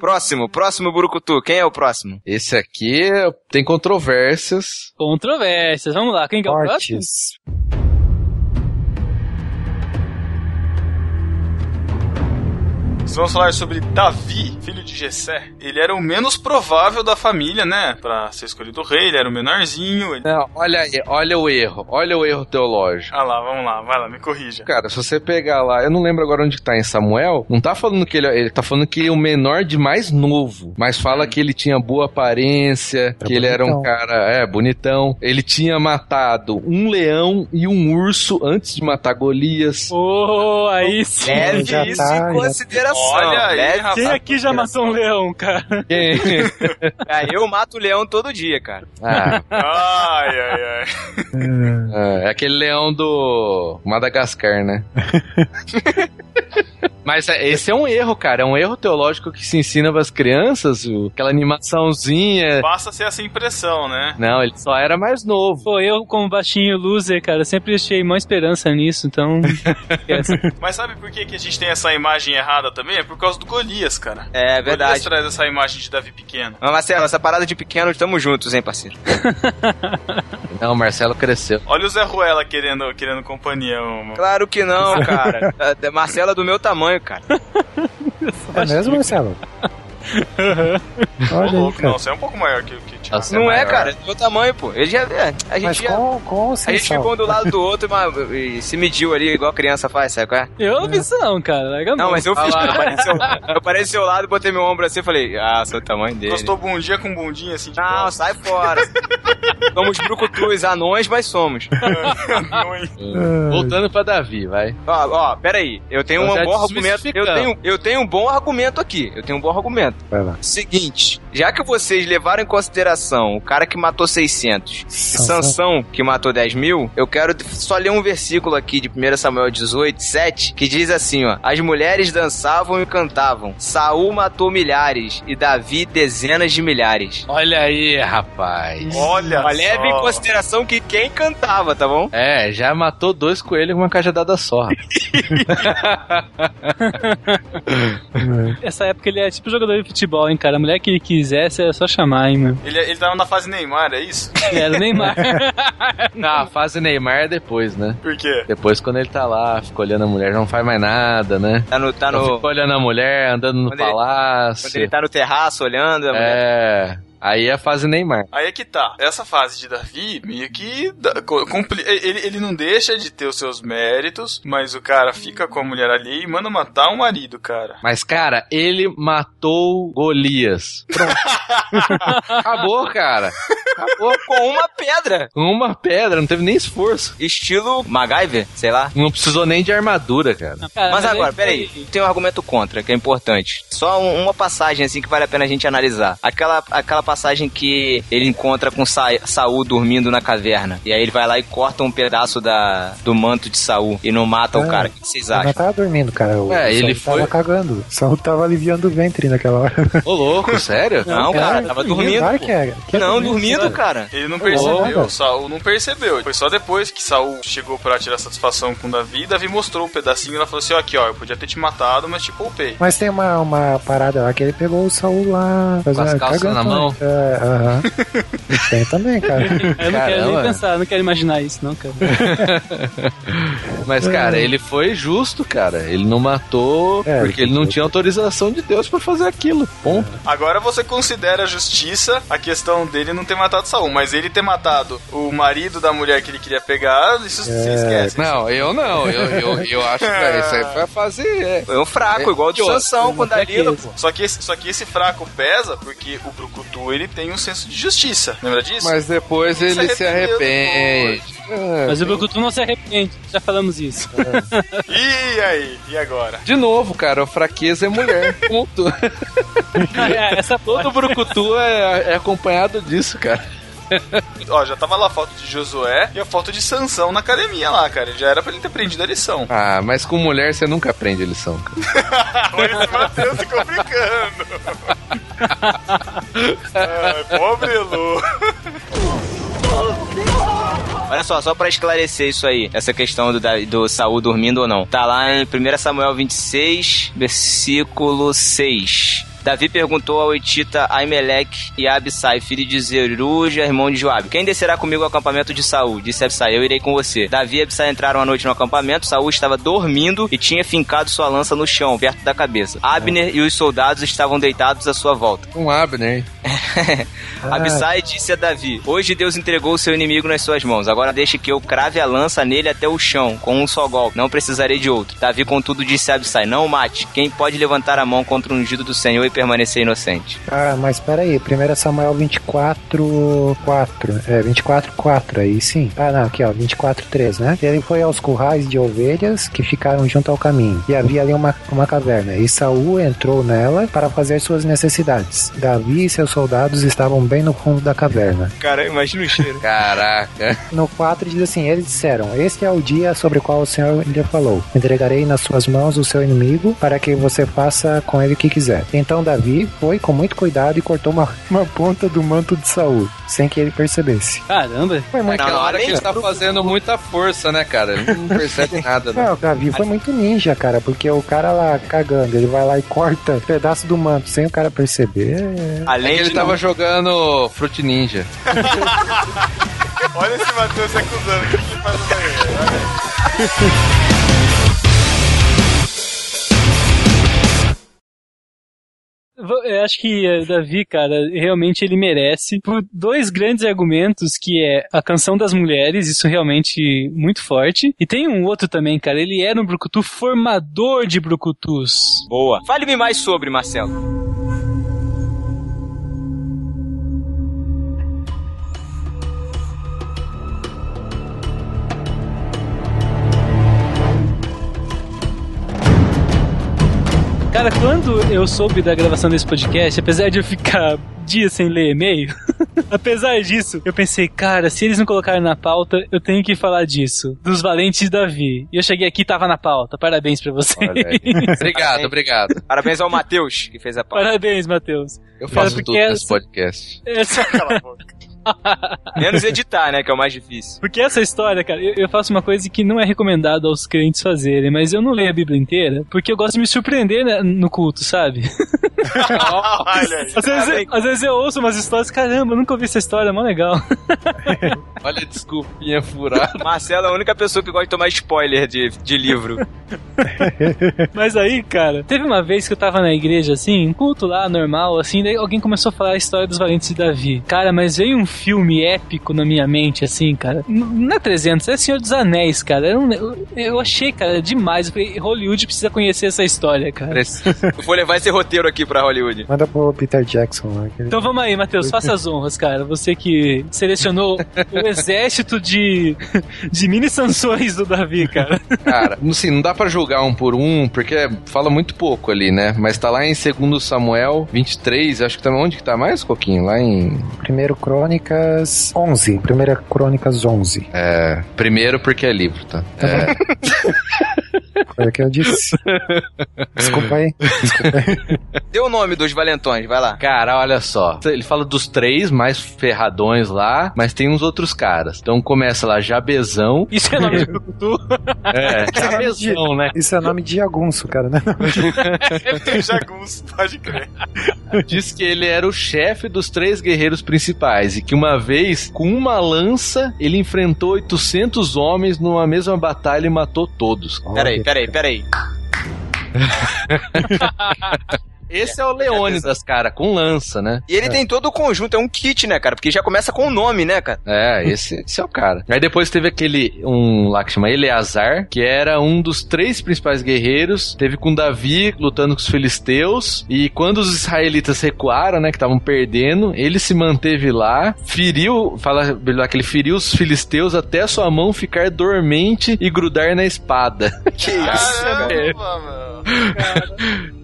Speaker 2: Próximo, próximo Burucutu. Quem é o próximo?
Speaker 3: Esse aqui tem controvérsias.
Speaker 7: Controvérsias. Vamos lá. Quem que é o próximo?
Speaker 1: Nós Vamos falar sobre Davi, filho de Jessé. Ele era o menos provável da família, né? Pra ser escolhido rei, ele era o menorzinho. Ele...
Speaker 3: Não, olha aí, olha o erro, olha o erro teológico.
Speaker 1: Ah lá, vamos lá, vai lá, me corrija.
Speaker 3: Cara, se você pegar lá, eu não lembro agora onde que tá em Samuel, não tá falando que ele, ele tá falando que o menor de mais novo, mas fala que ele tinha boa aparência, que ele era um
Speaker 8: bonitão.
Speaker 3: cara, é, bonitão. Ele tinha matado um leão e um urso antes de matar Golias.
Speaker 7: Ô, aí sim.
Speaker 2: Leve
Speaker 8: É, Já
Speaker 2: isso
Speaker 8: tá,
Speaker 2: em
Speaker 8: já-
Speaker 2: consideração.
Speaker 1: Olha aí,
Speaker 2: Leve-
Speaker 1: rapaz.
Speaker 7: Quem aqui já matou um leão, cara?
Speaker 3: Quem?
Speaker 2: Ah, eu mato o leão todo dia, cara.
Speaker 3: Ah,
Speaker 1: Ai, ai, ai.
Speaker 3: é aquele leão do Madagascar, né? Mas é- esse é um erro, cara. É um erro teológico que se ensina pras crianças, o- aquela animaçãozinha.
Speaker 1: Passa a ser essa impressão, né?
Speaker 3: Não, ele só era mais novo.
Speaker 7: Pô, eu, como baixinho loser, cara, sempre achei maior esperança nisso, então. esquece.
Speaker 1: Mas sabe por que, que a gente tem essa imagem errada também? É por causa do Golias, cara.
Speaker 2: É verdade.
Speaker 1: Golias traz essa imagem de Davi pequeno.
Speaker 2: Mas, Marcelo, essa parada de pequeno, estamos juntos, hein, parceiro?
Speaker 3: Não, o Marcelo cresceu.
Speaker 1: Olha o Zé Ruela querendo, querendo companhia, mano.
Speaker 2: Claro que não, cara. A Marcelo é do meu tamanho, cara.
Speaker 8: É mesmo, Marcelo? Olha aí, cara.
Speaker 1: Não, você é um pouco maior que né? o que tinha.
Speaker 2: não é, cara, é do meu tamanho, pô. Ele já. é, a gente
Speaker 8: Mas
Speaker 2: já-
Speaker 8: com, com
Speaker 2: A gente ficou um do lado do outro mas- e se mediu ali, igual criança faz, sabe qual é?
Speaker 7: Eu não fiz isso não, cara. Larga a
Speaker 2: Não,
Speaker 7: mão.
Speaker 2: mas eu fiz, cara. Eu parei do seu, eu parei do seu lado, botei meu ombro assim e falei, ah, sou o tamanho dele.
Speaker 1: Gostou bundinha com bundinha assim de
Speaker 2: Não, sai fora. somos brucutus, anões, mas somos. É.
Speaker 3: Voltando pra Davi, vai.
Speaker 2: Ó, ó, peraí. Eu tenho um
Speaker 8: Então
Speaker 3: Nós já
Speaker 2: bom argumento. Eu
Speaker 3: desmistificamos.
Speaker 2: tenho, eu tenho um bom argumento aqui. Eu tenho um bom argumento.
Speaker 8: Vai lá.
Speaker 2: Seguinte, já que vocês levaram em consideração o cara que matou 600 e Sansão que matou 10 mil, eu quero só ler um versículo aqui de 1 Samuel 18, 7, que diz assim, ó. As mulheres dançavam e cantavam. Saul matou milhares e Davi dezenas de milhares.
Speaker 3: Olha aí, rapaz.
Speaker 1: Olha
Speaker 2: Leve em consideração que quem cantava, tá bom?
Speaker 3: É, já matou dois coelhos com uma cajadada só.
Speaker 7: Essa época ele é tipo jogador de futebol, hein, cara. A mulher que ele quisesse era só chamar, hein, meu.
Speaker 1: Ele, ele tava na fase Neymar, é isso?
Speaker 7: Ele era o Neymar.
Speaker 3: não, a fase Neymar é depois, né?
Speaker 1: Por quê?
Speaker 3: Depois, quando ele tá lá, fica olhando a mulher, não faz mais nada, né?
Speaker 2: Tá no. Tá
Speaker 3: Então
Speaker 2: no
Speaker 3: Fica olhando a mulher, andando no
Speaker 2: Quando ele-
Speaker 3: palácio.
Speaker 2: quando ele tá no terraço olhando. a mulher-
Speaker 3: É. Aí é a fase Neymar.
Speaker 1: Aí é que tá. Essa fase de Davi meio que. dá- co- compli- Ele, ele não deixa de ter os seus méritos, mas o cara fica com a mulher ali e manda matar o marido, cara.
Speaker 3: Mas, cara, ele matou Golias. Pronto. Acabou, cara. Acabou
Speaker 2: com uma pedra.
Speaker 3: Com uma pedra, não teve nem esforço.
Speaker 2: Estilo MacGyver, sei lá.
Speaker 3: Não precisou nem de armadura, cara.
Speaker 2: mas agora, peraí, tem um argumento contra, que é importante. Só um- uma passagem assim que vale a pena a gente analisar. Aquela, aquela passagem que ele encontra com Sa Saul dormindo na caverna. E aí ele vai lá e corta um pedaço da, do manto de Saul e não mata o
Speaker 8: Ah,
Speaker 2: cara. O que vocês
Speaker 8: Eu não
Speaker 2: acham?
Speaker 8: tava dormindo, cara. O
Speaker 2: É,
Speaker 8: o
Speaker 2: ele
Speaker 8: Saul tava cagando. O Saul tava aliviando o ventre naquela hora.
Speaker 3: Ô, louco, sério?
Speaker 2: Não, cara, tava dormindo.
Speaker 8: Claro que é. Que é
Speaker 2: não,
Speaker 8: dormindo,
Speaker 2: dormindo,
Speaker 8: sério.
Speaker 2: cara.
Speaker 1: Ele não
Speaker 8: Ô,
Speaker 1: percebeu,
Speaker 8: louco.
Speaker 1: Saul não percebeu. Foi só depois que Saul chegou pra tirar satisfação com Davi, Davi mostrou um pedacinho e ela falou assim: ó, aqui, ó, eu podia ter te matado, mas te poupei.
Speaker 8: Mas tem uma, uma parada lá que ele pegou o Saul lá. fazendo-
Speaker 1: as calças
Speaker 8: cagando
Speaker 1: na
Speaker 8: também.
Speaker 1: mão?
Speaker 8: É, aham. tem também, cara.
Speaker 7: Eu não quero nem pensar, eu não quero imaginar isso, não, cara.
Speaker 3: Mas, cara, ele foi justo, cara. Ele não matou porque ele não tinha autorização de Deus pra fazer aquilo. Ponto.
Speaker 1: Agora você considera a justiça a questão dele não ter matado Saul, mas ele ter matado o marido da mulher que ele queria pegar, isso você esquece.
Speaker 3: Não, eu não. Eu, eu, eu acho que cara, isso aí foi a fase. É,
Speaker 2: Foi um fraco, igual o de Sansão com Dalila, pô.
Speaker 1: Só que, esse, só que esse fraco pesa porque o Brucutu ele tem um senso de justiça, lembra disso?
Speaker 3: Mas depois
Speaker 1: Ele se
Speaker 3: ele se arrepende.
Speaker 7: Mas o Brucutu não se arrepende, já falamos isso.
Speaker 1: E aí? E agora?
Speaker 3: De novo, cara, a fraqueza é mulher. Ponto.
Speaker 7: É, essa
Speaker 3: Todo brucutu é, é acompanhado disso, cara.
Speaker 1: Ó, já tava lá a foto de Josué e a foto de Sansão na academia lá, cara. Já era pra ele ter aprendido a lição.
Speaker 3: Ah, mas com mulher você nunca aprende lição, cara.
Speaker 1: Mas o Matheus ficou brincando. Ai, pobre Lu.
Speaker 2: Olha só, só pra esclarecer isso aí, essa questão do, da- do Saul dormindo ou não. Tá lá em 1 Samuel 26, versículo 6. Davi perguntou ao Etita Aimelec e a Abissai, filho de Zeruja, irmão de Joabe. Quem descerá comigo ao acampamento de Saul? Disse Abissai, eu irei com você. Davi e Abissai entraram à noite no acampamento. Saul estava dormindo e tinha fincado sua lança no chão, perto da cabeça. Abner e os soldados estavam deitados à sua volta.
Speaker 3: Um Abner.
Speaker 2: Abissai disse a Davi: Hoje Deus entregou o seu inimigo nas suas mãos. Agora deixe que eu crave a lança nele até o chão, com um só golpe. Não precisarei de outro. Davi, contudo, disse a Abissai: Não o mate. Quem pode levantar a mão contra o ungido do Senhor e permanecer inocente.
Speaker 8: Ah, mas peraí, 1 Samuel 24, 4. É, 24, 4 aí sim. Ah, não, aqui ó, 24, 3, né? Ele foi aos currais de ovelhas que ficaram junto ao caminho. E havia ali uma, uma caverna. E Saul entrou nela para fazer suas necessidades. Davi e seus soldados estavam bem no fundo da caverna.
Speaker 1: Cara, imagina o cheiro.
Speaker 3: Caraca.
Speaker 8: No 4 diz assim: Eles disseram: Este é o dia sobre o qual o Senhor lhe falou. Entregarei nas suas mãos o seu inimigo para que você faça com ele o que quiser. Então Davi foi com muito cuidado e cortou uma, uma ponta do manto de Saul, sem que ele percebesse.
Speaker 7: Caramba.
Speaker 8: Foi muito
Speaker 3: Naquela hora que ele tá
Speaker 8: Não,
Speaker 3: fazendo muita força, né, cara? Ele não percebe nada, né?
Speaker 8: Não, Davi foi muito ninja, cara, porque o cara lá cagando, ele vai lá e corta um pedaço do manto sem o cara perceber. É-
Speaker 3: Além ele tava jogando Fruit Ninja.
Speaker 1: Olha esse Matheus se acusando. O que ele faz no banheiro?
Speaker 7: V- Eu acho que eh, Davi, cara, realmente ele merece por dois grandes argumentos que é a canção das mulheres, isso realmente muito forte. E tem um outro também, cara, ele era um brucutu formador de brucutus.
Speaker 2: Boa. Fale-me mais sobre, Marcelo.
Speaker 7: Cara, quando eu soube da gravação desse podcast, apesar de eu ficar dias sem ler e-mail, apesar disso, eu pensei, cara, se eles não colocarem na pauta, eu tenho que falar disso, dos valentes Davi. E eu cheguei aqui e tava na pauta. Parabéns pra você.
Speaker 3: Obrigado, obrigado.
Speaker 2: Parabéns ao Matheus, que fez a pauta.
Speaker 7: Parabéns, Matheus.
Speaker 3: Eu
Speaker 7: Cara,
Speaker 3: faço
Speaker 7: porque
Speaker 3: tudo nesse
Speaker 7: essa-
Speaker 3: podcast.
Speaker 7: essa-
Speaker 2: Menos editar, né? Que é o mais difícil.
Speaker 7: Porque essa história, cara, eu, eu faço uma coisa que não é recomendado aos crentes fazerem, mas eu não leio a Bíblia inteira, porque eu gosto de me surpreender né, no culto, sabe?
Speaker 1: Olha aí.
Speaker 7: Às vezes, eu, às vezes eu ouço umas histórias, caramba, eu nunca ouvi essa história, é mó legal.
Speaker 3: Olha a desculpinha furada.
Speaker 2: Marcelo é a única pessoa que gosta de tomar spoiler de, de livro.
Speaker 7: Mas aí, cara, teve uma vez que eu tava na igreja, assim, um culto lá, normal, assim, daí alguém começou a falar a história dos valentes de Davi. Cara, mas veio um filme épico na minha mente, assim, cara. N- Não é 300, é Senhor dos Anéis, cara. Era um ne- Eu, eu achei, cara, demais. Eu falei, Hollywood precisa conhecer essa história, cara.
Speaker 2: Eu vou levar esse roteiro aqui pra Hollywood.
Speaker 8: Manda pro Peter Jackson lá. que é ele-
Speaker 7: Então vamos aí, Matheus, faça as honras, cara. Você que selecionou o exército de, de mini Sansões do Davi, cara.
Speaker 3: Cara, não sei, não dá pra julgar um por um, porque fala muito pouco ali, né? Mas tá lá em 2 Samuel 23, acho que tá onde que tá mais, Coquinho? Lá em.
Speaker 8: Primeiro Crônicas 11. Primeira Crônicas 11.
Speaker 3: É. Primeiro porque é livro, tá? É.
Speaker 8: Foi o que eu disse. Desculpa aí. Desculpa aí.
Speaker 2: Dê o nome dos valentões, vai lá.
Speaker 3: Cara, olha só. Ele fala dos três mais ferradões lá, mas tem uns outros caras. Então começa lá Jabezão.
Speaker 7: Isso é nome de Brucutu?
Speaker 3: É,
Speaker 8: Isso
Speaker 3: Jabezão,
Speaker 8: é
Speaker 3: né?
Speaker 8: Isso é nome de jagunço, cara, né?
Speaker 1: Ele tem jagunço, pode crer.
Speaker 3: Diz que ele era o chefe dos três guerreiros principais e que uma vez, com uma lança, ele enfrentou 800 homens numa mesma batalha e matou todos.
Speaker 2: Peraí, peraí, peraí.
Speaker 3: Esse é o Leônidas, cara, com lança, né?
Speaker 2: E ele tem todo o conjunto, é um kit, né, cara? Porque já começa com o nome, né, cara?
Speaker 3: É, esse, esse é o cara. Aí depois teve aquele, um lá que chama Eleazar, que era um dos três principais guerreiros. Teve com Davi lutando com os filisteus. E quando os israelitas recuaram, né, que estavam perdendo, ele se manteve lá, feriu, fala lá que ele feriu os filisteus até a sua mão ficar dormente e grudar na espada.
Speaker 2: Que isso, velho.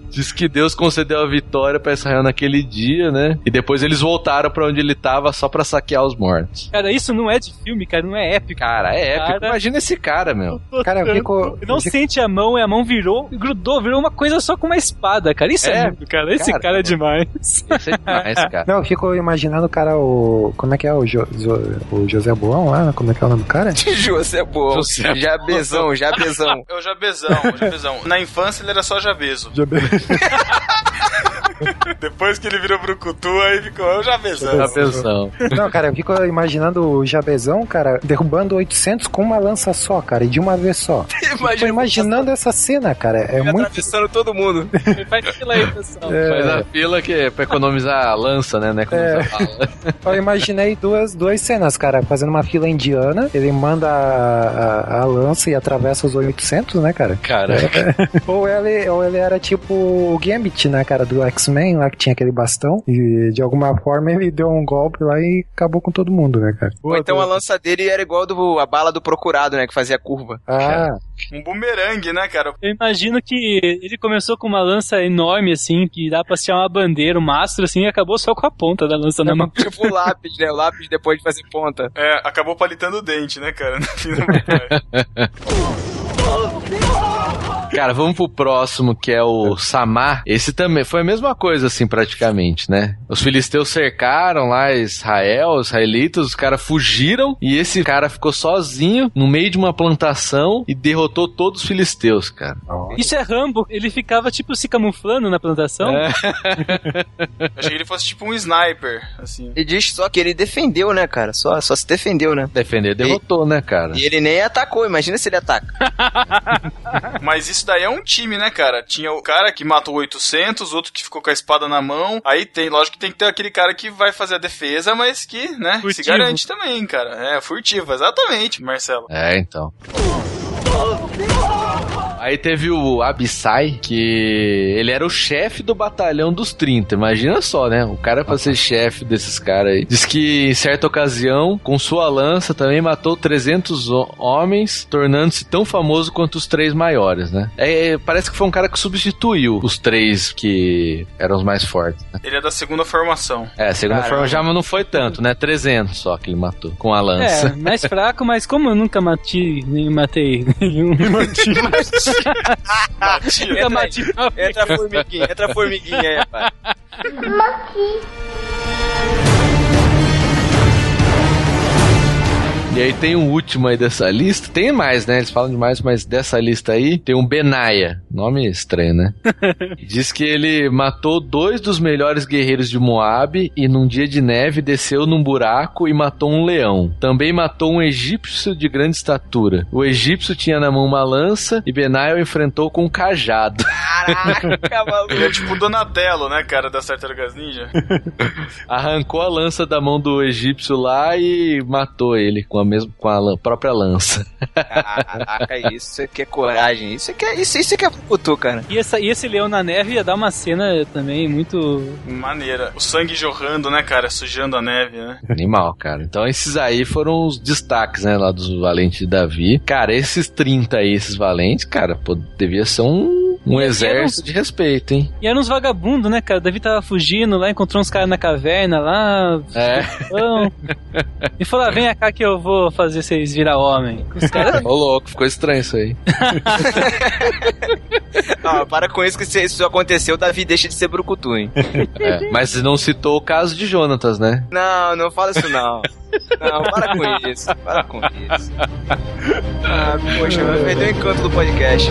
Speaker 3: Diz que Deus concedeu a vitória pra Israel naquele dia, né? E depois eles voltaram pra onde ele tava só pra saquear os mortos.
Speaker 7: Cara, isso não é de filme, cara, não é épico.
Speaker 3: Cara, é épico. Imagina esse cara, meu.
Speaker 8: Cara, eu fico.
Speaker 7: Ele não sente a mão, e a mão virou, grudou, virou uma coisa só com uma espada, cara. Isso é,
Speaker 8: É,
Speaker 7: muito, cara. Esse cara,
Speaker 8: cara,
Speaker 7: é demais.
Speaker 3: Esse é demais, cara.
Speaker 8: Não, eu fico imaginando o cara, o. Como é que é o, Jo- Jo- o José Boão lá? Como é que é o nome do cara?
Speaker 2: José Boa.
Speaker 3: José Boa.
Speaker 2: Jabezão, jabezão.
Speaker 1: É o Jabezão, o Jabezão. Na infância ele era só Jabezo. Depois que ele virou Brucutu, aí ficou é o Jabezão.
Speaker 3: Jabezão.
Speaker 8: Não, cara, eu fico imaginando o Jabezão, cara, derrubando 800 com uma lança só, cara, e de uma vez só. Eu tô imaginando essa cena, cara. É muito.
Speaker 2: Atravessando tá todo mundo.
Speaker 7: Faz fila aí, pessoal.
Speaker 3: Faz a fila que é pra economizar a lança, né? né como
Speaker 8: É.
Speaker 3: você fala.
Speaker 8: Eu imaginei duas, duas cenas, cara. Fazendo uma fila indiana, ele manda a, a- a lança e atravessa os 800, né, cara?
Speaker 3: Caraca.
Speaker 8: Ou ele, ou ele era tipo o Gambit, né, cara, do X-Men lá que tinha aquele bastão e de alguma forma ele deu um golpe lá e acabou com todo mundo, né, cara?
Speaker 2: Ou então a lança dele era igual do, a bala do procurado, né? Que fazia curva.
Speaker 8: Ah,
Speaker 1: Um bumerangue, né, cara?
Speaker 7: Eu imagino que ele começou com uma lança enorme, assim, que dá pra ser uma bandeira, um mastro, assim, e acabou só com a ponta da lança
Speaker 8: É,
Speaker 7: na mão.
Speaker 2: Tipo o lápis, né? O lápis depois de fazer ponta.
Speaker 1: É, acabou palitando o dente, né, cara? No fim da
Speaker 3: Cara, vamos pro próximo, que é o Samar. Esse também foi a mesma coisa, assim, praticamente, né? Os filisteus cercaram lá Israel, os israelitas, os caras fugiram e esse cara ficou sozinho no meio de uma plantação e derrotou todos os filisteus, cara.
Speaker 7: Isso é Rambo. Ele ficava, tipo, se camuflando na plantação.
Speaker 2: É.
Speaker 1: Achei que ele fosse tipo um sniper, assim.
Speaker 2: E diz só que ele defendeu, né, cara? Só, só se defendeu, né?
Speaker 3: Defender, derrotou, né, cara?
Speaker 2: E ele nem atacou, imagina se ele ataca.
Speaker 1: Mas isso daí é um time, né, cara? Tinha o cara que matou 800, outro que ficou com a espada na mão. Aí tem, lógico que tem que ter aquele cara que vai fazer a defesa, mas que, né, se
Speaker 3: Furtivo.
Speaker 1: garante também, cara. É, furtivo, exatamente, Marcelo.
Speaker 3: É, então. Aí teve o Abissai, que ele era o chefe do batalhão dos 30. Imagina só, né? O cara pra ser chefe desses caras aí. Diz que em certa ocasião, com sua lança, também matou 300 ho- homens, tornando-se tão famoso quanto os três maiores, né? É, é, parece que foi um cara que substituiu os três que eram os mais fortes. né?
Speaker 1: Ele é da segunda formação.
Speaker 3: É, segunda
Speaker 1: Caramba.
Speaker 3: forma já mas não foi tanto, né? 300 só que ele matou com a lança.
Speaker 7: É, mais fraco, mas como eu nunca matei, nem matei nenhum.
Speaker 2: É
Speaker 7: então.
Speaker 2: entra, entra a formiguinha, entra a formiguinha aí, rapaz.
Speaker 3: E aí tem o último aí dessa lista. Tem mais, né? Eles falam demais, mas dessa lista aí tem um Benaya. Nome estranho, né? Diz que ele matou dois dos melhores guerreiros de Moab e num dia de neve desceu num buraco e matou um leão. Também matou um egípcio de grande estatura. O egípcio tinha na mão uma lança e Benaya o enfrentou com um cajado.
Speaker 1: Caraca, maluco. Ele é tipo o Donatello, né, cara, das Tartarugas Ninja.
Speaker 3: Arrancou a lança da mão do egípcio lá e matou ele com a, mesma, com a lan- própria lança.
Speaker 2: Caraca, isso aqui é coragem. Isso aqui é, isso, isso aqui é putu, cara.
Speaker 7: E, essa- e esse leão na neve ia dar uma cena também muito.
Speaker 1: Maneira. O sangue jorrando, né, cara, sujando a neve, né?
Speaker 3: Animal, cara. Então esses aí foram os destaques, né, lá dos valentes de Davi. Cara, esses 30 aí, esses valentes, cara, pô, devia ser um, um exército de respeito, hein?
Speaker 7: E eram uns vagabundos, né, cara? Davi tava fugindo lá, encontrou uns caras na caverna lá.
Speaker 3: É.
Speaker 7: pão. E falou: ah, vem cá que eu vou fazer vocês virar homem. Os caras.
Speaker 3: Ô louco, ficou estranho isso aí.
Speaker 2: Ah, para com isso que se isso aconteceu, Davi deixa de ser brucutu, hein?
Speaker 3: É, mas não citou o caso de Jonatas, né?
Speaker 2: Não, não fala isso não. Não, para com isso, para com isso. Ah, poxa, vai perder o encanto do podcast.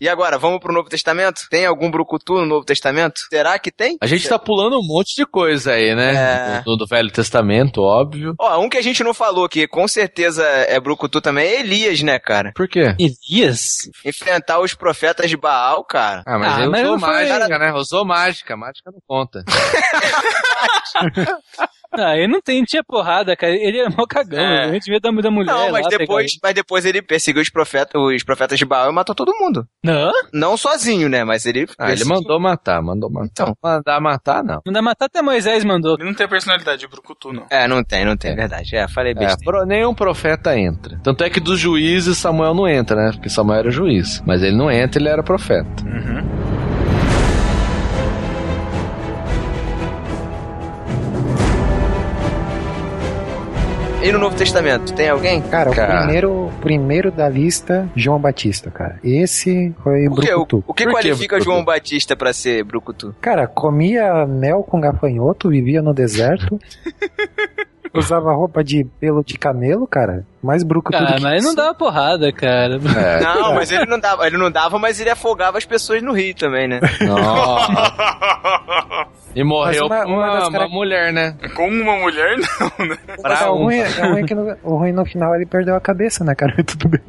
Speaker 2: E agora, vamos pro Novo Testamento? Tem algum brucutu no Novo Testamento? Será que tem?
Speaker 3: A gente tá pulando um monte de coisa aí, né? Do, do Velho Testamento, óbvio.
Speaker 2: Ó, um que a gente não falou, que com certeza é brucutu também, é Elias, né, cara?
Speaker 3: Por quê?
Speaker 7: Elias?
Speaker 2: Enfrentar os profetas de Baal, cara.
Speaker 3: Ah, mas
Speaker 2: Ah,
Speaker 3: ele
Speaker 2: mas
Speaker 3: usou
Speaker 2: não foi-
Speaker 3: mágica, né? Usou mágica, mágica não conta.
Speaker 7: Ah, ele não tem, tinha porrada, cara. Ele era mó cagão.
Speaker 2: É.
Speaker 7: A gente via da, da mulher.
Speaker 2: Não, mas
Speaker 7: lá,
Speaker 2: depois, mas depois ele perseguiu os profetas, os profetas de Baal e matou todo mundo.
Speaker 7: Não?
Speaker 2: Não sozinho, né? Mas ele.
Speaker 3: Ah, ele mandou matar, mandou matar. Então, mandar matar, não.
Speaker 7: Mandar matar até Moisés mandou.
Speaker 1: Ele não tem personalidade de brucutu, não.
Speaker 2: É, não tem, não tem, é verdade. É, falei
Speaker 3: É,
Speaker 2: besteira.
Speaker 3: pro- nenhum profeta entra. Tanto é que dos juízes Samuel não entra, né? Porque Samuel era juiz. Mas ele não entra, ele era profeta.
Speaker 2: E no Novo Testamento, tem alguém?
Speaker 8: Cara, o primeiro, primeiro da lista, João Batista, cara. Esse foi
Speaker 2: O que, o,
Speaker 8: Brucutu.
Speaker 2: o que qualifica João Batista pra ser brucutu?
Speaker 8: Cara, comia mel com gafanhoto, vivia no deserto. usava roupa de pelo de camelo, cara. Mais brucutu do
Speaker 7: Cara,
Speaker 8: que
Speaker 7: mas
Speaker 8: isso.
Speaker 7: não dava porrada, cara.
Speaker 3: É,
Speaker 2: Não, mas ele não dava, ele não dava, mas ele afogava as pessoas no rio também, né?
Speaker 3: Nossa. E morreu
Speaker 8: Mas uma-
Speaker 3: com
Speaker 8: uma
Speaker 3: uma,
Speaker 8: das
Speaker 3: uma
Speaker 8: carac-
Speaker 3: mulher, né?
Speaker 1: Com uma mulher, não, né?
Speaker 8: Mas
Speaker 7: um.
Speaker 8: o, ruim, é- o ruim é que no, o ruim no final ele perdeu a cabeça, né, cara? Tudo bem.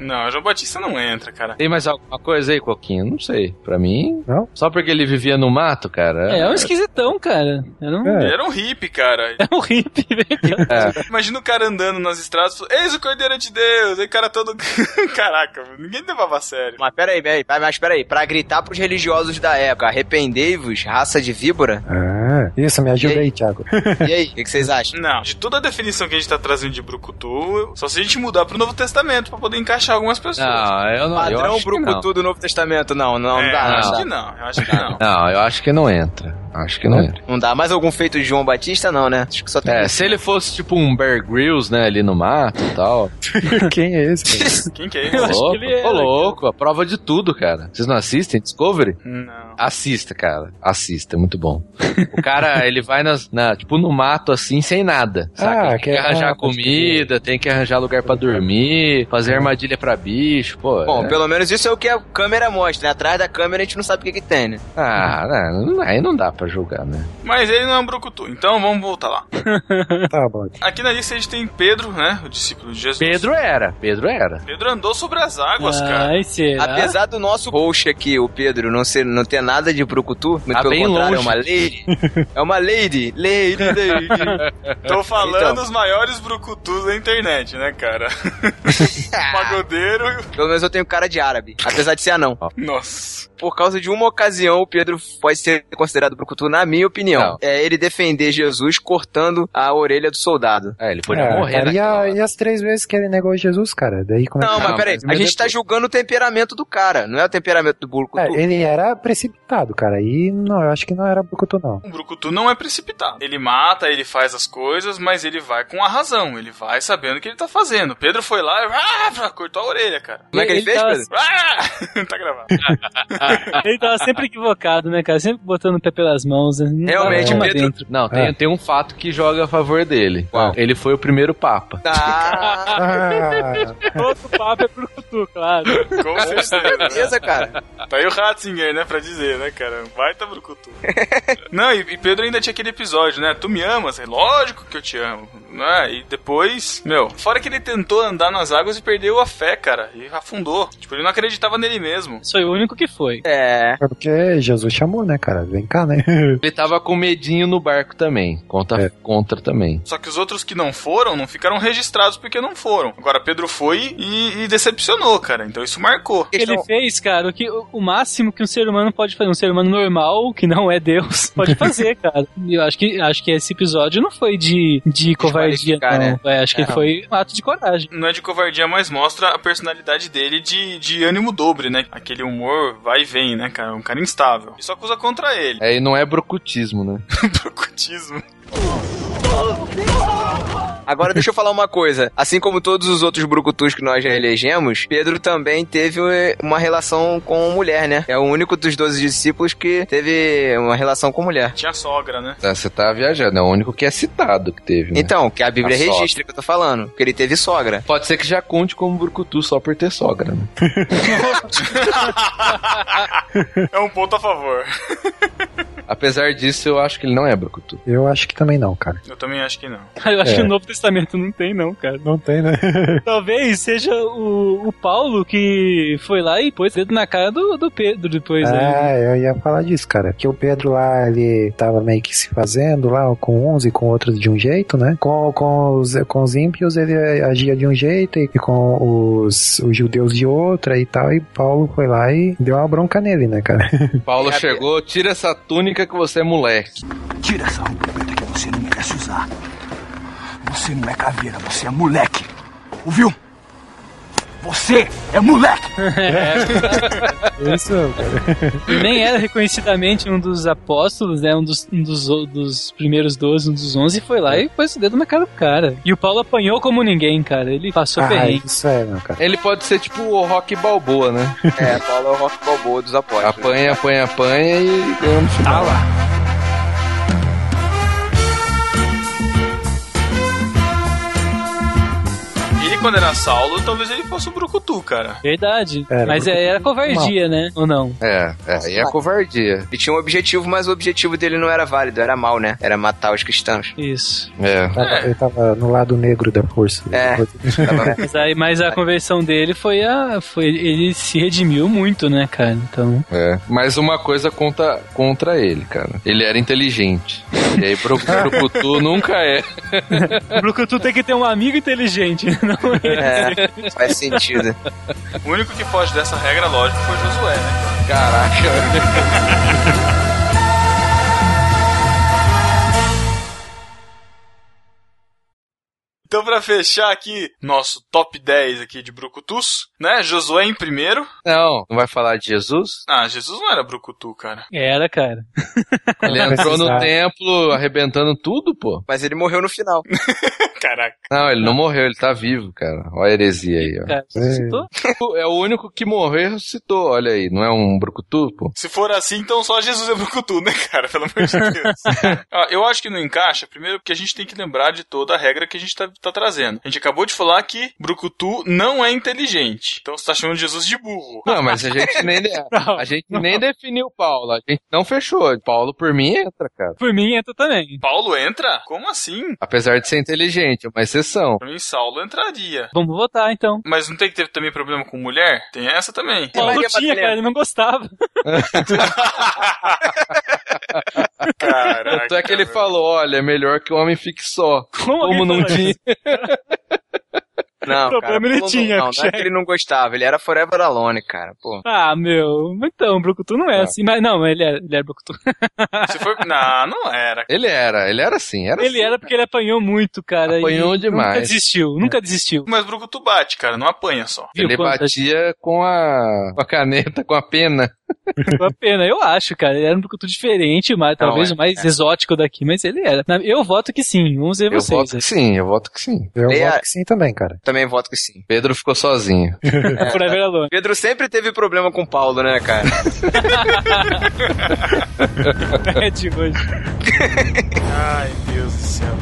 Speaker 1: Não, João Batista não entra, cara.
Speaker 3: Tem mais alguma coisa aí, Coquinho? Não sei. Pra mim.
Speaker 8: Não?
Speaker 3: Só porque ele vivia no mato, cara.
Speaker 7: É, é um esquisitão, cara. Eu não...
Speaker 1: Ele era um hippie, cara.
Speaker 7: É um hippie, velho.
Speaker 1: Imagina o cara andando nas estradas, falando, eis o cordeiro de Deus, aí o cara todo. Caraca, ninguém levava a sério.
Speaker 2: Mas peraí, peraí, mas peraí, pra gritar pros religiosos da época, arrependei-vos, raça de víbora?
Speaker 8: Ah, isso, me ajuda aí, Thiago.
Speaker 2: E aí, o que que vocês acham?
Speaker 1: Não, de toda a definição que a gente tá trazendo de brucutu, só se a gente mudar pro Novo Testamento pra poder encaixar algumas pessoas.
Speaker 3: Não, eu não- eu
Speaker 2: Padrão
Speaker 3: acho que não.
Speaker 2: brucutu do Novo Testamento, não, não,
Speaker 1: É,
Speaker 2: não dá,
Speaker 1: eu
Speaker 2: não.
Speaker 1: acho
Speaker 2: dá.
Speaker 1: que não, eu acho que não.
Speaker 3: Não, eu acho que não entra. Acho que não entra.
Speaker 2: Não dá mais algum feito de João Batista, não, né? Acho que só tem.
Speaker 3: É, se ele fosse tipo um Bear Grylls, né, ali no mato e tal.
Speaker 8: Quem é esse? Cara?
Speaker 1: Quem que é
Speaker 3: Ô
Speaker 1: esse?
Speaker 3: louco, ô louco, a prova de tudo, cara. Vocês não assistem Discovery?
Speaker 1: Não.
Speaker 3: Assista, cara. Assista, é muito bom. O cara, ele vai nas, na- tipo no mato assim, sem nada. Saca?
Speaker 8: Ah,
Speaker 3: tem que,
Speaker 8: que-
Speaker 3: arranjar
Speaker 8: ah, pode
Speaker 3: comida, tem que arranjar lugar pra dormir, fazer armadilha pra bicho, pô.
Speaker 2: Bom,
Speaker 3: é.
Speaker 2: pelo menos isso é o que a câmera mostra, né? Atrás da câmera a gente não sabe o que, que tem, né?
Speaker 3: Ah, não, aí não dá pra julgar, né?
Speaker 1: Mas ele não é um brucutu, então vamos voltar lá.
Speaker 8: Tá bom.
Speaker 1: Aqui na lista a gente tem Pedro, né? O discípulo de Jesus.
Speaker 3: Pedro era, Pedro era.
Speaker 1: Pedro andou sobre as águas,
Speaker 2: Ah,
Speaker 1: cara.
Speaker 2: um Apesar do nosso host aqui, o Pedro, não, ser, não ter nada de brucutu, muito
Speaker 3: Tá
Speaker 2: pelo
Speaker 3: bem
Speaker 2: contrário, é
Speaker 3: longe.
Speaker 2: uma lady. É uma lady, lady, lady.
Speaker 1: Tô falando
Speaker 2: Então.
Speaker 1: os maiores brucutus da internet, né, cara? Pagodeiro.
Speaker 2: Pelo menos eu tenho cara de árabe, apesar de ser anão.
Speaker 1: Nossa.
Speaker 2: Por causa de uma ocasião, o Pedro pode ser considerado brucutu, na minha opinião. É ele defender Jesus cortando a orelha do soldado.
Speaker 3: É, ele
Speaker 8: É, cara, e, a- e as três vezes que ele negou Jesus, cara? Daí como é
Speaker 2: Não,
Speaker 8: que...
Speaker 2: mas peraí, a gente tá julgando o temperamento do cara, não é o temperamento do brucutu.
Speaker 8: É, ele era precipitado, cara. E não, eu acho que não era Brucutu, não.
Speaker 1: O brucutu não é precipitado. Ele mata, ele faz as coisas, mas ele vai com a razão. Ele vai sabendo o que ele tá fazendo. Pedro foi lá e ah, cortou a orelha, cara.
Speaker 2: Como é que ele, fez,
Speaker 7: tava-
Speaker 2: Pedro?
Speaker 1: Ah! tá gravado.
Speaker 7: Ele tava sempre equivocado, né, cara? Sempre botando o pé pelas mãos. né? Não dava
Speaker 3: Realmente,
Speaker 7: uma
Speaker 3: Pedro.
Speaker 7: dentro.
Speaker 3: Não, tem,
Speaker 7: É.
Speaker 3: tem um fato que joga a favor dele. Ele foi o primeiro papa.
Speaker 2: Ah, é.
Speaker 7: Outro papo é brucutu, claro.
Speaker 1: Com certeza.
Speaker 2: Beleza, cara.
Speaker 1: Tá aí o Ratzinger, né, pra dizer, né, cara? Vai tá brucutu. Não, e, e Pedro ainda tinha aquele episódio, né? Tu me amas? É lógico que eu te amo. Né? E depois, meu, fora que ele tentou andar nas águas e perdeu a fé, cara. E afundou. Tipo, ele não acreditava nele mesmo.
Speaker 7: Foi o único que foi.
Speaker 2: É.
Speaker 8: Ah, Porque Jesus chamou, né, cara? Vem cá, né?
Speaker 3: Ele tava com medinho no barco também. Conta
Speaker 8: É.
Speaker 3: contra também.
Speaker 1: Só que os outros que não foram, não ficaram registrados porque não foram. Agora, Pedro foi e, e decepcionou, cara. Então isso marcou.
Speaker 7: Ele fez, cara, o, que, o o máximo que um ser humano pode fazer. Um ser humano normal, que não é Deus, pode fazer, cara. E eu acho que, acho que esse episódio não foi de, de covardia,
Speaker 2: Desqualificar,
Speaker 7: não.
Speaker 2: né?
Speaker 7: É, acho que
Speaker 2: É.
Speaker 7: foi um ato de coragem.
Speaker 1: Não é de covardia, mas mostra a personalidade dele de, de ânimo dobre, né? Aquele humor vai e vem, né, cara? Um cara instável. Isso acusa contra ele.
Speaker 3: É, e não é brocutismo, né?
Speaker 1: Brucutismo.
Speaker 2: Agora deixa eu falar uma coisa. Assim como todos os outros brucutus que nós já elegemos, Pedro também teve um, uma relação com mulher, né? É o único dos 12 discípulos que teve uma relação com mulher.
Speaker 1: Tinha sogra, né?
Speaker 3: Ah, Você tá viajando, é o único que é citado que teve. Né?
Speaker 2: Então, que a Bíblia
Speaker 3: A sogra.
Speaker 2: registra que eu tô falando, que ele teve sogra.
Speaker 3: Pode ser que já conte como brucutu só por ter sogra, né?
Speaker 1: É um ponto a favor.
Speaker 3: Apesar disso, eu acho que ele não é brucutu.
Speaker 8: Eu acho que também não, cara.
Speaker 1: Eu também acho que não.
Speaker 7: Cara, eu acho
Speaker 8: É.
Speaker 7: que o Novo Testamento não tem, não, cara.
Speaker 8: Não tem, né?
Speaker 7: Talvez seja o, o Paulo que foi lá e pôs o dedo na cara do, do Pedro depois.
Speaker 2: é.
Speaker 7: né?
Speaker 8: Ah, eu ia falar disso, cara. Que o Pedro lá, ele tava meio que se fazendo lá com uns e com outros de um jeito, né? Com, com, os, com os ímpios ele agia de um jeito e com os, os judeus de outra e tal. E Paulo foi lá e deu uma bronca nele, né, cara?
Speaker 3: Paulo chegou, tira essa túnica que você é moleque.
Speaker 5: Tira essa roupa que você não merece usar. Você não é caveira, você é moleque. Ouviu? Você é moleque!
Speaker 8: Isso, cara.
Speaker 7: Ele nem era reconhecidamente um dos apóstolos, né? Um dos, um dos, o- dos primeiros 12, um dos 11, e foi lá e pôs o dedo na cara do cara. E o Paulo apanhou como ninguém, cara. Ele passou
Speaker 8: Ah,
Speaker 7: perrengue.
Speaker 8: isso é, meu cara.
Speaker 3: Ele pode ser tipo o Rock Balboa, né?
Speaker 2: É, Paulo é o rock balboa dos apóstolos.
Speaker 3: Apanha, apanha, apanha e ganha no final.
Speaker 1: Ele quando era Saulo, talvez ele fosse um brucutu, cara.
Speaker 7: Verdade. Mas é- era covardia, né? Ou não?
Speaker 6: É, é, e é covardia.
Speaker 2: Ele tinha um objetivo, mas o objetivo dele não era válido, era mal, né? Era matar os cristãos.
Speaker 7: Isso.
Speaker 3: É.
Speaker 8: Tava- Ele tava no lado negro da força.
Speaker 2: É.
Speaker 7: Mas, aí, mas a conversão dele foi a. Foi, ele se redimiu muito, né, cara? Então.
Speaker 3: É. Mas uma coisa conta contra ele, cara. Ele era inteligente. E aí pro, pro Kutu nunca é.
Speaker 7: O Brucutu tem que ter um amigo inteligente, né? não
Speaker 2: É, faz sentido.
Speaker 1: O único que foge dessa regra, lógico, foi Josué, né?
Speaker 2: Caraca.
Speaker 1: Então, pra fechar aqui nosso top 10 aqui de brucutus, né? Josué em primeiro.
Speaker 3: Não, não vai falar de Jesus?
Speaker 1: Ah, Jesus não era brucutu, cara.
Speaker 7: Era, cara.
Speaker 3: Ele entrou no templo arrebentando tudo, pô.
Speaker 2: Mas ele morreu no final.
Speaker 1: Caraca.
Speaker 3: Não, ele não morreu, ele tá vivo, cara. Olha a heresia aí, ó.
Speaker 7: Cara, ressuscitou?
Speaker 3: É o único que morreu e ressuscitou, olha aí. Não é um brucutu, pô?
Speaker 1: Se for assim, então só Jesus é brucutu, né, cara? Pelo amor de Deus. Ah, eu acho que não encaixa, primeiro porque a gente tem que lembrar de toda a regra que a gente tá, tá trazendo. A gente acabou de falar que brucutu não é inteligente. Então você tá chamando Jesus de burro.
Speaker 3: Não, mas a gente nem, a gente nem definiu Paulo. A gente não fechou. Paulo, por mim, entra, cara.
Speaker 7: Por mim entra também.
Speaker 1: Paulo entra? Como assim?
Speaker 3: Apesar de ser inteligente, é uma exceção.
Speaker 1: Pra mim, Saulo entraria.
Speaker 7: Vamos votar então.
Speaker 1: Mas não tem que ter também problema com mulher? Tem essa também.
Speaker 7: Paulo tinha, cara, ele não gostava.
Speaker 1: Caraca.
Speaker 3: Tanto é que ele falou: olha, é melhor que o homem fique só.
Speaker 7: Como,
Speaker 2: alguém
Speaker 3: não
Speaker 2: falou
Speaker 3: tinha.
Speaker 2: Não,
Speaker 7: O problema
Speaker 2: cara,
Speaker 7: ele
Speaker 2: não-
Speaker 7: tinha,
Speaker 2: Não, não é
Speaker 7: chefe.
Speaker 2: que ele não gostava, ele era Forever Alone, cara, pô.
Speaker 7: Ah, meu. Então, o Brucutu não
Speaker 3: Tá.
Speaker 7: é assim. Mas não, ele era, ele era Brucutu.
Speaker 1: Se for... Não, não era.
Speaker 3: Ele era, ele era assim. Era
Speaker 7: ele era porque ele apanhou muito, cara. e
Speaker 3: Apanhou
Speaker 7: Nunca
Speaker 3: demais.
Speaker 7: desistiu, nunca desistiu.
Speaker 1: Mas Brucutu bate, cara, não apanha só.
Speaker 7: Viu
Speaker 3: assim. Ele
Speaker 7: quantas-
Speaker 3: batia com a, com a caneta, com a pena.
Speaker 7: Foi a pena, eu acho, cara. Ele era um produto diferente, mas
Speaker 3: Não,
Speaker 7: talvez
Speaker 3: é,
Speaker 7: o mais
Speaker 3: é.
Speaker 7: exótico daqui, mas ele era. Na- Eu voto que sim, vamos ver
Speaker 3: Eu
Speaker 7: vocês. assim,
Speaker 3: voto que sim, eu voto que sim.
Speaker 8: Eu
Speaker 2: Leia-
Speaker 8: voto que sim também, cara.
Speaker 2: Também voto que sim.
Speaker 3: Pedro ficou sozinho.
Speaker 2: É. Pedro sempre teve problema com Paulo, né, cara?
Speaker 7: Pede É hoje.
Speaker 1: Ai, Deus do céu.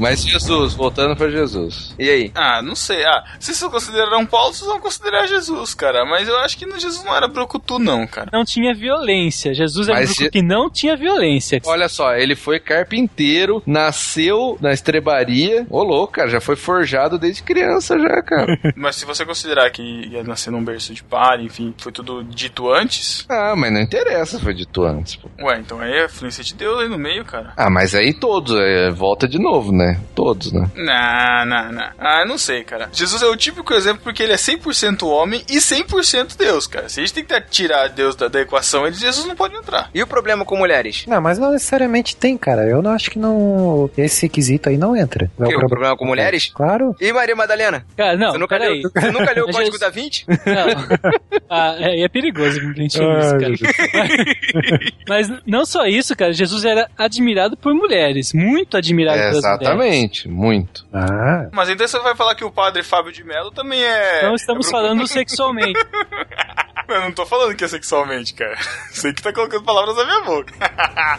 Speaker 3: Mas Jesus, voltando pra Jesus.
Speaker 2: E aí?
Speaker 1: Ah, não sei. Ah, se vocês consideraram Paulo, vocês vão considerar Jesus, cara. Mas eu acho que no Jesus não era Brucutu, não, cara.
Speaker 7: Não tinha violência. Jesus era um
Speaker 3: Mas
Speaker 7: grupo
Speaker 3: Je-
Speaker 7: que não tinha violência.
Speaker 3: Olha só, ele foi carpinteiro, nasceu na estrebaria. Ô, louco, cara, já foi forjado desde criança, já, cara.
Speaker 1: Mas se você considerar que ia nascer num berço de palha, enfim, foi tudo dito antes.
Speaker 3: ah, mas não interessa, foi dito antes, pô.
Speaker 1: Ué, então aí a influência de Deus aí no meio, cara.
Speaker 3: Ah, mas aí todos, é, volta de novo, né? Todos, né?
Speaker 1: Não, não, não. Ah, não sei, cara. Jesus é o típico exemplo porque ele é 100% homem e 100% Deus, cara. Se a gente tentar tirar Deus da, da equação, ele, Jesus não pode entrar.
Speaker 2: E o problema com mulheres?
Speaker 8: Não, mas não necessariamente tem, cara. Eu não acho que não. Esse requisito aí não entra.
Speaker 2: O quê? O problema com mulheres?
Speaker 8: Claro.
Speaker 2: E Maria Madalena?
Speaker 7: Cara, não,
Speaker 2: Você nunca,
Speaker 7: peraí.
Speaker 2: leu, você nunca leu o Código
Speaker 7: Jesus-
Speaker 2: da Vinci?
Speaker 7: Não. Ah, é, é perigoso pra gente
Speaker 8: Ai,
Speaker 7: ver isso, cara. Mas não só isso, cara. Jesus era admirado por mulheres. Muito admirado pelas
Speaker 3: É,
Speaker 7: mulheres.
Speaker 3: Exatamente, muito.
Speaker 8: Ah.
Speaker 1: Mas então você vai falar que o padre Fábio de Mello também é.
Speaker 7: Não Então estamos
Speaker 1: é
Speaker 7: falando sexualmente.
Speaker 1: Eu não tô falando que é sexualmente, cara. Sei que tá colocando palavras na minha boca.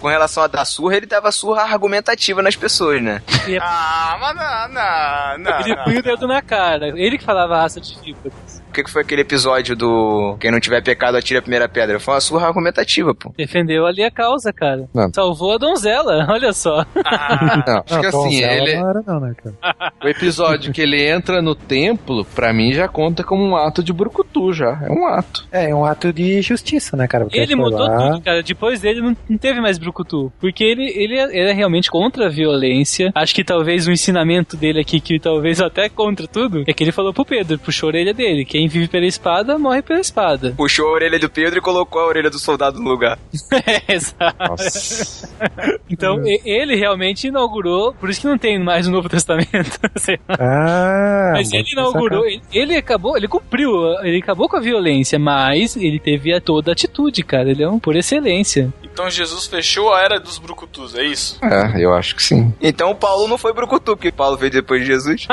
Speaker 2: Com relação a dar surra, ele dava surra argumentativa nas pessoas, né?
Speaker 7: E é-
Speaker 1: Ah, mas não, não,
Speaker 7: Ele
Speaker 1: não, não.
Speaker 7: punha o dedo na cara. Ele que falava raça de víboras.
Speaker 2: O que, que foi aquele episódio do Quem não tiver pecado atira a primeira pedra? Foi uma surra argumentativa, pô.
Speaker 7: Defendeu ali a causa, cara.
Speaker 3: Não.
Speaker 7: Salvou a donzela, olha só.
Speaker 3: Não, acho que
Speaker 8: Ah,
Speaker 3: assim,
Speaker 8: donzela
Speaker 3: ele,
Speaker 8: Não era, não, né, cara?
Speaker 3: o episódio que ele entra no templo, pra mim já conta como um ato de brucutu, já. É um ato.
Speaker 8: É, é um ato de justiça, né, cara? Porque
Speaker 7: Ele
Speaker 8: foi
Speaker 7: mudou
Speaker 8: lá-
Speaker 7: tudo, cara. Depois dele não, não teve mais brucutu. Porque ele, ele era realmente contra a violência. Acho que talvez o ensinamento dele aqui, que talvez até contra tudo, é que ele falou pro Pedro, puxou a orelha dele. Quem vive pela espada, morre pela espada.
Speaker 2: Puxou a orelha do Pedro e colocou a orelha do soldado no lugar.
Speaker 7: É, Exato.
Speaker 8: Uhum.
Speaker 7: Então, e- ele realmente inaugurou. Por isso que não tem mais o Novo Testamento. sei lá.
Speaker 8: Ah,
Speaker 7: Mas ele
Speaker 8: muito
Speaker 7: inaugurou,
Speaker 8: sacana.
Speaker 7: ele, ele acabou, ele cumpriu, ele acabou com a violência, mas ele teve a toda a atitude, cara. Ele é um por excelência.
Speaker 1: Então Jesus fechou a era dos brucutus, é isso?
Speaker 3: É, eu acho que sim.
Speaker 2: Então o Paulo não foi brucutu, porque Paulo veio depois de Jesus.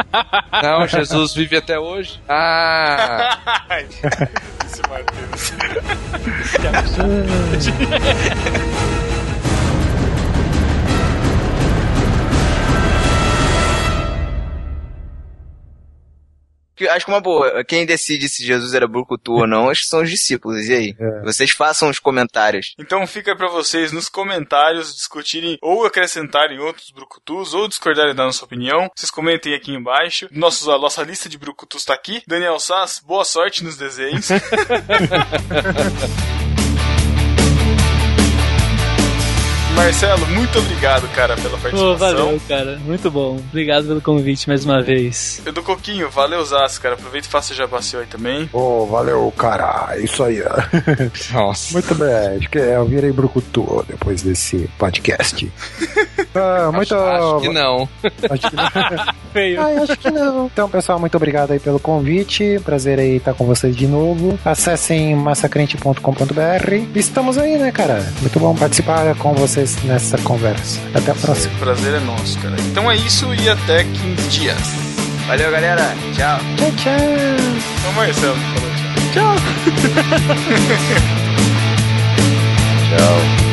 Speaker 3: Não, Jesus vive até hoje. Ah!
Speaker 1: Esse Mateus.
Speaker 2: Que- Acho que uma boa. Quem decide se Jesus era brucutu ou não, acho que são os discípulos. E aí?
Speaker 8: É.
Speaker 2: Vocês façam os comentários.
Speaker 1: Então fica pra vocês nos comentários discutirem ou acrescentarem outros brucutus ou discordarem da nossa opinião. Vocês comentem aqui embaixo. Nossos, a nossa lista de brucutus tá aqui. Daniel Sass, boa sorte nos desenhos. Marcelo, muito obrigado, cara, pela participação.
Speaker 7: Pô, valeu, cara. Muito bom. Obrigado pelo convite mais uma vez.
Speaker 1: Eu do Coquinho, valeu Zaz, cara. Aproveita e faça já passeio aí também.
Speaker 8: Ô, valeu, cara. É Isso aí. ó.
Speaker 3: Nossa.
Speaker 8: Muito bem. Acho que é, eu virei brucutu depois desse podcast. Ah, muito...
Speaker 3: Acho que não.
Speaker 8: Acho que
Speaker 7: Feio.
Speaker 8: Ah, eu acho que não. Então, pessoal, muito obrigado aí pelo convite. Prazer aí estar com vocês de novo. Acessem massacrente.com.br. Estamos aí, né, cara? Muito bom participar com vocês nessa conversa. Até a próxima.
Speaker 1: Prazer é nosso, cara. Então é isso e até 15 dias.
Speaker 2: Valeu, galera. Tchau.
Speaker 8: Tchau, tchau.
Speaker 1: Então, Marcelo, falou
Speaker 7: tchau.
Speaker 1: Tchau.
Speaker 3: Tchau.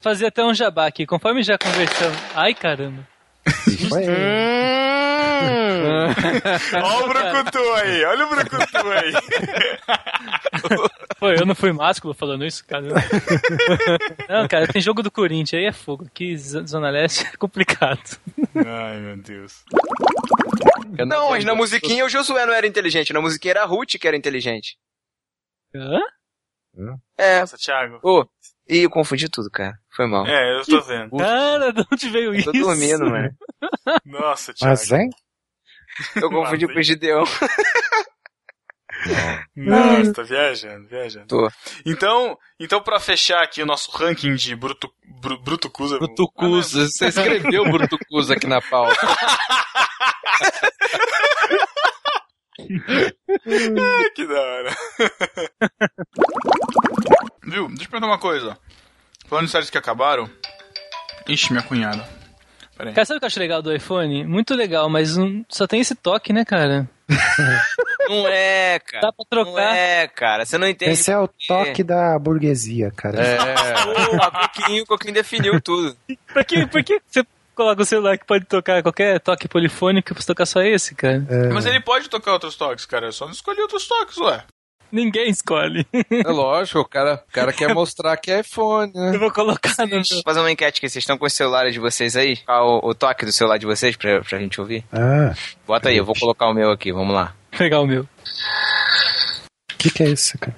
Speaker 7: Fazer até um jabá aqui, conforme já conversamos. Ai, caramba.
Speaker 1: Olha o Brucutu aí, olha o Brucutu aí.
Speaker 7: Pô, eu não fui másculo falando isso, cara. Não, cara, tem jogo do Corinthians, aí é fogo. Que zo- Zona Leste é complicado.
Speaker 1: Ai, meu Deus.
Speaker 2: Não, mas na musiquinha o Josué não era inteligente. Na musiquinha era a Ruth que era inteligente.
Speaker 7: Hã?
Speaker 2: É.
Speaker 1: Nossa, Thiago.
Speaker 2: Ô, ih, eu confundi tudo, cara. Foi mal.
Speaker 1: É, eu tô vendo.
Speaker 7: Cara, de onde veio isso?
Speaker 2: Tô dormindo, mano.
Speaker 1: Nossa, Thiago.
Speaker 8: Mas, é? hein?
Speaker 2: Eu confundi com o Gideon.
Speaker 1: Nossa, tá viajando, viajando.
Speaker 2: Tô.
Speaker 1: Então, então pra fechar aqui o nosso ranking de Bruto, Ah, Bru, Brutucusa.
Speaker 3: Brutucusa, você escreveu Brutucusa aqui na pauta.
Speaker 1: Ah, que da hora. Viu? Deixa eu perguntar uma coisa. Falando de séries que acabaram. Ixi, minha cunhada. Pera aí.
Speaker 7: Cara, sabe o que eu acho legal do iPhone? Muito legal, mas não- só tem esse toque, né, cara?
Speaker 2: Não é, cara.
Speaker 7: Dá pra trocar.
Speaker 2: Não é, cara. Você não entende.
Speaker 8: Esse é o toque da burguesia, cara.
Speaker 2: É. Pô, a Coquinho, o Coquinho definiu tudo.
Speaker 7: Pra que, por que você coloca o celular que pode tocar qualquer toque polifônico pra tocar só esse, cara?
Speaker 2: É.
Speaker 1: Mas ele pode tocar outros toques, cara. Eu só não escolhi outros toques, ué.
Speaker 7: Ninguém escolhe.
Speaker 3: É lógico, o cara, o cara quer mostrar que é iPhone, né?
Speaker 7: Eu vou colocar no
Speaker 2: Vou fazer uma enquete aqui. Vocês estão com os celulares de vocês aí? Qual é o, o toque do celular de vocês pra, pra gente ouvir?
Speaker 8: Ah,
Speaker 2: Bota aí, eu vou colocar o meu aqui. Vamos lá.
Speaker 7: pegar o meu.
Speaker 8: o que, que é isso, cara?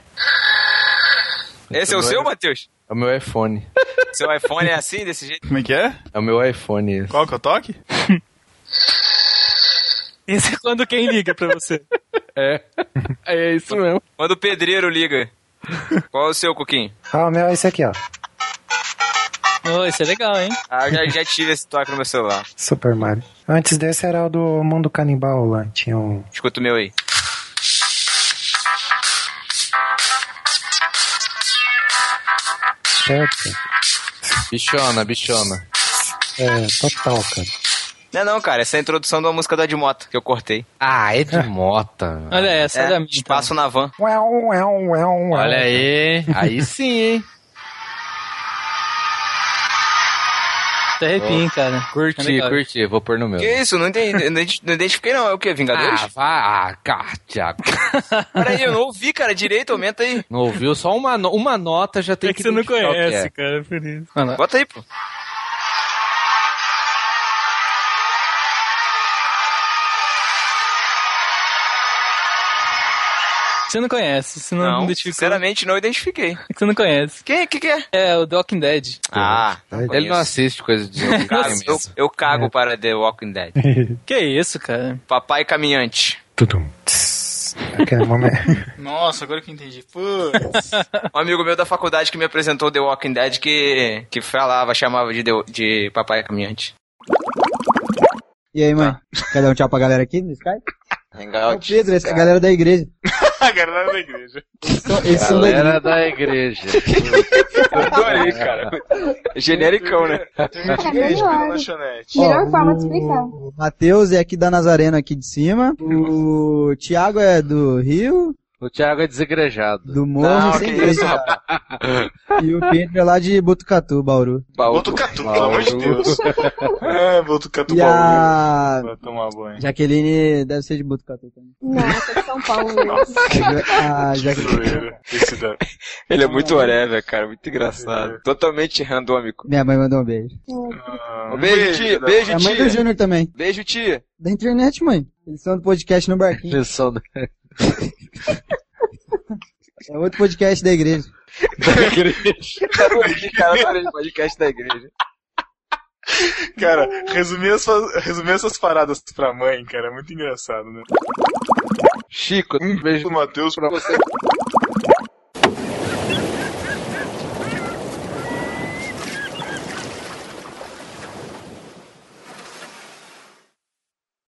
Speaker 2: Esse é o seu, Matheus?
Speaker 3: É o meu iPhone.
Speaker 2: Seu iPhone é assim, desse jeito?
Speaker 1: Como é que é?
Speaker 3: É o meu iPhone. esse.
Speaker 1: Qual que é o toque?
Speaker 7: Esse é quando quem liga pra você.
Speaker 3: É. É isso mesmo.
Speaker 2: Quando o pedreiro liga. Qual é o seu, Coquinho?
Speaker 8: Ah, o meu é esse aqui, ó.
Speaker 7: Ô, esse é legal, hein?
Speaker 2: Ah, eu já, já tive esse toque no meu celular.
Speaker 8: Super Mario. Antes desse era o do Mundo Canibal lá. Tinha um.
Speaker 2: Escuta o meu aí.
Speaker 8: Certo?
Speaker 3: Bichona, bichona.
Speaker 8: É, total, cara.
Speaker 2: Não, é não, cara. Essa é a introdução de uma música do Edmota, que eu cortei.
Speaker 3: Ah, é de mota.
Speaker 7: Olha essa,
Speaker 2: É,
Speaker 7: é, da minha. então.
Speaker 2: espaço na van.
Speaker 8: Uau, uau, uau, uau.
Speaker 3: Olha aí. Aí sim, hein?
Speaker 7: Até arrepio, cara. É
Speaker 3: Curti,
Speaker 7: legal.
Speaker 3: curti. Vou pôr no meu.
Speaker 2: Que isso? Não, entendi, não ident- não identifiquei, não. É o quê? Vingadores?
Speaker 3: Ah, vá, ah, cá, Thiago.
Speaker 2: Peraí, eu não ouvi, cara. Direito, aumenta aí.
Speaker 3: Não ouviu? Só uma, no- uma nota já tem
Speaker 7: É que você não
Speaker 3: identificar o que
Speaker 7: conhece,
Speaker 3: é.
Speaker 7: cara. Por isso. Olha lá.
Speaker 2: Bota aí, pô.
Speaker 7: Você não conhece, você não,
Speaker 2: Não,
Speaker 7: identificou.
Speaker 2: sinceramente, não identifiquei.
Speaker 7: É que você não conhece.
Speaker 2: Quem? Que que é?
Speaker 7: É o The Walking Dead.
Speaker 2: Ah,
Speaker 3: Ele não assiste coisa de
Speaker 2: eu cago, eu, eu
Speaker 19: É.
Speaker 2: cago para The Walking Dead.
Speaker 7: Que isso, cara.
Speaker 2: Papai caminhante.
Speaker 8: Tudum. Tss. Aquele momento.
Speaker 1: Nossa, agora que eu entendi. Pô.
Speaker 2: Um amigo meu da faculdade que me apresentou The Walking Dead que, que falava, chamava de, The- de Papai caminhante. Tá.
Speaker 19: E aí, mãe? Quer dar um tchau pra galera aqui no Skype? É o
Speaker 2: Hangout.
Speaker 19: Pedro, essa é a galera da igreja.
Speaker 1: A galera da igreja.
Speaker 3: Esse Galera da igreja.
Speaker 1: Adorei, cara.
Speaker 5: Genericão, né?
Speaker 10: É melhor.
Speaker 1: lanchonete.
Speaker 10: Melhor
Speaker 7: Ó,
Speaker 10: forma de explicar.
Speaker 7: O Matheus é aqui da Nazareno, aqui de cima. O Thiago é do Rio.
Speaker 3: O Thiago é desigrejado.
Speaker 7: Do Morro sem Cristo. E o Pedro é lá de Botucatu, Bauru.
Speaker 1: Botucatu, pelo amor de Deus. É, Botucatu,
Speaker 7: E a-
Speaker 1: Vai tomar banho.
Speaker 7: Jaqueline deve ser de Botucatu também.
Speaker 10: Nossa, São Paulo.
Speaker 7: Ah, Jaqueline.
Speaker 1: Zoeira. Esse da- Hum.
Speaker 5: Ele é muito whatever, cara. Muito engraçado. Totalmente randômico.
Speaker 7: Minha mãe mandou um beijo.
Speaker 5: Um beijo, tia. Beijo,
Speaker 7: A mãe do
Speaker 5: tia.
Speaker 7: Júnior também.
Speaker 5: Beijo, tia.
Speaker 7: Da internet, mãe. Eles são do podcast no Barquinho.
Speaker 3: Eles são da...
Speaker 7: É outro podcast da igreja.
Speaker 5: Tá bom, cara, para de podcast da igreja.
Speaker 1: Cara, resumir essas, resumir essas paradas pra é mãe, cara, é muito engraçado, né?
Speaker 3: Chico,
Speaker 1: um beijo do Matheus pra você.